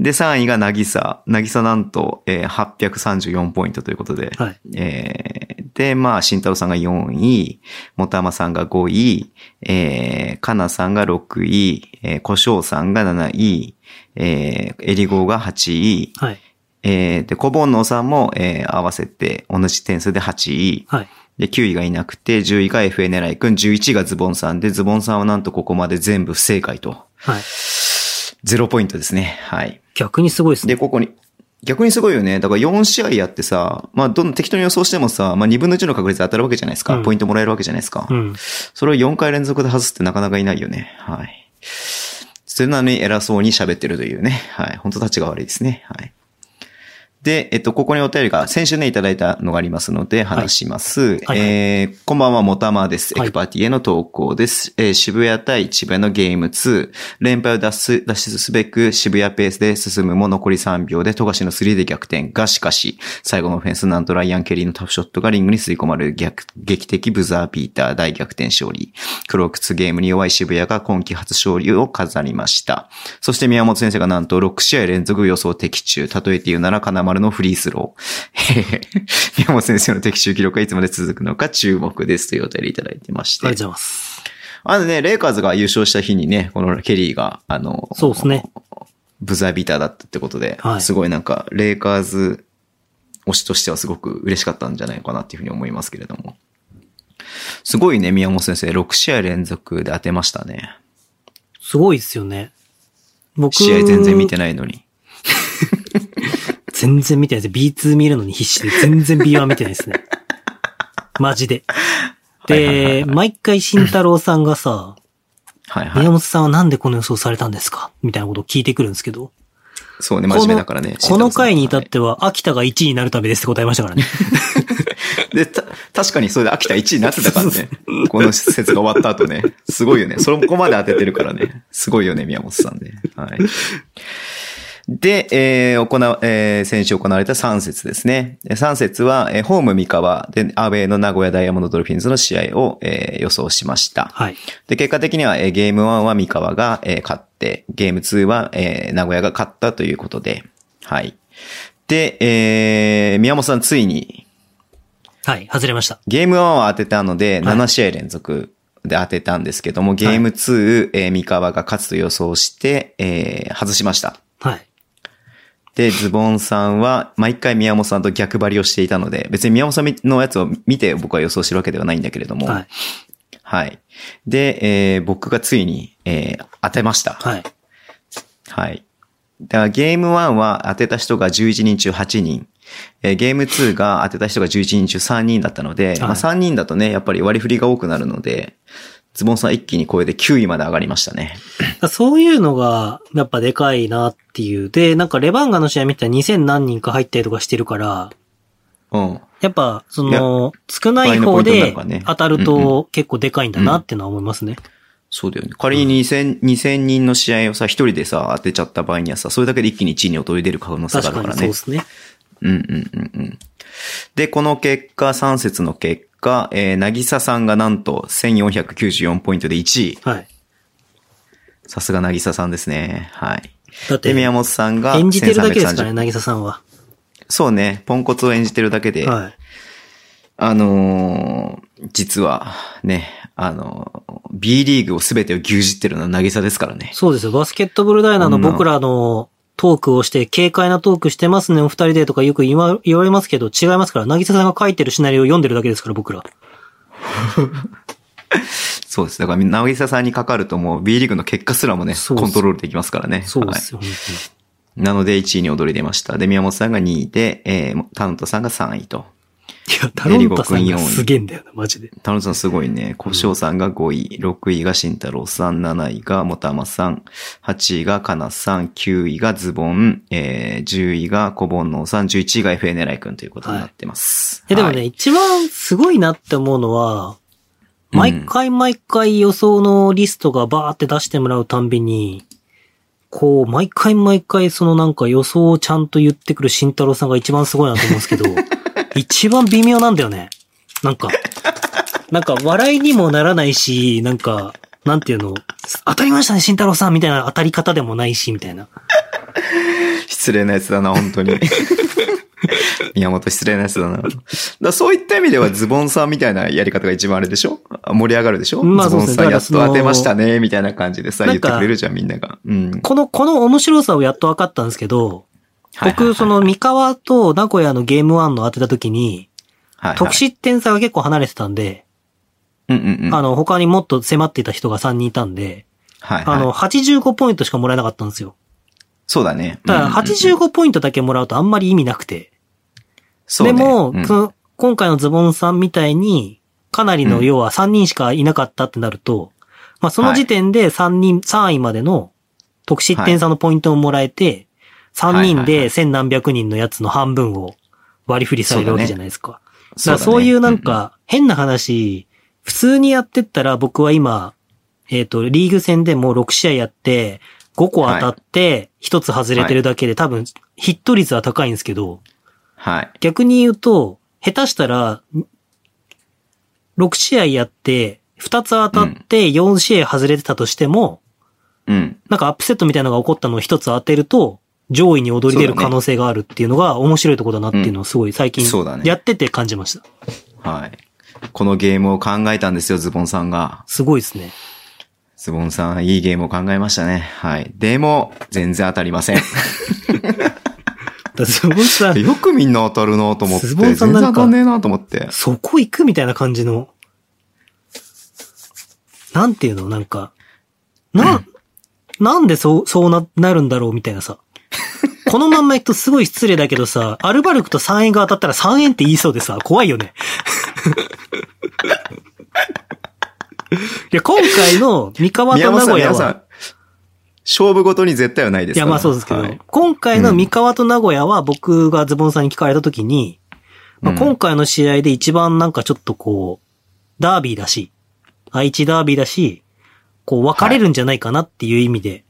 で、3位がなぎさ。なぎさなんと、えー834ポイントということで。はいえーで、まあ、慎太郎さんが4位、もたまさんが5位、えーかなさんが6位、えーこしょうさんが7位、えーえりごうが8位、はい。えーで、こぼんのさんも、えー合わせて同じ点数で8位。はい。で、9位がいなくて、10位が FA 狙いくん、11位がズボンさんで、ズボンさんはなんとここまで全部不正解と。はい。 0ポイントですね。はい。逆にすごいですで、ね。ここに、逆にすごいよね。だから4試合やってさ、まあ、どん適当に予想してもさ、まあ、2分の1の確率で当たるわけじゃないですか。うんポイントもらえるわけじゃないですか。うん。それを4回連続で外すってなかなかいないよね。はい。それなのに偉そうに喋ってるというね。はい。本当たちが悪いですね。はい。で、えっと、ここにお便りが、先週ね、いただいたのがありますので、話します。はいえーこんばんは、もたまです。エはいクパーティーへの投稿です。えー渋谷対千葉のゲーム2。連敗を脱す、脱出すべく渋谷ペースで進むも残り3秒で、富樫の3で逆転が、しかし、最後のオフェンス、なんとライアン・ケリーのタフショットがリングに吸い込まれる逆、劇的ブザービーター大逆転勝利。黒靴ゲームに弱い渋谷が今季初勝利を飾りました。そして宮本先生がなんと6試合連続予想的中。例えて言うなら金丸のフリースロー。へ [laughs] へ宮本先生の的中記録はいつまで続くのか注目ですというお便りいただいてましありがとうごて。ざいます。あのね、レイカーズが優勝した日にね、このケリーが、あの、そうですね。ブザービーターだったってことで、はいすごいなんか、レイカーズ推しとしてはすごく嬉しかったんじゃないかなっていうふうに思いますけれども。すごいね、宮本先生、6試合連続で当てましたね。すごいですよね。僕、試合全然見てない。ないのに。全然見てないです。B2 見るのに必死で、全然 B1 見てないですね。マジで。で、毎回慎太郎さんがさ、はいはい宮。本さんはなんでこの予想されたんですかみたいなことを聞いてくるんですけど。そうね、こ真の面目だからね。この回に至たっては、秋田が1位になるためですって答えました [laughs] からね。で、た、確かにそれで秋田1位になってたからそうね。この施設が終わった後ね。すごいよね。そこまで当ててるからね。すごいよね、宮本さんね。はい。で、えー、行わ、えー、先週行われた3節ですね。3節は、えーホーム三河で、アウェイの名古屋ダイヤモンドドルフィンズの試合を、えー予想しました。はい。で、結果的には、えーゲーム1は三河が、えー勝って、ゲーム2は、えー名古屋が勝ったということで、はい。で、えー、宮本さんついに、はい、外れました。ゲーム1は当てたので、はい7試合連続で当てたんですけども、ゲーム2、えー三河が勝つと予想して、えー外しました。はい。 [laughs] で、ズボンさんは、毎回宮本さんと逆張りをしていたので、別に宮本さんのやつを見て僕は予想してるわけではないんだけれども、ははいい。。で、えー僕がついに、えー当てました。はい。はい。だからゲーム1は当てた人が11人中8人。えーゲーム2が当てた人が11人中3人だったので、まあ3人だとね、やっぱり割り振りが多くなるので、ズボンさん一気にこれで9位まで上がりましたね。だからそういうのが、やっぱでかいなっていう。で、なんかレバンガの試合見てたら2000何人か入ったりとかしてるから、うん。やっぱ、そいやの、少ない倍のポイン方トになるでからね当たると結構でかいんだなってのは思いますね。そうだよね。仮に2000、2000人の試合をさ、一人でさ、当てちゃった場合にはさ、それだけで一気に1位に躍り出る可能性があ確るかかにらそうねで。すね。うんうんうんうん。で、この結果、3節の結果、えー、なぎささんがなんと1494ポイントで1位。はい。さすがなぎささんですね。はい。だっで、宮て、本さんが。演じてるだけですから1330ね、なぎささんは。そうね。ポンコツを演じてるだけで。はい。あのー実は、ね、あの、B リーグを全てを牛耳ってるのは渚ですからね。そうですよ。バスケットボールダイナーの僕らのトークをして、軽快なトークしてますね、お二人でとかよく言わ言われますけど、違いますから、渚さんが書いてるシナリオを読んでるだけですから、僕ら。そうです。だから、渚さんにかかるともう B リーグの結果すらもね、コそうですントロールできますからね。そうですよ、はいなので、1位に躍り出ました。で、宮本さんが2位で、えー、タウントさんが3位と。本当に。いや、タロンタさんがすげえんだよな、マジで。タロンさんすごいね。小翔さんが5位、6位が慎太郎さん、7位がもたまさん、8位がかなさん、9位がズボン、えー、10位が小煩悩さん、11位が FA 狙いくんということになってます。え、でもね、はい一番すごいなって思うのは、毎回毎回予想のリストがバーって出してもらうたんびに、こう、毎回毎回そのなんか予想をちゃんと言ってくる慎太郎さんが一番すごいなと思うんです [laughs] けど、一番微妙なんだよね。なんか、なんか笑いにもならないし、なんか、なんていうの、当たりましたね、慎太郎さんみたいな当たり方でもないし、みたいな。失礼なやつだな、本当 [laughs] に。宮本失礼なやつだな。だからそういった意味ではズボンさんみたいなやり方が一番あれでしょ盛り上がるでしょ、まあズそうボでンすねさんやっとだからその当てましたね、みたいな感じでさ、な言っんかてくれるじゃん、みんなが。うん。この、この面白さをやっと分かったんですけど、はいはいは僕、いそ、の、三河と名古屋のゲーム1の当てた時に、はいはい特、殊点差が結構離れてたんで、うんうんうん。あの、他にもっと迫っていた人が3人いたんで、はいはいあの、85ポイントしかもらえなかったんですよ。そうだね。だから、うんうんうん85ポイントだけもらうとあんまり意味なくて。そうでねも、うんその今回のズボンさんみたいに、かなりの、うん要は3人しかいなかったってなると、まあ、その時点で3人、3位までの特殊点差のポイントをもらえて、3人はいはいはでい千何百人のやつの半分を割り振りされるわけじゃないですか。だからだねそういうなん、か、変な話、普通にやってったら僕は今、えっ、と、リーグ戦でもう6試合やって、5個当たって、1つ外れてるだけで、多分、ヒット率は高いんですけど、うんうんはい。逆に言うと、下手したら、6試合やって、2つ当たって4試合外れてたとしても、うん。なんかアップセットみたいなのが起こったのを1つ当てると、上位に躍り出る可能性があるっていうのが面白いとこだなっていうのをすごい最近そうだねやってて感じました。はい。このゲームを考えたんですよ、ズボンさんが。すごいですね。ズボンさん、いいゲームを考えましたね。はい。でも、全然当たりませ [laughs] ん。だってズボンさん、よくみんな当たるなと思って。ズズボボンンささんんなん全然当かたんねえなと思って。そこ行くみたいな感じの、なんていうのなんか、な、なんでそう、そうな、なるんだろうみたいなさ。このまんま行くとすごい失礼だけどさ、アルバルクと3円が当たったら3円って言いそうでさ、怖いよね。いや、今回の三河宮と本名さん、古屋宮本さは、ん、勝負ごとに絶対はないでいすかや、ら。まあそうですけど、はい今回の三河と名古屋は僕がズボンさんに聞かれたときに、まあ、うん今回の試合で一番なんかちょっとこう、ダービーだし、愛知ダービーだし、こう分かれるんじゃないかなっていう意味で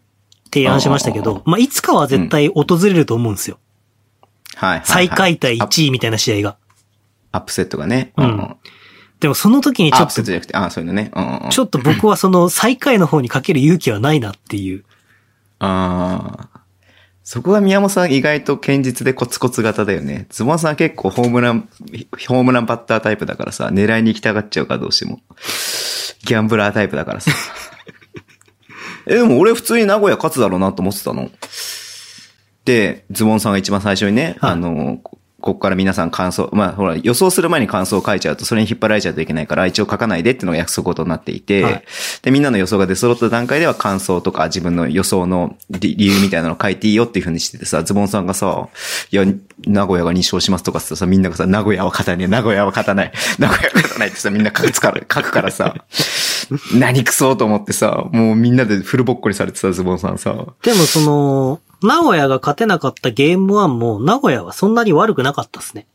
提案しましたけど、まあいつかは絶対訪れると思うんですよ。はい。最下位対対1位みたいな試合が。アップセットがね。うんうんうんでもその時にちアッょっプとセット、じゃなくて、あ、そういうのね。うんうんうん。ちょっと僕はその最下位の方にかける勇気はないなっていう。ああ。そこが宮本さん意外と堅実でコツコツ型だよね。ズボンさん結構ホームラン、ホームランバッタータイプだからさ、狙いに行きたがっちゃうからどうしても。ギャンブラータイプだからさ。え、でも俺普通に名古屋勝つだろうなと思ってたの。で、ズボンさんが一番最初にね、はいあの、ここっから皆さん感想、まあほら、予想する前に感想を書いちゃうと、それに引っ張られちゃうといけないから、一応書かないでっていうのが約束事になっていて、はいで、みんなの予想が出揃った段階では感想とか自分の予想の理理由みたいなの書いていいよっていう風にしててさ、ズボンさんがさ、いや、名古屋が2勝しますとかさ、みんながさ、名古屋は勝たねえ、名古屋は勝たない、 [laughs] 名古屋は勝たないってさ、みんな書く [laughs] から、書くからさ、何くそと思ってさ、もうみんなでフルボッコにされてたズボンさんさ、でもその、名古屋が勝てなかったゲーム1も、名古屋はそんなに悪くなかったですね。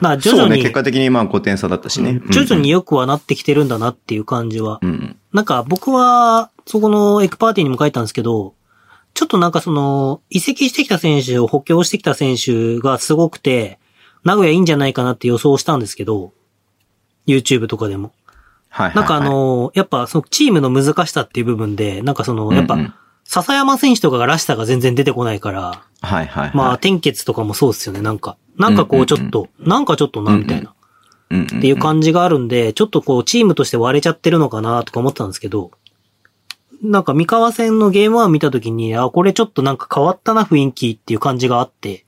まあ徐そう々ね、に、結果的にまあ5点差だったしね。徐々に良くはなってきてるんだなっていう感じは。うん。うん。なんか僕は、そこのエクパーティーにも書いたんですけど、ちょっとなんかその、移籍してきた選手を補強してきた選手がすごくて、名古屋いいんじゃないかなって予想したんですけど、YouTube とかでも。はいはい、はい。なんかあの、やっぱそのチームの難しさっていう部分で、なんかその、やうっんうぱん、笹山選手とかがらしさが全然出てこないから、はいはいはい。まあ、天結とかもそうですよね、なんか。なんかこうんううんちうょんっと、なんかちょっとな、みたいな。うんうん、うん。っていう感じがあるんで、ちょっとこう、チームとして割れちゃってるのかなとか思ってたんですけど、なんか三河戦のゲーム1見たときに、あ、これちょっとなんか変わったな雰囲気っていう感じがあって、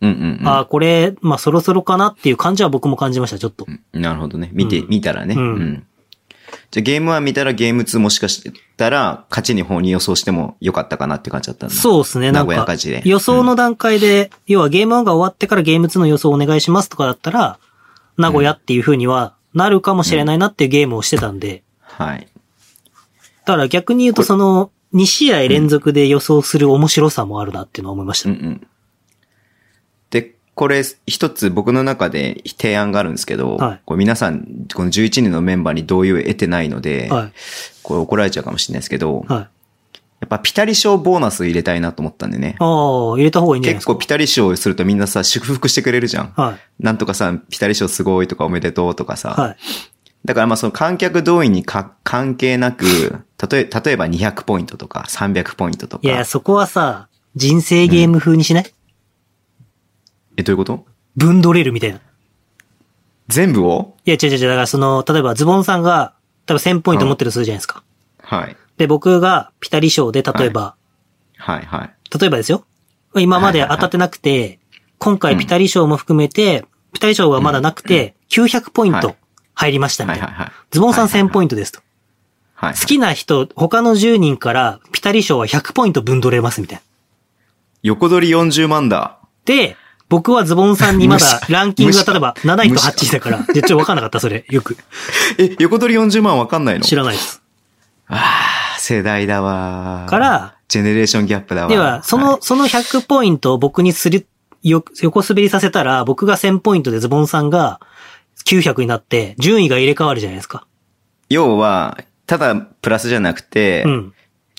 うんうんうん。あ、これ、まあそろそろかなっていう感じは僕も感じました、ちょっと。なるほどね。見て、うん見たらね。う。うんんじゃあゲーム1見たらゲーム2もしかしたら勝ちに方に予想してもよかったかなって感じだったんだ。う。そうですね、な名ん古屋か勝ちで、予想の段階で、要はゲーム1が終わってからゲーム2の予想お願いしますとかだったら、名古屋っていう風にはなるかもしれないなっていうゲームをしてたんで、はい。だから逆に言うとその、2試合連続で予想する面白さもあるなっていうのは思いましうた。んうん。で、これ一つ僕の中で提案があるんですけど、はいこれ皆さん、この11人のメンバーに同意を得てないので、はい。これ怒られちゃうかもしれないですけど、はい。やっぱピタリ賞ボーナス入れたいなと思ったんでね。ああ、入れた方がいいんじゃないで結すか。構ピタリ賞するとみんなさ、祝福してくれるじゃん。はい。なんとかさん、ピタリ賞すごいとかおめでとうとかさ、はい。だからまあその観客動員にか関係なく、例え、例えば200ポイントとか300ポイントとか。いやいや、そこはさ、人生ゲーム風にしない、え、どういうことぶんどれるみたいな。い全部をや、違う違う違う。だからその、例えばズボンさんが、多分1000ポイント持ってるとするじゃないですか。はい。で、僕がピタリ賞で、例えば、はいはい。例えばですよ。今まで当たってなくて、今回ピタリ賞も含めて、ピタリ賞はまだなくて、900ポインはトい入りましたみはいたいはいはな。い。ズボンさん1000ポインントですと。ト。はい。好きな人、他の10人からピタリ賞は100ポイント分取れますみたいな。横取り40万だ。で、僕はズボンさんにま [laughs] 無だ視ランキング無が視例えば7位と8位だから、でちょっとわかんなかった、それ。よく。え、横取り40万わかんないの知らないです。あー世代だわー [laughs] から、ジェネレーションギャップだわーでは、その、いその100ポイントを僕にする、よ、横滑りさせたら、僕が1000ポイントでズボンさんが900になって、順位が入れ替わるじゃないですか。要は、ただプラスじゃなくて、うん。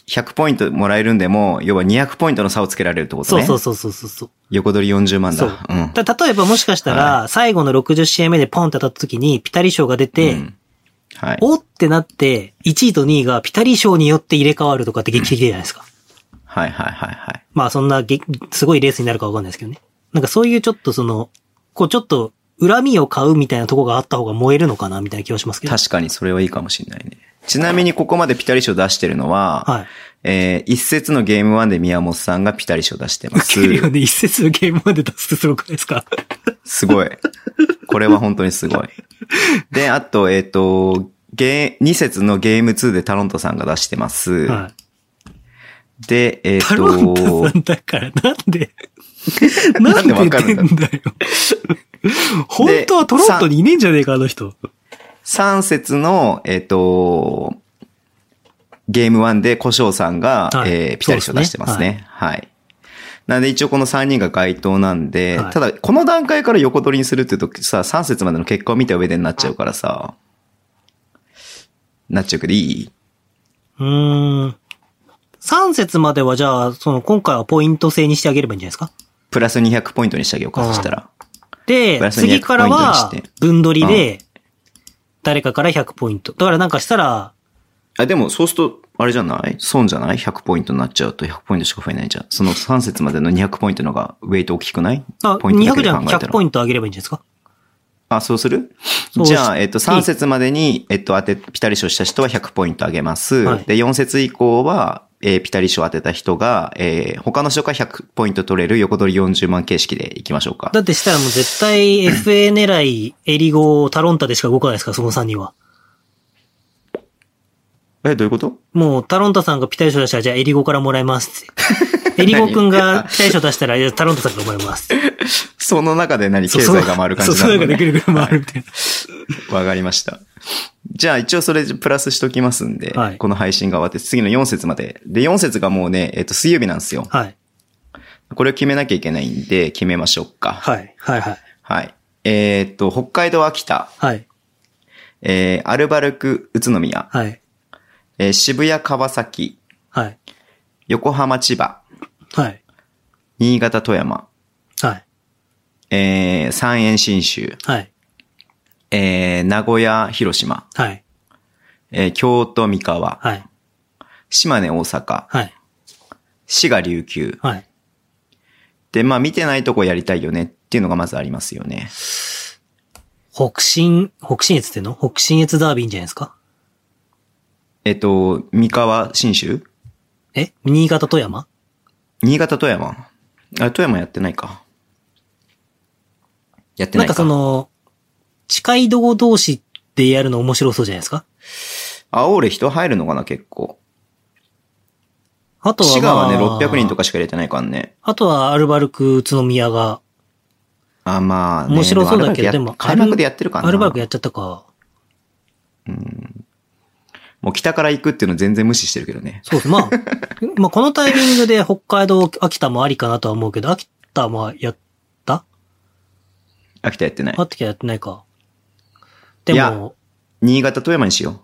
100ポイントもらえるんでも、要は200ポイントの差をつけられるってことそうね。そうそうそうそうそう。横取り40万だ。そううん。だ例えばもしかしたら、最後の60試合目でポンって当たった時に、ピタリ賞が出て、うんはい。おってなって、1位と2位がピタリ賞によって入れ替わるとかって劇的じゃないですか。はいはいはいはい。まあそんなげ、すごいレースになるかわかんないですけどね。なんかそういうちょっとその、こうちょっと、恨みを買うみたいなとこがあった方が燃えるのかなみたいな気はしますけど。確かにそれはいいかもしれないね。ちなみにここまでピタリ賞出してるのは、はい。えー一節のゲーム1で宮本さんがピタリ賞出してまウす [laughs] ケ。るよね。一節のゲームまで達成するくらいですか。すごい。これは本当にすごい。で、あと、えっ、と、ゲー、二節のゲーム2でタロントさんが出してます。はい。で、えっ、タロンタとさ、んだからなんで、な [laughs] なんでわんかでる出んだてんだよ。本当はトロントにいねえんじゃねえか、あの人。三節の、えっ、と、ゲーム1で小翔さんが、はいえーピタリ賞出してますね。はい。なんで一応この3人が該当なんで、はいただこの段階から横取りにするって言うとさ、3節までの結果を見た上でになっちゃうからさ、なっちゃうけどいいうーん。3節まではじゃあ、その今回はポイント制にしてあげればいいんじゃないですかプラス200ポイントにしてあげようか、うんそしたら。でプラ、ス200次からはポイントにして、分取りで、誰かから100ポイント。だからなんかしたら、あ、でもそうすると、あれじゃない損じゃない ?100 ポイントになっちゃうと100ポイントしか増えないじゃん。その3節までの200ポイントの方がウェイト大きくないあポイントだけで200じ考ゃえん、たら100ポイントあげればいいんじゃないですかあ、そうするそうしじゃあ、えっと、3節までに、えっと、当て、ピタリ賞した人は100ポイントあげます。はいで、4節以降は、えーピタリ賞当てた人が、えー他の人が100ポイント取れる横取り40万形式でいきましょうか。だってしたらもう絶対 FA 狙い、エリゴ、タロンタでしか動かないですから、その3人は。え、どういうこともう、タロンタさんがピタリ賞出したら、じゃあエリゴからもらいますって。エリゴくんがピタリ賞出したら、いやタロンタさんからもらいますって。その中で何経済が回る感じそう、なそのうなんかでぐるぐる回るみたいわかりました。じゃあ一応それプラスしときますんで、はいこの配信が終わって次の4節まで。で、4節がもうね、えっ、と、水曜日なんですよ。な。はい。これを決めなきゃいけないんで、決めましょうか。はい。はい。はいはい。えっ、と、北海道秋田、はい。えー、アルバルク宇都宮、はい。えー渋谷川崎、はい。横浜千葉、はい。新潟富山、はい。えー、三円新州、はい。えー、名古屋広島、はい。えー、京都三河、はい。島根大阪、はい。滋賀琉球、はい。で、まあ見てないとこやりたいよねっていうのがまずありますよね。北進、北進越ってんの北進越ダービーいいんじゃないですかえっと、三河、新州え新潟富山新潟、富山あれ、富山やってないか。やってななんいかか。その、近い道後同士でやるの面白そうじゃないですかあ、オーレ人入るのかな、結構。あとは、滋賀はね、まあ600人とかしか入れてないからね。あとはアルバルク、宇都宮が、あ、まあ、ね、面白そうだけど、ででもも、アルバルクや、開幕でやってるからな。アルバルクやっちゃったか。もう北から行くっていうの全然無視してるけどね。そうです。まあ、 [laughs] まあこのタイミングで北海道、秋田もありかなとは思うけど、秋田もやった秋田やってない。秋田やってないか。いでやも、新潟、富山にしよ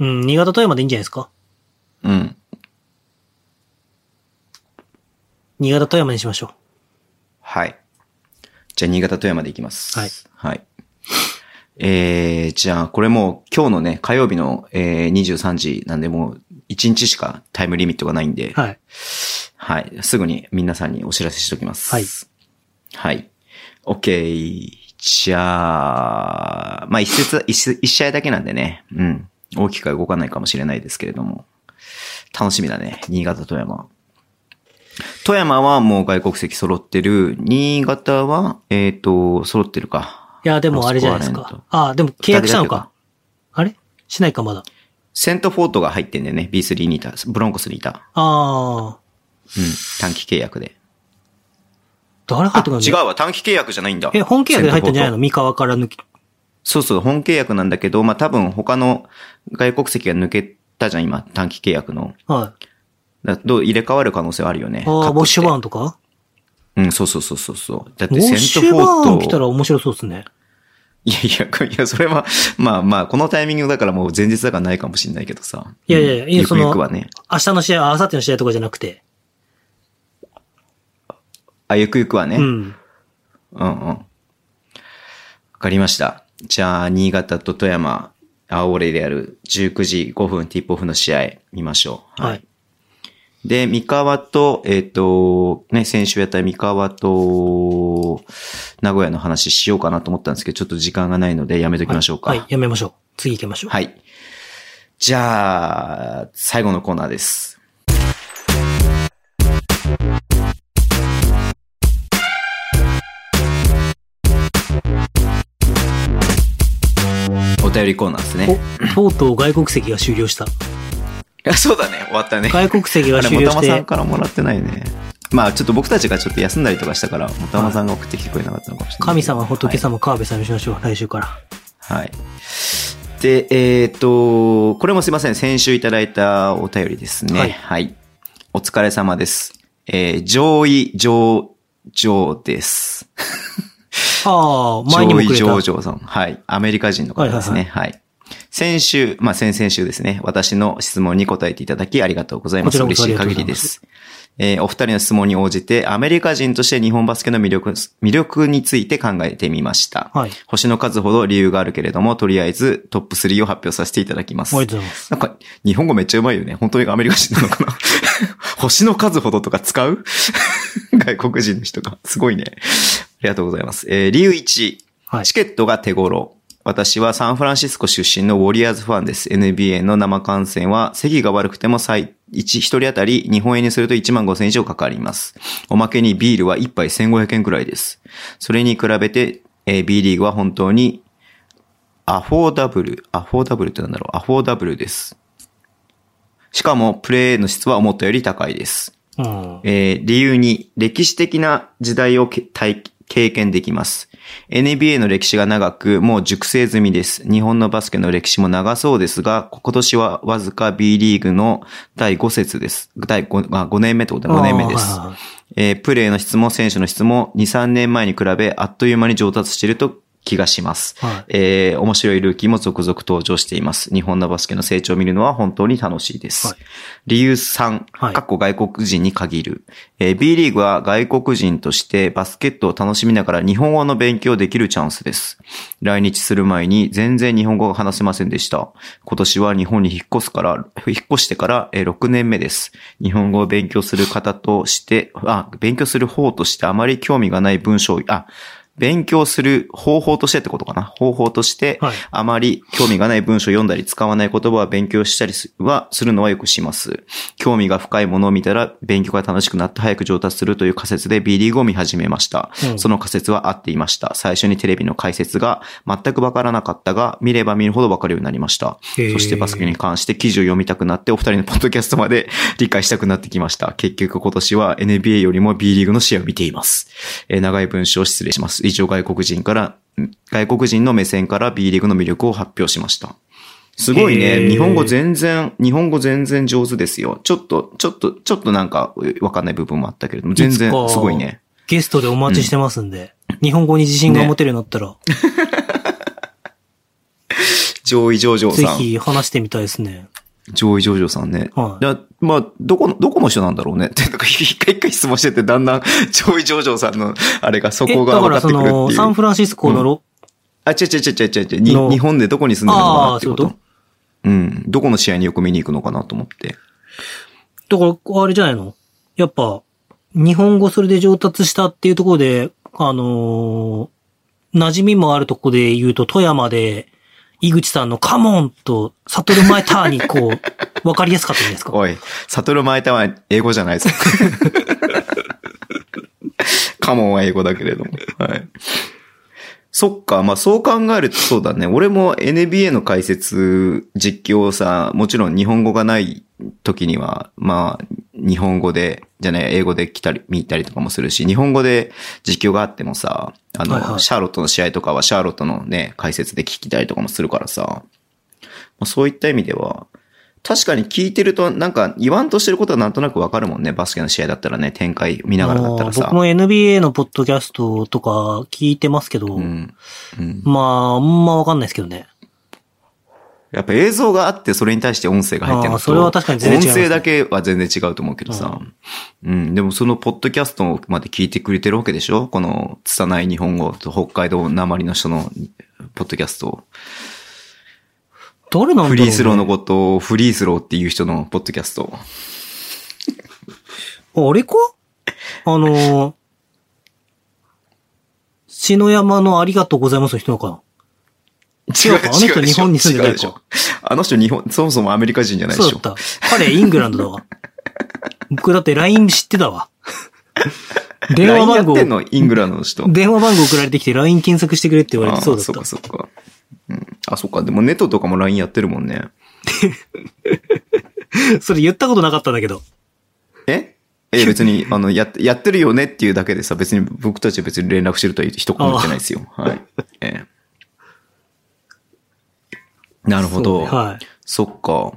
うん、新潟富山でいいんじゃないですかう。うん。新潟富山にしましょはい。じゃあ、新潟、富山で行きます。はい。はい。えー、じゃあ、これもう今日のね、火曜日の、えー、23時なんで、もう1日しかタイムリミットがないんで、う。はい。はい。すぐに皆さんにお知らせしておきます。はい。はい。OK。じゃあ、まあ一節、一節一試合だけなんでね。うん。大きくは動かないかもしれないですけれども。楽しみだね。新潟、富山。富山はもう外国籍揃ってる。新潟は、えっ、と、揃ってるか。いや、でもあれじゃないですロスコアレンかと。ああ、でも契約したのか二人だけ。あれしないか、まだ。セントフォートが入ってんだよね。B3 にいた。ブロンコスにいた。ああ、うん。短期契約で。誰入あってくるんだ違うわ。短期契約じゃないんだ。え、本契約で入ったんじゃなセントフォートいの三河から抜き。そうそう、本契約なんだけど、まあ、多分他の外国籍が抜けたじゃん、今、短期契約の。はい。だどう入れ替わる可能性はあるよね。あ各あ、ってボッシュバーンとかうん、そうそうそうそうそう。だっボてッセシンュトバフォート。ーン来たら面白そうですね。いやいや、いや、それは、まあまあ、このタイミングだからもう前日だからないかもしれないけどさ。いやいやいやうんいやゆそくのゆくはね。明日の試合、あ明後日の試合とかじゃなくて。あ、ゆくゆくはね。ううん、ん。うんうんわかりました。じゃあ、新潟と富山、青オレでやる19時5分ティップオフの試合見ましょう。はい。で、三河と、えっ、と、ね、先週やった三河と、名古屋の話しようかなと思ったんですけど、ちょっと時間がないのでやめときましょうか。はい、やめましょう。次行きましょう。はい。じゃあ、最後のコーナーです。お便りコーナーですね。お、とうとう外国籍が終了した。あそうだね。終わったね。外国籍あがれ、終も了たしまさんて、からもらってないね。まあ、ちょっと僕たちがちょっと休んだりとかしたから、もたまさんが送ってきてくれなかったのかもしれない。神様、仏様、川辺さんにしましょう。来週から。はい。はい。で、えっ、と、これもすいません。先週いただいたお便りですね。は。はいいお疲れ様です。えー上位上場です。ああ、前にもくれた。上位上場さん。はい。アメリカ人の方ですね。はい先週、まあ、先々週ですね。私の質問に答えていただきありがとうございまこす。ちらこ嬉そしい限りです。えーお二人の質問に応じて、アメリカ人として日本バスケの魅力、魅力について考えてみました。はい星の数ほど理由があるけれども、とりあえずトップ3を発表させていただきます。ありがとうございま [laughs] す。なんか、日本語めっちゃうまいよね。本当にアメリカ人なのかな [laughs] 星の数ほどとか使う [laughs] 外国人の人が。すごいね。ありがとうございます。えー理由1。はいチ。ケットが手頃。私はサンフランシスコ出身のウォリアーズファンです。NBA の生観戦は席が悪くても最、一、一人当たり日本円にすると1万5千以上かかります。おまけにビールは1杯1500円くらいです。それに比べて、えー B リーグは本当にアフォーダブル。アフォーダブルってなんだろうアフォーダブルです。しかも、プレーの質は思ったより高いです。うん。えー理由に歴史的な時代をけ体経験できます。NBA の歴史が長く、もう熟成済みです。日本のバスケの歴史も長そうですが、今年はわずか B リーグの第5節です。第 5, あ5年目ってことで5年目ですあ。ーはいはいえープレーの質も選手の質も2、3年前に比べあっという間に上達していると気がします。はいえー面白いルーキーも続々登場しています。日本のバスケの成長を見るのは本当に楽しいです。はい理由3、はいかっこ外国人に限る、えー B リーグは外国人としてバスケットを楽しみながら日本語の勉強できるチャンスです。来日する前に全然日本語が話せませんでした。今年は日本に引っ越すから、引っ越してからえー6年目です。日本語を勉強する方として、あ、勉強する方としてあまり興味がない文章を、あ、勉強する方法としてってことかな。方法として、はいあまり興味がない文章を読んだり使わない言葉は勉強したりすはするのはよくします。興味が深いものを見たら勉強が楽しくなって早く上達するという仮説で B リーグを見始めました。うんその仮説は合っていました。最初にテレビの解説が全くわからなかったが、見れば見るほどわかるようになりました。へーそしてバスケに関して記事を読みたくなって、お二人のポッドキャストまで理解したくなってきました。結局今年は NBA よりも B リーグの試合を見ています。えー長い文章を失礼します。以上外国人から、ん外国人の目線から B リーグの魅力を発表しました。すごいへね。ー日本語全然、日本語全然上手ですよ。ちょっと、ちょっと、ちょっとなんかうわかんない部分もあったけれども、全然いつかすごいね。ゲストでお待ちしてますんで、日本語に自信が持てるようになったら、上位上場ぜさん。ひ話してみたいですね。上位上場さんね。はいだまあ、どこの、どこの人なんだろうねって、 [laughs] なんか一回一回質問してて、だんだん [laughs] 上位上場さんの、あれが、そえ、こがだか分からってそくるっての、いサンう。フランシスコのロ、あ、違う違う違う違う違うにの日本でどこに住んでるのかなってことあーそういうこうん。どこの試合によく見に行くのかなと思って。だから、あれじゃないのやっぱ、日本語それで上達したっていうところで、あのー馴染みもあるとこで言うと、富山で、井口さんのカモンと、サトルマイターにこ [laughs] う、わかりやすかったじゃないですか。おい、サトルマイタは英語じゃない [laughs] ぞ。カモンは英語だけれども。はい。そっか、まあそう考えるとそうだね。俺も NBA の解説、実況をさ、もちろん日本語がない時には、まあ、日本語で、じゃない、英語で来たり、見たりとかもするし、日本語で実況があってもさ、あの、はいはいシャーロットの試合とかはシャーロットのね、解説で聞きたりとかもするからさ、まあそういった意味では、確かに聞いてると、なんか言わんとしてることはなんとなくわかるもんね。バスケの試合だったらね、展開見ながらだったらあさの僕。も NBA のポッドキャストとか聞いてますけど、うん。うん。まあ、あんまわかんないですけどね。やっぱ映像があって、それに対して音声が入ってるのあーと、それは確かに全然違います音声だけは全然違うと思うけどさ。うん。でもそのポッドキャストまで聞いてくれてるわけでしょこの、拙い日本語と北海道なまりの人のポッドキャストを。どれなんだろうね、フリースローのことをフリースローっていう人のポッドキャスト。あれかあのー、篠山のありがとうございますの人のか違ううかあの人違うでしょ日本に住んでない違かうしょあの人日本、そもそもアメリカ人じゃないなでそうしだょった。彼、イングランド [laughs] だわ。僕だって LINE 知ってたわ。電話 LINE 番やっ号て、んのイングランドの人。電話番号送られてきて LINE 検索してくれって言われあてそうだっそたっか。そっか。うんあ、そっか。でもネットとかも LINE やってるもんね。それ言ったことなかったんだけど。え [laughs] え、別に、あの、やって、やってるよねっていうだけでさ、別に僕たちは別に連絡してるとは一言も言ってないです [laughs] よ。はい。ええ。なるほど。そうねはい。そっか。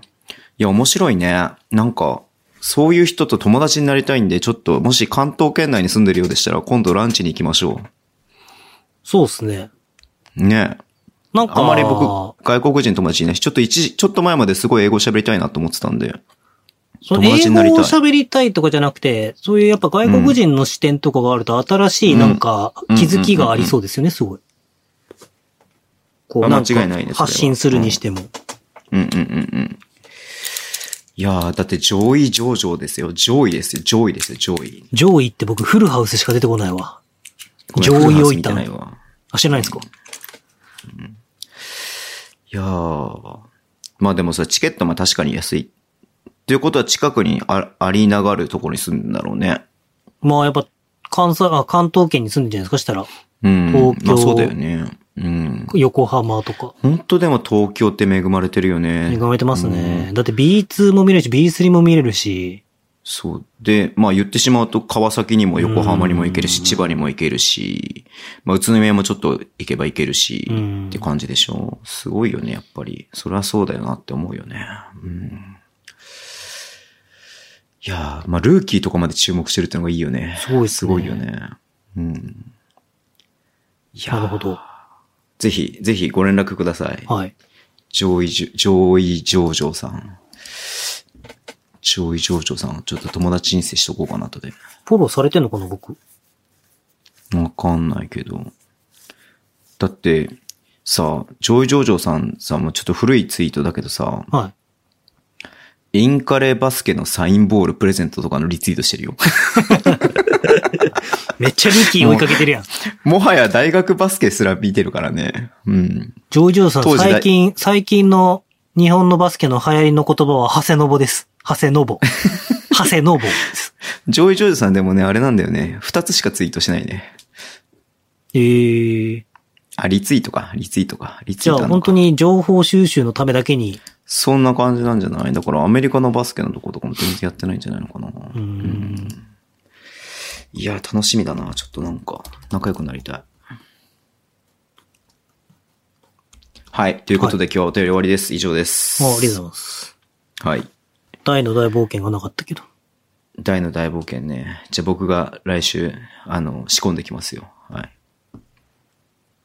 いや、面白いね。なんか、そういう人と友達になりたいんで、ちょっと、もし関東圏内に住んでるようでしたら、今度ランチに行きましょそうですね。う。ねえ。なんか、あんまり僕、外国人友達いないし、ちょっと一時、ちょっと前まですごい英語喋りたいなと思ってたんで。その友英達に語なりたいを喋りたいとかじゃなくて、そういうやっぱ外国人の視点とかがあると新しいなんかうん気づきがありそうですよね、すごい。こあう、なんか間違いないですそれは発信するにしても。うんうんうんうん。いやー、だって上位上場ですよ。上位ですよ。上位ですよ。上位。上位って僕フルハウスしか出てこないわ。ごめん上位をフルハウスい見てたないわ。あ、知らないんですかいやー。まあでもさ、チケットも確かに安い。ということは近くにあアリーナがあるところに住んでんだろうね。まあやっぱ、関西、あ、関東圏に住んでんじゃないですかしたら、うん。東京まあそうだよね。うん。横浜とか。本当でも東京って恵まれてるよね。眺めてますね。だって B2 も見れるし、B3 も見れるし、そう。で、まあ言ってしまうと川崎にも横浜にも行けるし、千葉にも行けるし、まあ宇都宮もちょっと行けば行けるしうん、って感じでしょ。すごいよね、やっぱり。それはそうだよなって思うよね。うん。いやー、まあルーキーとかまで注目してるってのがいいよね。すごいっすすねごいよね。うん。いやーなるほど。ぜひ、ぜひご連絡ください。はい。上位じゅ、上位上場さん。上位上場さん、ちょっと友達申請しとこうかな、後で。フォローされてんのかな、僕。わかんないけど。だって、さ、上位上場さんさ、もうちょっと古いツイートだけどさ、はい。インカレバスケのサインボールプレゼントとかのリツイートしてるよ。めっちゃルーキー追いかけてるやん。 [laughs] もはや大学バスケすら見てるからね。うん。ジョージョーさ当ん、時だ最近、最近の日本のバスケの流行りの言葉は、長谷信です。長谷信。 [laughs] 長谷信です。ジョイ・ジョージさんでもね、あれなんだよね。二つしかツイートしないね。えー、あ、リツイートか。リツイートか。リツじイゃーあトなの本か当に情報収集のためだけに、そんな感じなんじゃないだからアメリカのバスケのとことかも全然やってないんじゃないのかな。うーん。いや、楽しみだな。ちょっとなんか、仲良くなりたい。はい。ということで、今日お便り終わりです。以上です。あありがとうございます。はい。大の大冒険がなかったけど。大の大冒険ね。じゃあ僕が来週、あの、仕込んできますよ。はい。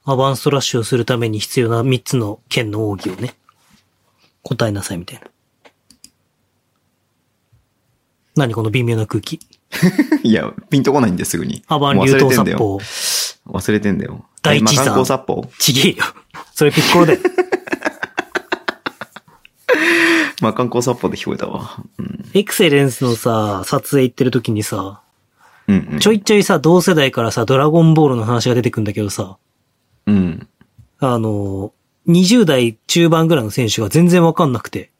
アバンストラッシュをするために必要な3つの剣の奥義をね、答えなさいみたいな。何この微妙な空気。い [laughs] や、ピンとこないんですぐに。アバンもう流忘れ刀てんだ殺よ。法。忘れてんだよ。第一えまあさん観光殺法ちげえよ。それピッコロだよ。まあ、観光殺法で聞こえたわ。うん。エクセレンスのさ、撮影行ってる時にさ、うん、うん。ちょいちょいさ、同世代からさ、ドラゴンボールの話が出てくんだけどさ、うん。あの、20代中盤ぐらいの選手が全然わかんなくて。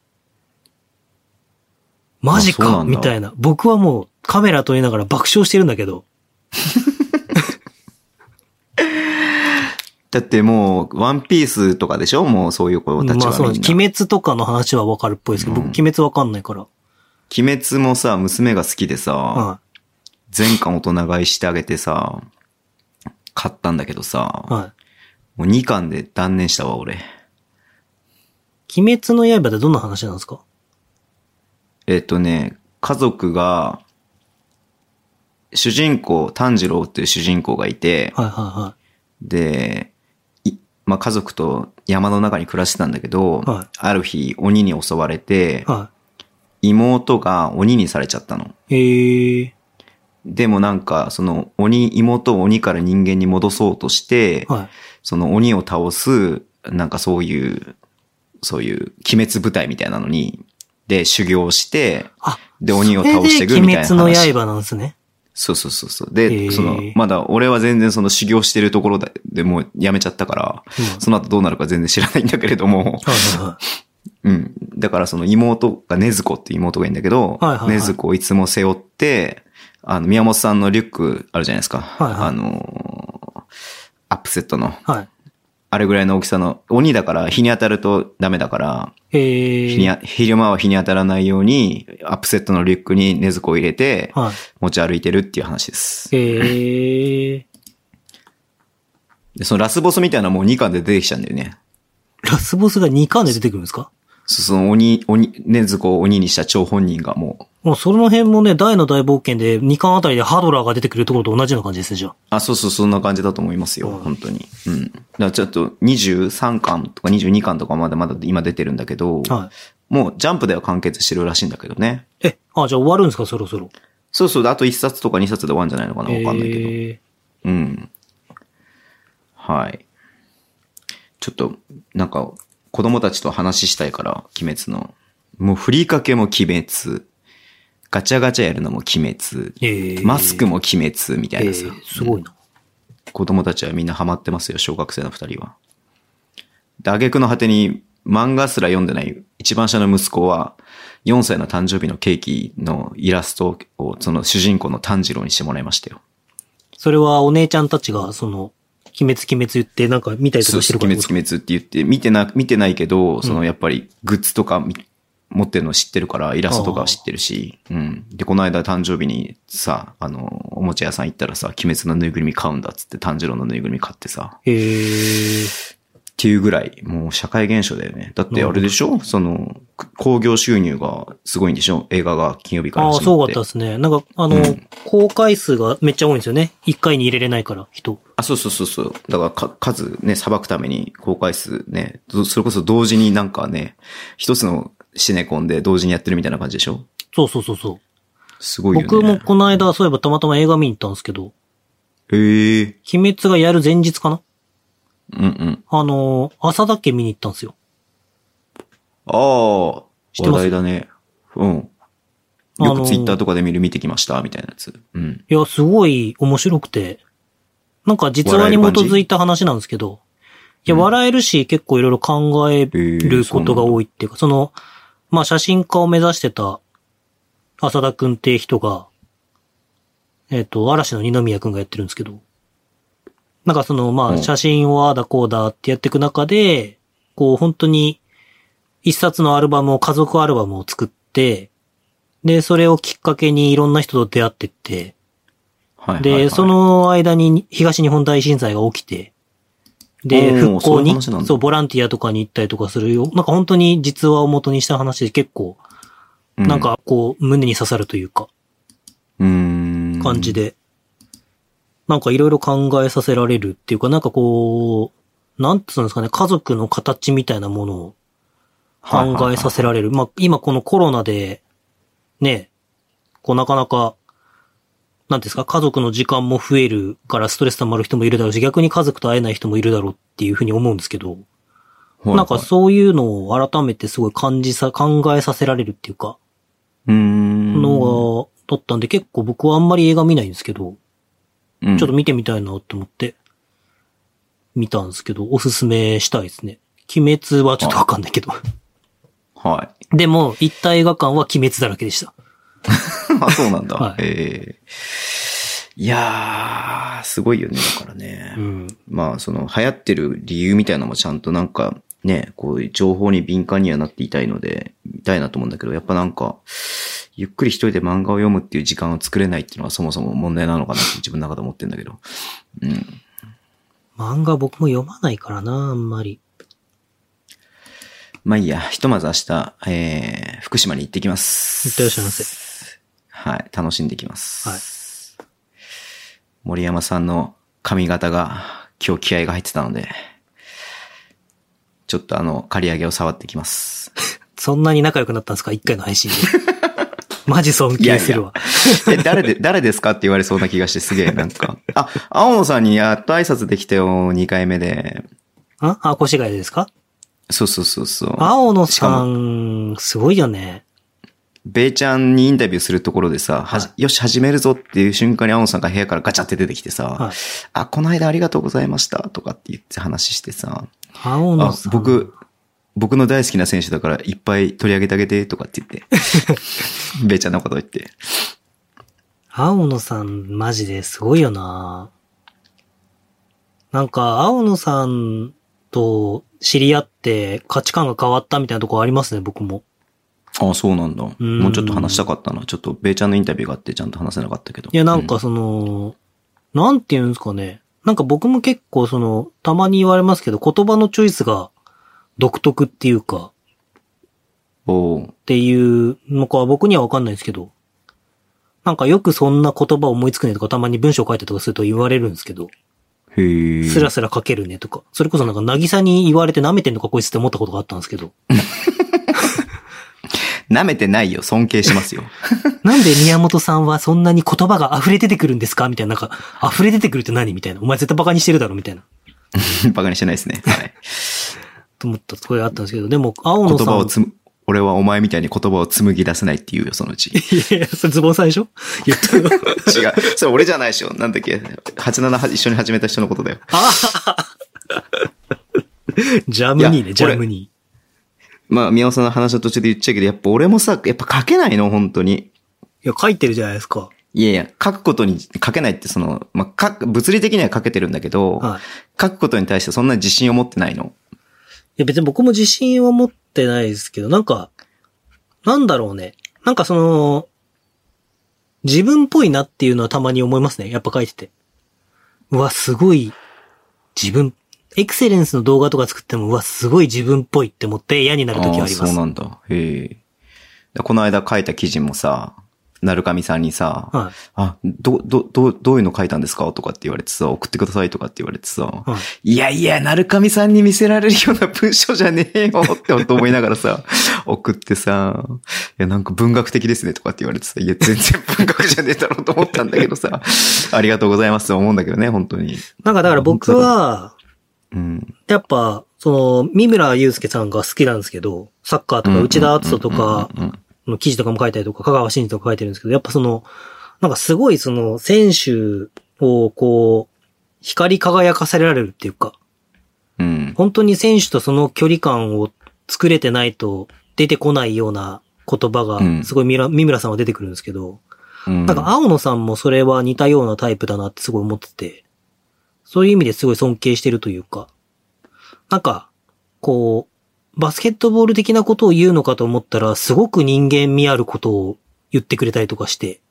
マジあそうなかんだみたいな。僕はもうカメラと言いながら爆笑してるんだけど。だってもう、ワンピースとかでしょもうそういう子たちはみんな。まあそうなんです。鬼滅とかの話はわかるっぽいですけど、うん僕鬼滅わかんないから。鬼滅もさ、娘が好きでさ、は全巻大人買いしてあげてさ、買ったんだけどさい。、はもう2巻で断念したわ、俺。い。鬼滅の刃ってどんな話なんですかえっとね、家族が、主人公、炭治郎っていう主人公がいて、はいはいはで、いまあ、家族と山の中に暮らしてたんだけど、はいある日鬼に襲われてい。、は妹が鬼にされちゃったの。い。ええでもなんか、その鬼、妹を鬼から人間に戻そうとして、はい。その鬼を倒す、なんかそういう、そういう鬼滅部隊みたいなのに、で修行して、あ、で鬼を倒していくみたいな話それで鬼滅の刃なんですね。そうそうそうそう。へで、ーその、まだ俺は全然その修行してるところででもうやめちゃったから、うんその後どうなるか全然知らないんだけれども、はいはいはい。うん。だからその妹がねずこっていう妹がいいんだけどはいはいは、いねずこをいつも背負って、あの、宮本さんのリュックあるじゃないですか。はいはいあのーアップセットの、はい。あれぐらいの大きさの、鬼だから日に当たるとダメだから、ええ日にあ昼間は日に当たらないように、アップセットのリュックにねずこを入れて、はい。持ち歩いてるっていう話です。ええで、そのラスボスみたいなのもう2巻で出てきちゃうんだよね。ラスボスが2巻で出てくるんですかそその鬼、鬼、ねずこを鬼にした張本人がもう、もうその辺もね、大の大冒険で2巻あたりでハドラーが出てくるところと同じような感じですね、じゃあ。あ、そうそう、そんな感じだと思いますよ、うん本当に。うん。だからちょっと23巻とか22巻とかまだまだ今出てるんだけど、はもうジャンプでは完結してるらしいんだけどね。い。え、あ、じゃあ終わるんですか、そろそろ。そうそう、あと1冊とか2冊で終わるんじゃないのかな、わかんないけど。えうん。はい。ちょっと、なんか、子供たちと話したいから、鬼滅の。もう、ふりかけも鬼滅。ガチャガチャやるのも鬼滅。ーえーマスクも鬼滅みたいなさえ。ーすごいな。子供たちはみんなハマってますよ、小学生の二人は。で、挙句の果てに、漫画すら読んでない一番下の息子は、4歳の誕生日のケーキのイラストを、その主人公の炭治郎にしてもらいましたよ。それはお姉ちゃんたちが、その、鬼滅鬼滅言ってなんか見たりとそうかしてそうるか鬼ら滅鬼滅って言って、見てな、見てないけど、そのやっぱりグッズとかみ持ってるの知ってるから、イラストとかは知ってるし、うん。で、この間誕生日にさ、あの、おもちゃ屋さん行ったらさ、鬼滅のぬいぐるみ買うんだっつって炭治郎のぬいぐるみ買ってさ、えーっていうぐらい、もう社会現象だよね。だってあれでしょその、く興行収入がすごいんでしょ映画が金曜日からああ、始そうまだっ。ってたですね。なんか、あの、うん公開数がめっちゃ多いんですよね。1回に入れれないから、人。あ、そうそうそうそう。だからか、数ね、裁くために公開数ね、どそれこそ同時になんかね、一つのシネコンで同時にやってるみたいな感じでしょそうそうそうそう。すごいよね。僕もこの間、そういえばたまたま映画見に行ったんですけど、へえ。鬼滅がやる前日かなうんうん。あのー、朝だけ見に行ったんですよ。ああ、知ってます話題だね。うん。ああよのーくツイッターとかで見る見てきました、みたいなやつ。うん。いや、すごい面白くて、なんか実話に基づいた話なんですけど、いや、うん笑えるし、結構いろいろ考えることが多いっていうか、その、まあ、写真家を目指してた、浅田くんっていう人が、えっ、と、嵐の二宮くんがやってるんですけど、なんかその、まうあ、ん写真をああだこうだってやっていく中で、こう、本当に、一冊のアルバムを、家族アルバムを作って、で、それをきっかけにいろんな人と出会ってって、はいはい、はい。で、そ、の間に東日本大震災が起きて、で、おー復興そういうに話なんそだう、ボランティアとかに行ったりとかするよ。なんか本当に実話を元にした話で結構、なん、かこう、胸に刺さるというか、うん。感じ。で、なんかいろいろ考えさせられるっていうか、なんかこう、なんつうんですかね、家族の形みたいなものを考えさせられる。まあ、今このコロナで、ね、こうなかなか、なんていうんですか、家族の時間も増えるからストレス溜まる人もいるだろうし、逆に家族と会えない人もいるだろうっていうふうに思うんですけど、はいはいなんかそういうのを改めてすごい感じさ、考えさせられるっていうか、うん。のが、だったんで結構僕はあんまり映画見ないんですけど、うん、ちょっと見てみたいなと思って、見たんですけど、おすすめしたいですね。鬼滅はちょっとわかんないけど。はい。 [laughs] でも、行った映画館は鬼滅だらけでした。あ、そうなんだ。はいええいやー、すごいよね、だからね。うん。まあ、その、流行ってる理由みたいなのもちゃんとなんか、ね、こういう情報に敏感にはなっていたいので、見たいなと思うんだけど、やっぱなんか、ゆっくり一人で漫画を読むっていう時間を作れないっていうのはそもそも問題なのかなって自分の中で思ってんだけど。うん。漫画僕も読まないからな、あんまり。まあいいや、ひとまず明日、えー、福島に行ってきます。いってらっしゃいませ。はい、楽しんできます。はい森山さんの髪型が今日気合が入ってたので、ちょっとあの、刈り上げを触ってきます。そんなに仲良くなったんですか一回の [laughs] 配信で。マジ尊敬するわ。え、誰で、誰ですかって言われそうな気がしてすげえなんか。あ、青野さんにやっと挨拶できたよ、2回目で。ああ、越谷ですかそうそうそうそう。青野しさかん、すごいよね。ベイちゃんにインタビューするところでさ、はじよし、始めるぞっていう瞬間に青野さんが部屋からガチャって出てきてさ、はいあ、この間ありがとうございましたとかって言って話してさ、青野あさん。僕、僕の大好きな選手だからいっぱい取り上げてあげてとかって言 [laughs] って、ベイちゃんのこと言って。青野さん、マジですごいよななんか、青野さんと知り合って価値観が変わったみたいなとこありますね、僕も。あ、そうなんだ。んもうちょっと話したかったな。ちょっとベイちゃんのインタビューがあってちゃんと話せなかったけど。いや、なんうかその、なんて言うんですかね。なんか僕も結構その、たまに言われますけど、言葉のチョイスが独特っていうか、おうっていうのかは僕にはわかんないですけど、なんかよくそんな言葉思いつくねとかたまに文章書いたりとかすると言われるんですけど、へえ。スラスラ書けるねとか。それこそなんか、なぎさに言われて舐めてんのかこいつって思ったことがあったんですけど。舐めてないよ。尊敬しますよ。 [laughs] なんで宮本さんはそんなに言葉が溢れ出てくるんですかみたいな、なんか、溢れ出てくるって何みたいな。お前絶対バカにしてるだろみたいな。バカにしてないですね。はい。と思ったところがあったんですけど、でも、青言野さん。葉をつむ、俺はお前みたいに言葉を紡ぎ出せないって言うよ、そのうち。違う。いやいや、それズボンさんでしょ言っ [laughs] たの。それ俺じゃないでしょ。なんだっけ。87一緒に始めた人のことだよ。ジャムニーいね、やジャムニまあ、宮尾さんの話の途中で言っちゃうけど、やっぱ俺もさ、やっぱ書けないの、本当に。ー。いや、書いてるじゃないですか。いやいや、書くことに書けないって、その、まあ、書く、物理的には書けてるんだけど、はい。書くことに対してそんな自信を持ってないの。いや別に僕も自信は持ってないですけど、なんか、なんだろうね。なんかその、自分っぽいなっていうのはたまに思いますね。やっぱ書いてて。うわ、すごい、自分、エクセレンスの動画とか作っても、うわ、すごい自分っぽいって思って嫌になる時はありあまーそうす。なんだ。へえ。でこの間書いた記事もさ、なるかみさんにさ、はあ、ど、ど、どう、どういうの書いたんですかとかって言われてさ、送ってくださいとかって言われてさい。、はい。いやいや、なるかみさんに見せられるような文章じゃねえよって本当思いながら [laughs] さ、送ってさ、いや、なんか文学的ですねとかって言われてさ、いや、全然文学じゃねえだろうと思ったんだけど [laughs] さ、ありがとうございますと思うんだけどね、本当に。なんかだから僕は、うん。やっぱ、その、三村祐介さんが好きなんですけど、サッカーとか内田篤人とか、うんうんうんうんの記事とかも書いたりとか、香川真司とか書いてるんですけど、やっぱその、なんかすごいその、選手をこう、光り輝かせられるっていうか、うん。本当に選手とその距離感を作れてないと出てこないような言葉うが、んすごい三浦三村さんは出てくるんですけど、うん。なんか青野さんもそれは似たようなタイプだなってすごい思ってて、そういう意味ですごい尊敬してるというか、なんか、こう、バスケットボール的なことを言うのかと思ったら、すごく人間味あることを言ってくれたりとかして、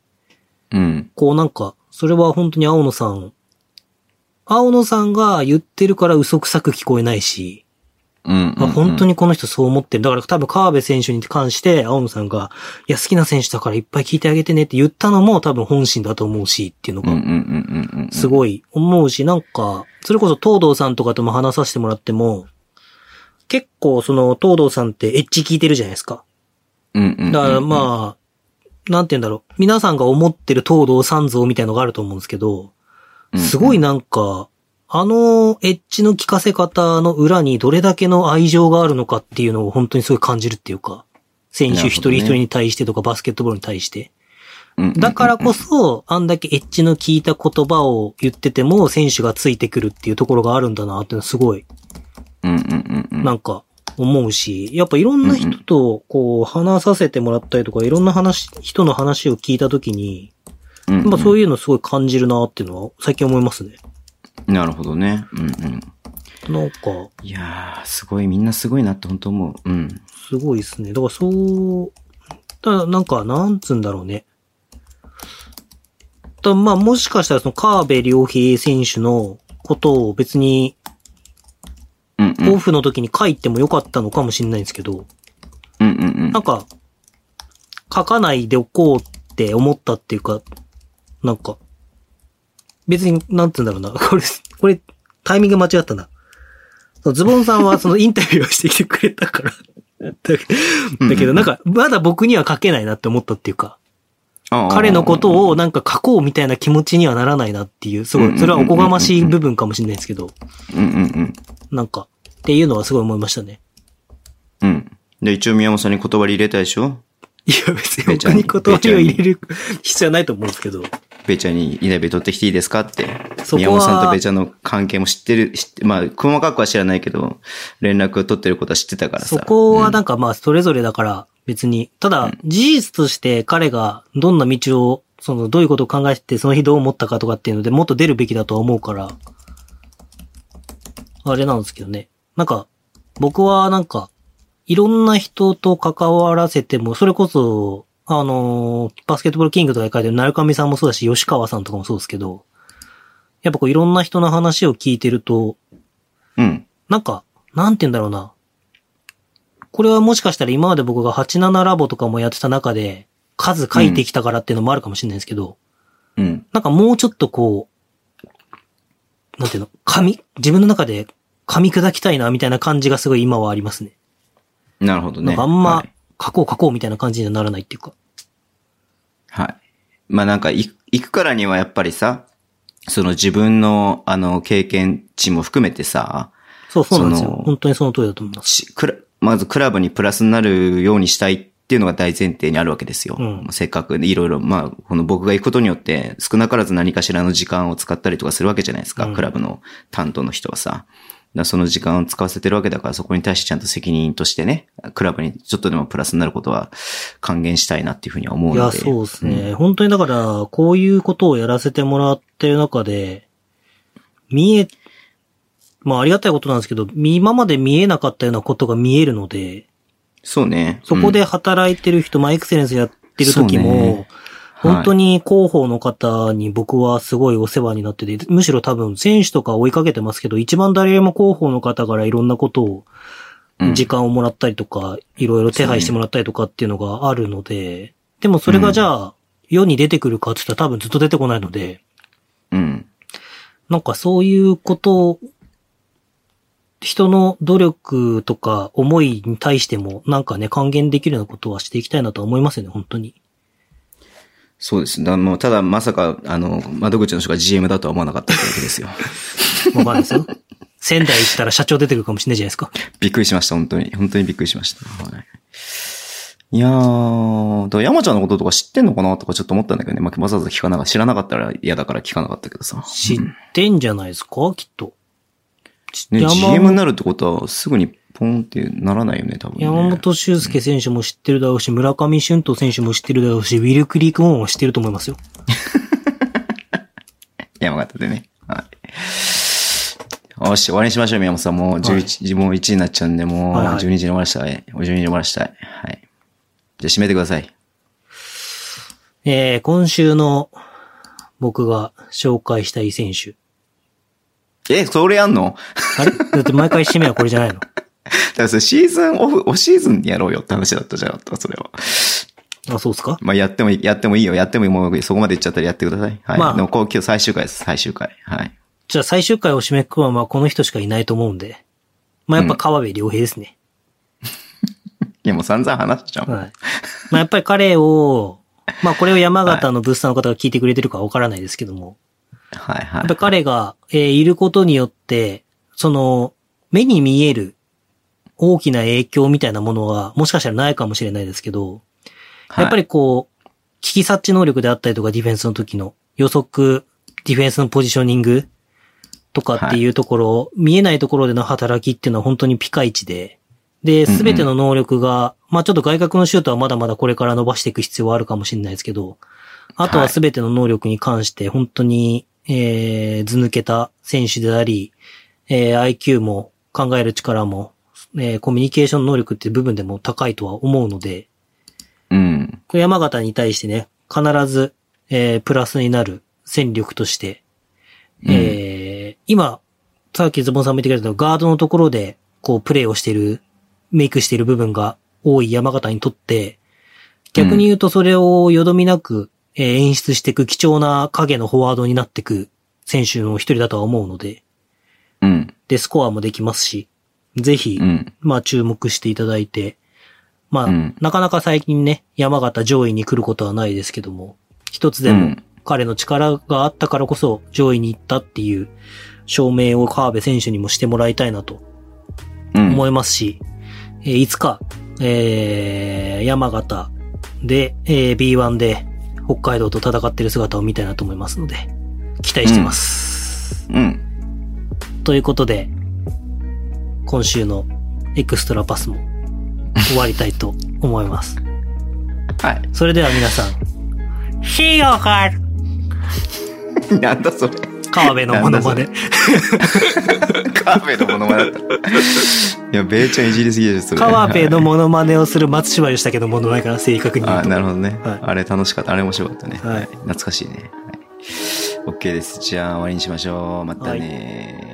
うん。こうなんか、それは本当に青野さん、青野さんが言ってるから嘘くさく聞こえないし、うん。あ本当に。にこの人そう思ってる。だから多分川辺選手に関して、青野さんが、いや、好きな選手だからいっぱい聞いてあげてねって言ったのも多分本心だと思うしっていうのうんうんが、うんうん。すい。ごい思うし、なんか、それこそ東堂さんとかとも話させてもらっても、結構その東堂さんってエッジ聞いてるじゃないですか。うんうんうんうん。だからまあ、なんて言うんだろう。皆さんが思ってる東堂三像みたいのがあると思うんですけど、うんうんすごいなんか、あのエッジの効かせ方の裏にどれだけの愛情があるのかっていうのを本当にすごい感じるっていうか、選手一人一人に対してとかバスケットボールに対して。うんうんうんうん、だからこそ、あんだけエッジの効いた言葉を言ってても選手がついてくるっていうところがあるんだなっていうのはすごいうんうんうんうん。なんか、思うし、やっぱいろんな人と、こう、話させてもらったりとか、いろんな話、人の話を聞いたときに、うんうんまあそういうのすごい感じるなっていうのは、最近思いますね。なるほどね。うんうん。なんか、いやー、すごい、みんなすごいなって本当思う。うん。すごいですね。だからそう、ただなんか、なんつうんだろうね。だまあもしかしたらその、河辺良平選手のことを別に、うんうん。オフの時に書いてもよかったのかもしれないんですけど、うんうんうんなんか、書かないでおこうって思ったっていうか、なんか、別に、なんつうんだろうな。 [laughs] これ、これ、タイミング間違ったな。そのズボンさ [laughs] んはそのインタビューをしてきてくれたから。だけうんだけど、なんか、まだ僕には書けないなって思ったっていうか、あー彼のことをなんか書こうみたいな気持ちにはならないなっていう、すごい、それはおこがましい部分かもしれないですけど、うんうんうん。なんか、っていうのはすごい思いましたね。うん。で、一応宮本さんに言葉入れたでしょいや、別に他に断りを入れる必要はないと思うんですけど。ベちゃんに稲部取ってきていいですかって。そこは宮本さんとベちゃんの関係も知ってる、知ってまあ、細かくは知らないけど、連絡取ってることは知ってたからさ。そこはなんかまあそれぞれだから別に、ただ事実として彼がどんな道を、そのどういうことを考えてその日どう思ったかとかっていうのでもっと出るべきだとは思うから、あれなんですけどね。なんか僕はなんかいろんな人と関わらせても、それこそ、あのーバスケットボールキングとかで書いてる鳴上さんもそうだし、吉川さんとかもそうですけど、やっぱこういろんな人の話を聞いてると、うん。うん。なんか、なんて言うんだろうな。これはもしかしたら今まで僕が87ラボとかもやってた中で、数書いてきたからっていうのもあるかもしれないですけど、うん。なんかもうちょっとこう、なんていうの、噛み、自分の中で噛み砕きたいなみたいな感じがすごい今はありますね。なるほどね。なんかあんまはい。書こう書こうみたいな感じにはならないっていうか。はいまあなんか、い行くからにはやっぱりさ、その自分の、あの、経験値も含めてさ、そうそうなんですよその。本当にその通りだと思います。しクラまずクラブにプラスになるようにしたいっていうのが大前提にあるわけですよ。うんせっかくいろいろ、まあ、この僕が行くことによって少なからず何かしらの時間を使ったりとかするわけじゃないですか。うんクラブの担当の人はさ。だからその時間を使わせてるわけだから、そこに対してちゃんと責任としてね、クラブにちょっとでもプラスになることは還元したいなっていうふうには思うのいで。や、そうですね。本当にだから、こういうことをやらせてもらってる中で、見え、まあありがたいことなんですけど、み今まで見えなかったようなことが見えるので、そうね。そこでうん働いてる人、まあエクセレンスやってる時そうも、ね本当に広報の方に僕はすごいお世話になってて、むしろ多分選手とか追いかけてますけど、一番誰よりも広報の方からいろんなことを、うん時間をもらったりとか、いろいろ手配してもらったりとかっていうのがあるので、でもそれがじゃあ、世に出てくるかって言ったら多分ずっと出てこないので、うん。なんかそういうことを、人の努力とか思いに対しても、なんかね、還元できるようなことはしていきたいなとは思いますよね、本当に。そうです。だからもうただまさか、あの、窓口の人が GM だとは思わなかったってわけですよ。わかんな [laughs] いですよ。仙台行ったら社長出てくるかもしれないじゃないですか。びっくりしました、本当に。本当にびっくりしました。はいいやー、だから山ちゃんのこととか知ってんのかなとかちょっと思ったんだけどね。まあ、わざわざ聞かなかった。知らなかったら嫌だから聞かなかったけどさ。知ってんじゃないですかきっと。ね、山本 GM になるってことはすぐにポンってならないよね、多分、ね。山本修介選手も知ってるだろうし、村上俊斗選手も知ってるだろうし、ウィル・クリークモンも知ってると思いますよ。山形でね。はい。よし、終わりにしましょう、宮本さん。もう11、時もう1時になっちゃうんで、もうはいはい12時に終わらしたい。お12時に終わらしたい。はい。じゃあ閉めてください。えー、今週の僕が紹介したい選手。え、それやんの [laughs] あれ [laughs] だって毎回締めはこれじゃないのだからそれシーズンオフ、オフシーズンにやろうよって話だったじゃなかった、それは。あ、そうっすかまあ、やってもいい、やってもいいよ。やってもいい。もうそこまで言っちゃったらやってください。はい。まあでもこう今日最終回です、最終回。はい。じゃあ最終回を締めくくるのはまあこの人しかいないと思うんで。まあやっぱ川辺良平ですね。いや、もう散々話しちゃうもん。はい。まあやっぱり彼を、まあこれを山形の物産の方が聞いてくれてるかわからないですけども。はいはやっいぱ。彼が、えーいることによって、その、目に見える大きな影響みたいなものは、もしかしたらないかもしれないですけど、やっぱり。りこう、危機察知能力であったりとか、ディフェンスの時の予測、ディフェンスのポジショニングとかっていうところ、見えないところでの働きっていうのは本当にピカイチで、で、うんうんすべての能力が、まあちょっと外角のシュートはまだまだこれから伸ばしていく必要はあるかもしれないですけど、あとはすべての能力に関して本当に、えー、図抜けた選手であり、えー、IQ も考える力も、えー、コミュニケーション能力っていう部分でも高いとは思うので、うん。これ山形に対してね、必ず、えー、プラスになる戦力として、えー、今、さっきズボンさんも言ってくれたけど、ガードのところで、こう、プレーをしてる、メイクしてる部分が多い山形にとって、逆に言うとそれをよどみなく、えー演出していく貴重な影のフォワードになっていく選手の一人だとは思うので、うん。で、スコアもできますし、ぜひ、うん。まあ注目していただいて、まあ、うんなかなか最近ね、山形上位に来ることはないですけども、一つでうもん彼の力があったからこそ上位に行ったっていう証明を川辺選手にもしてもらいたいなとうん。思いますし、えーいつか、えー、山形で、えー B1 で北海道と戦ってる姿を見たいなと思いますので、期待してます。うん。ということで、今週のエクストラパスも終わりたいと思います。はい。それでは皆さん、See you, girl! [laughs] なんだそれ。川辺のものまで。カーペのモノマネだった。いや、ベイちゃんいじりすぎでしょ、それ。川辺のモノマネをする松島義武のモノマネから正確に言あうと。なるほどね、はいあれ楽しかった。あれ面白かったね。はい懐かしいね。はい、OK です。じゃあ終わりにしましょう。またね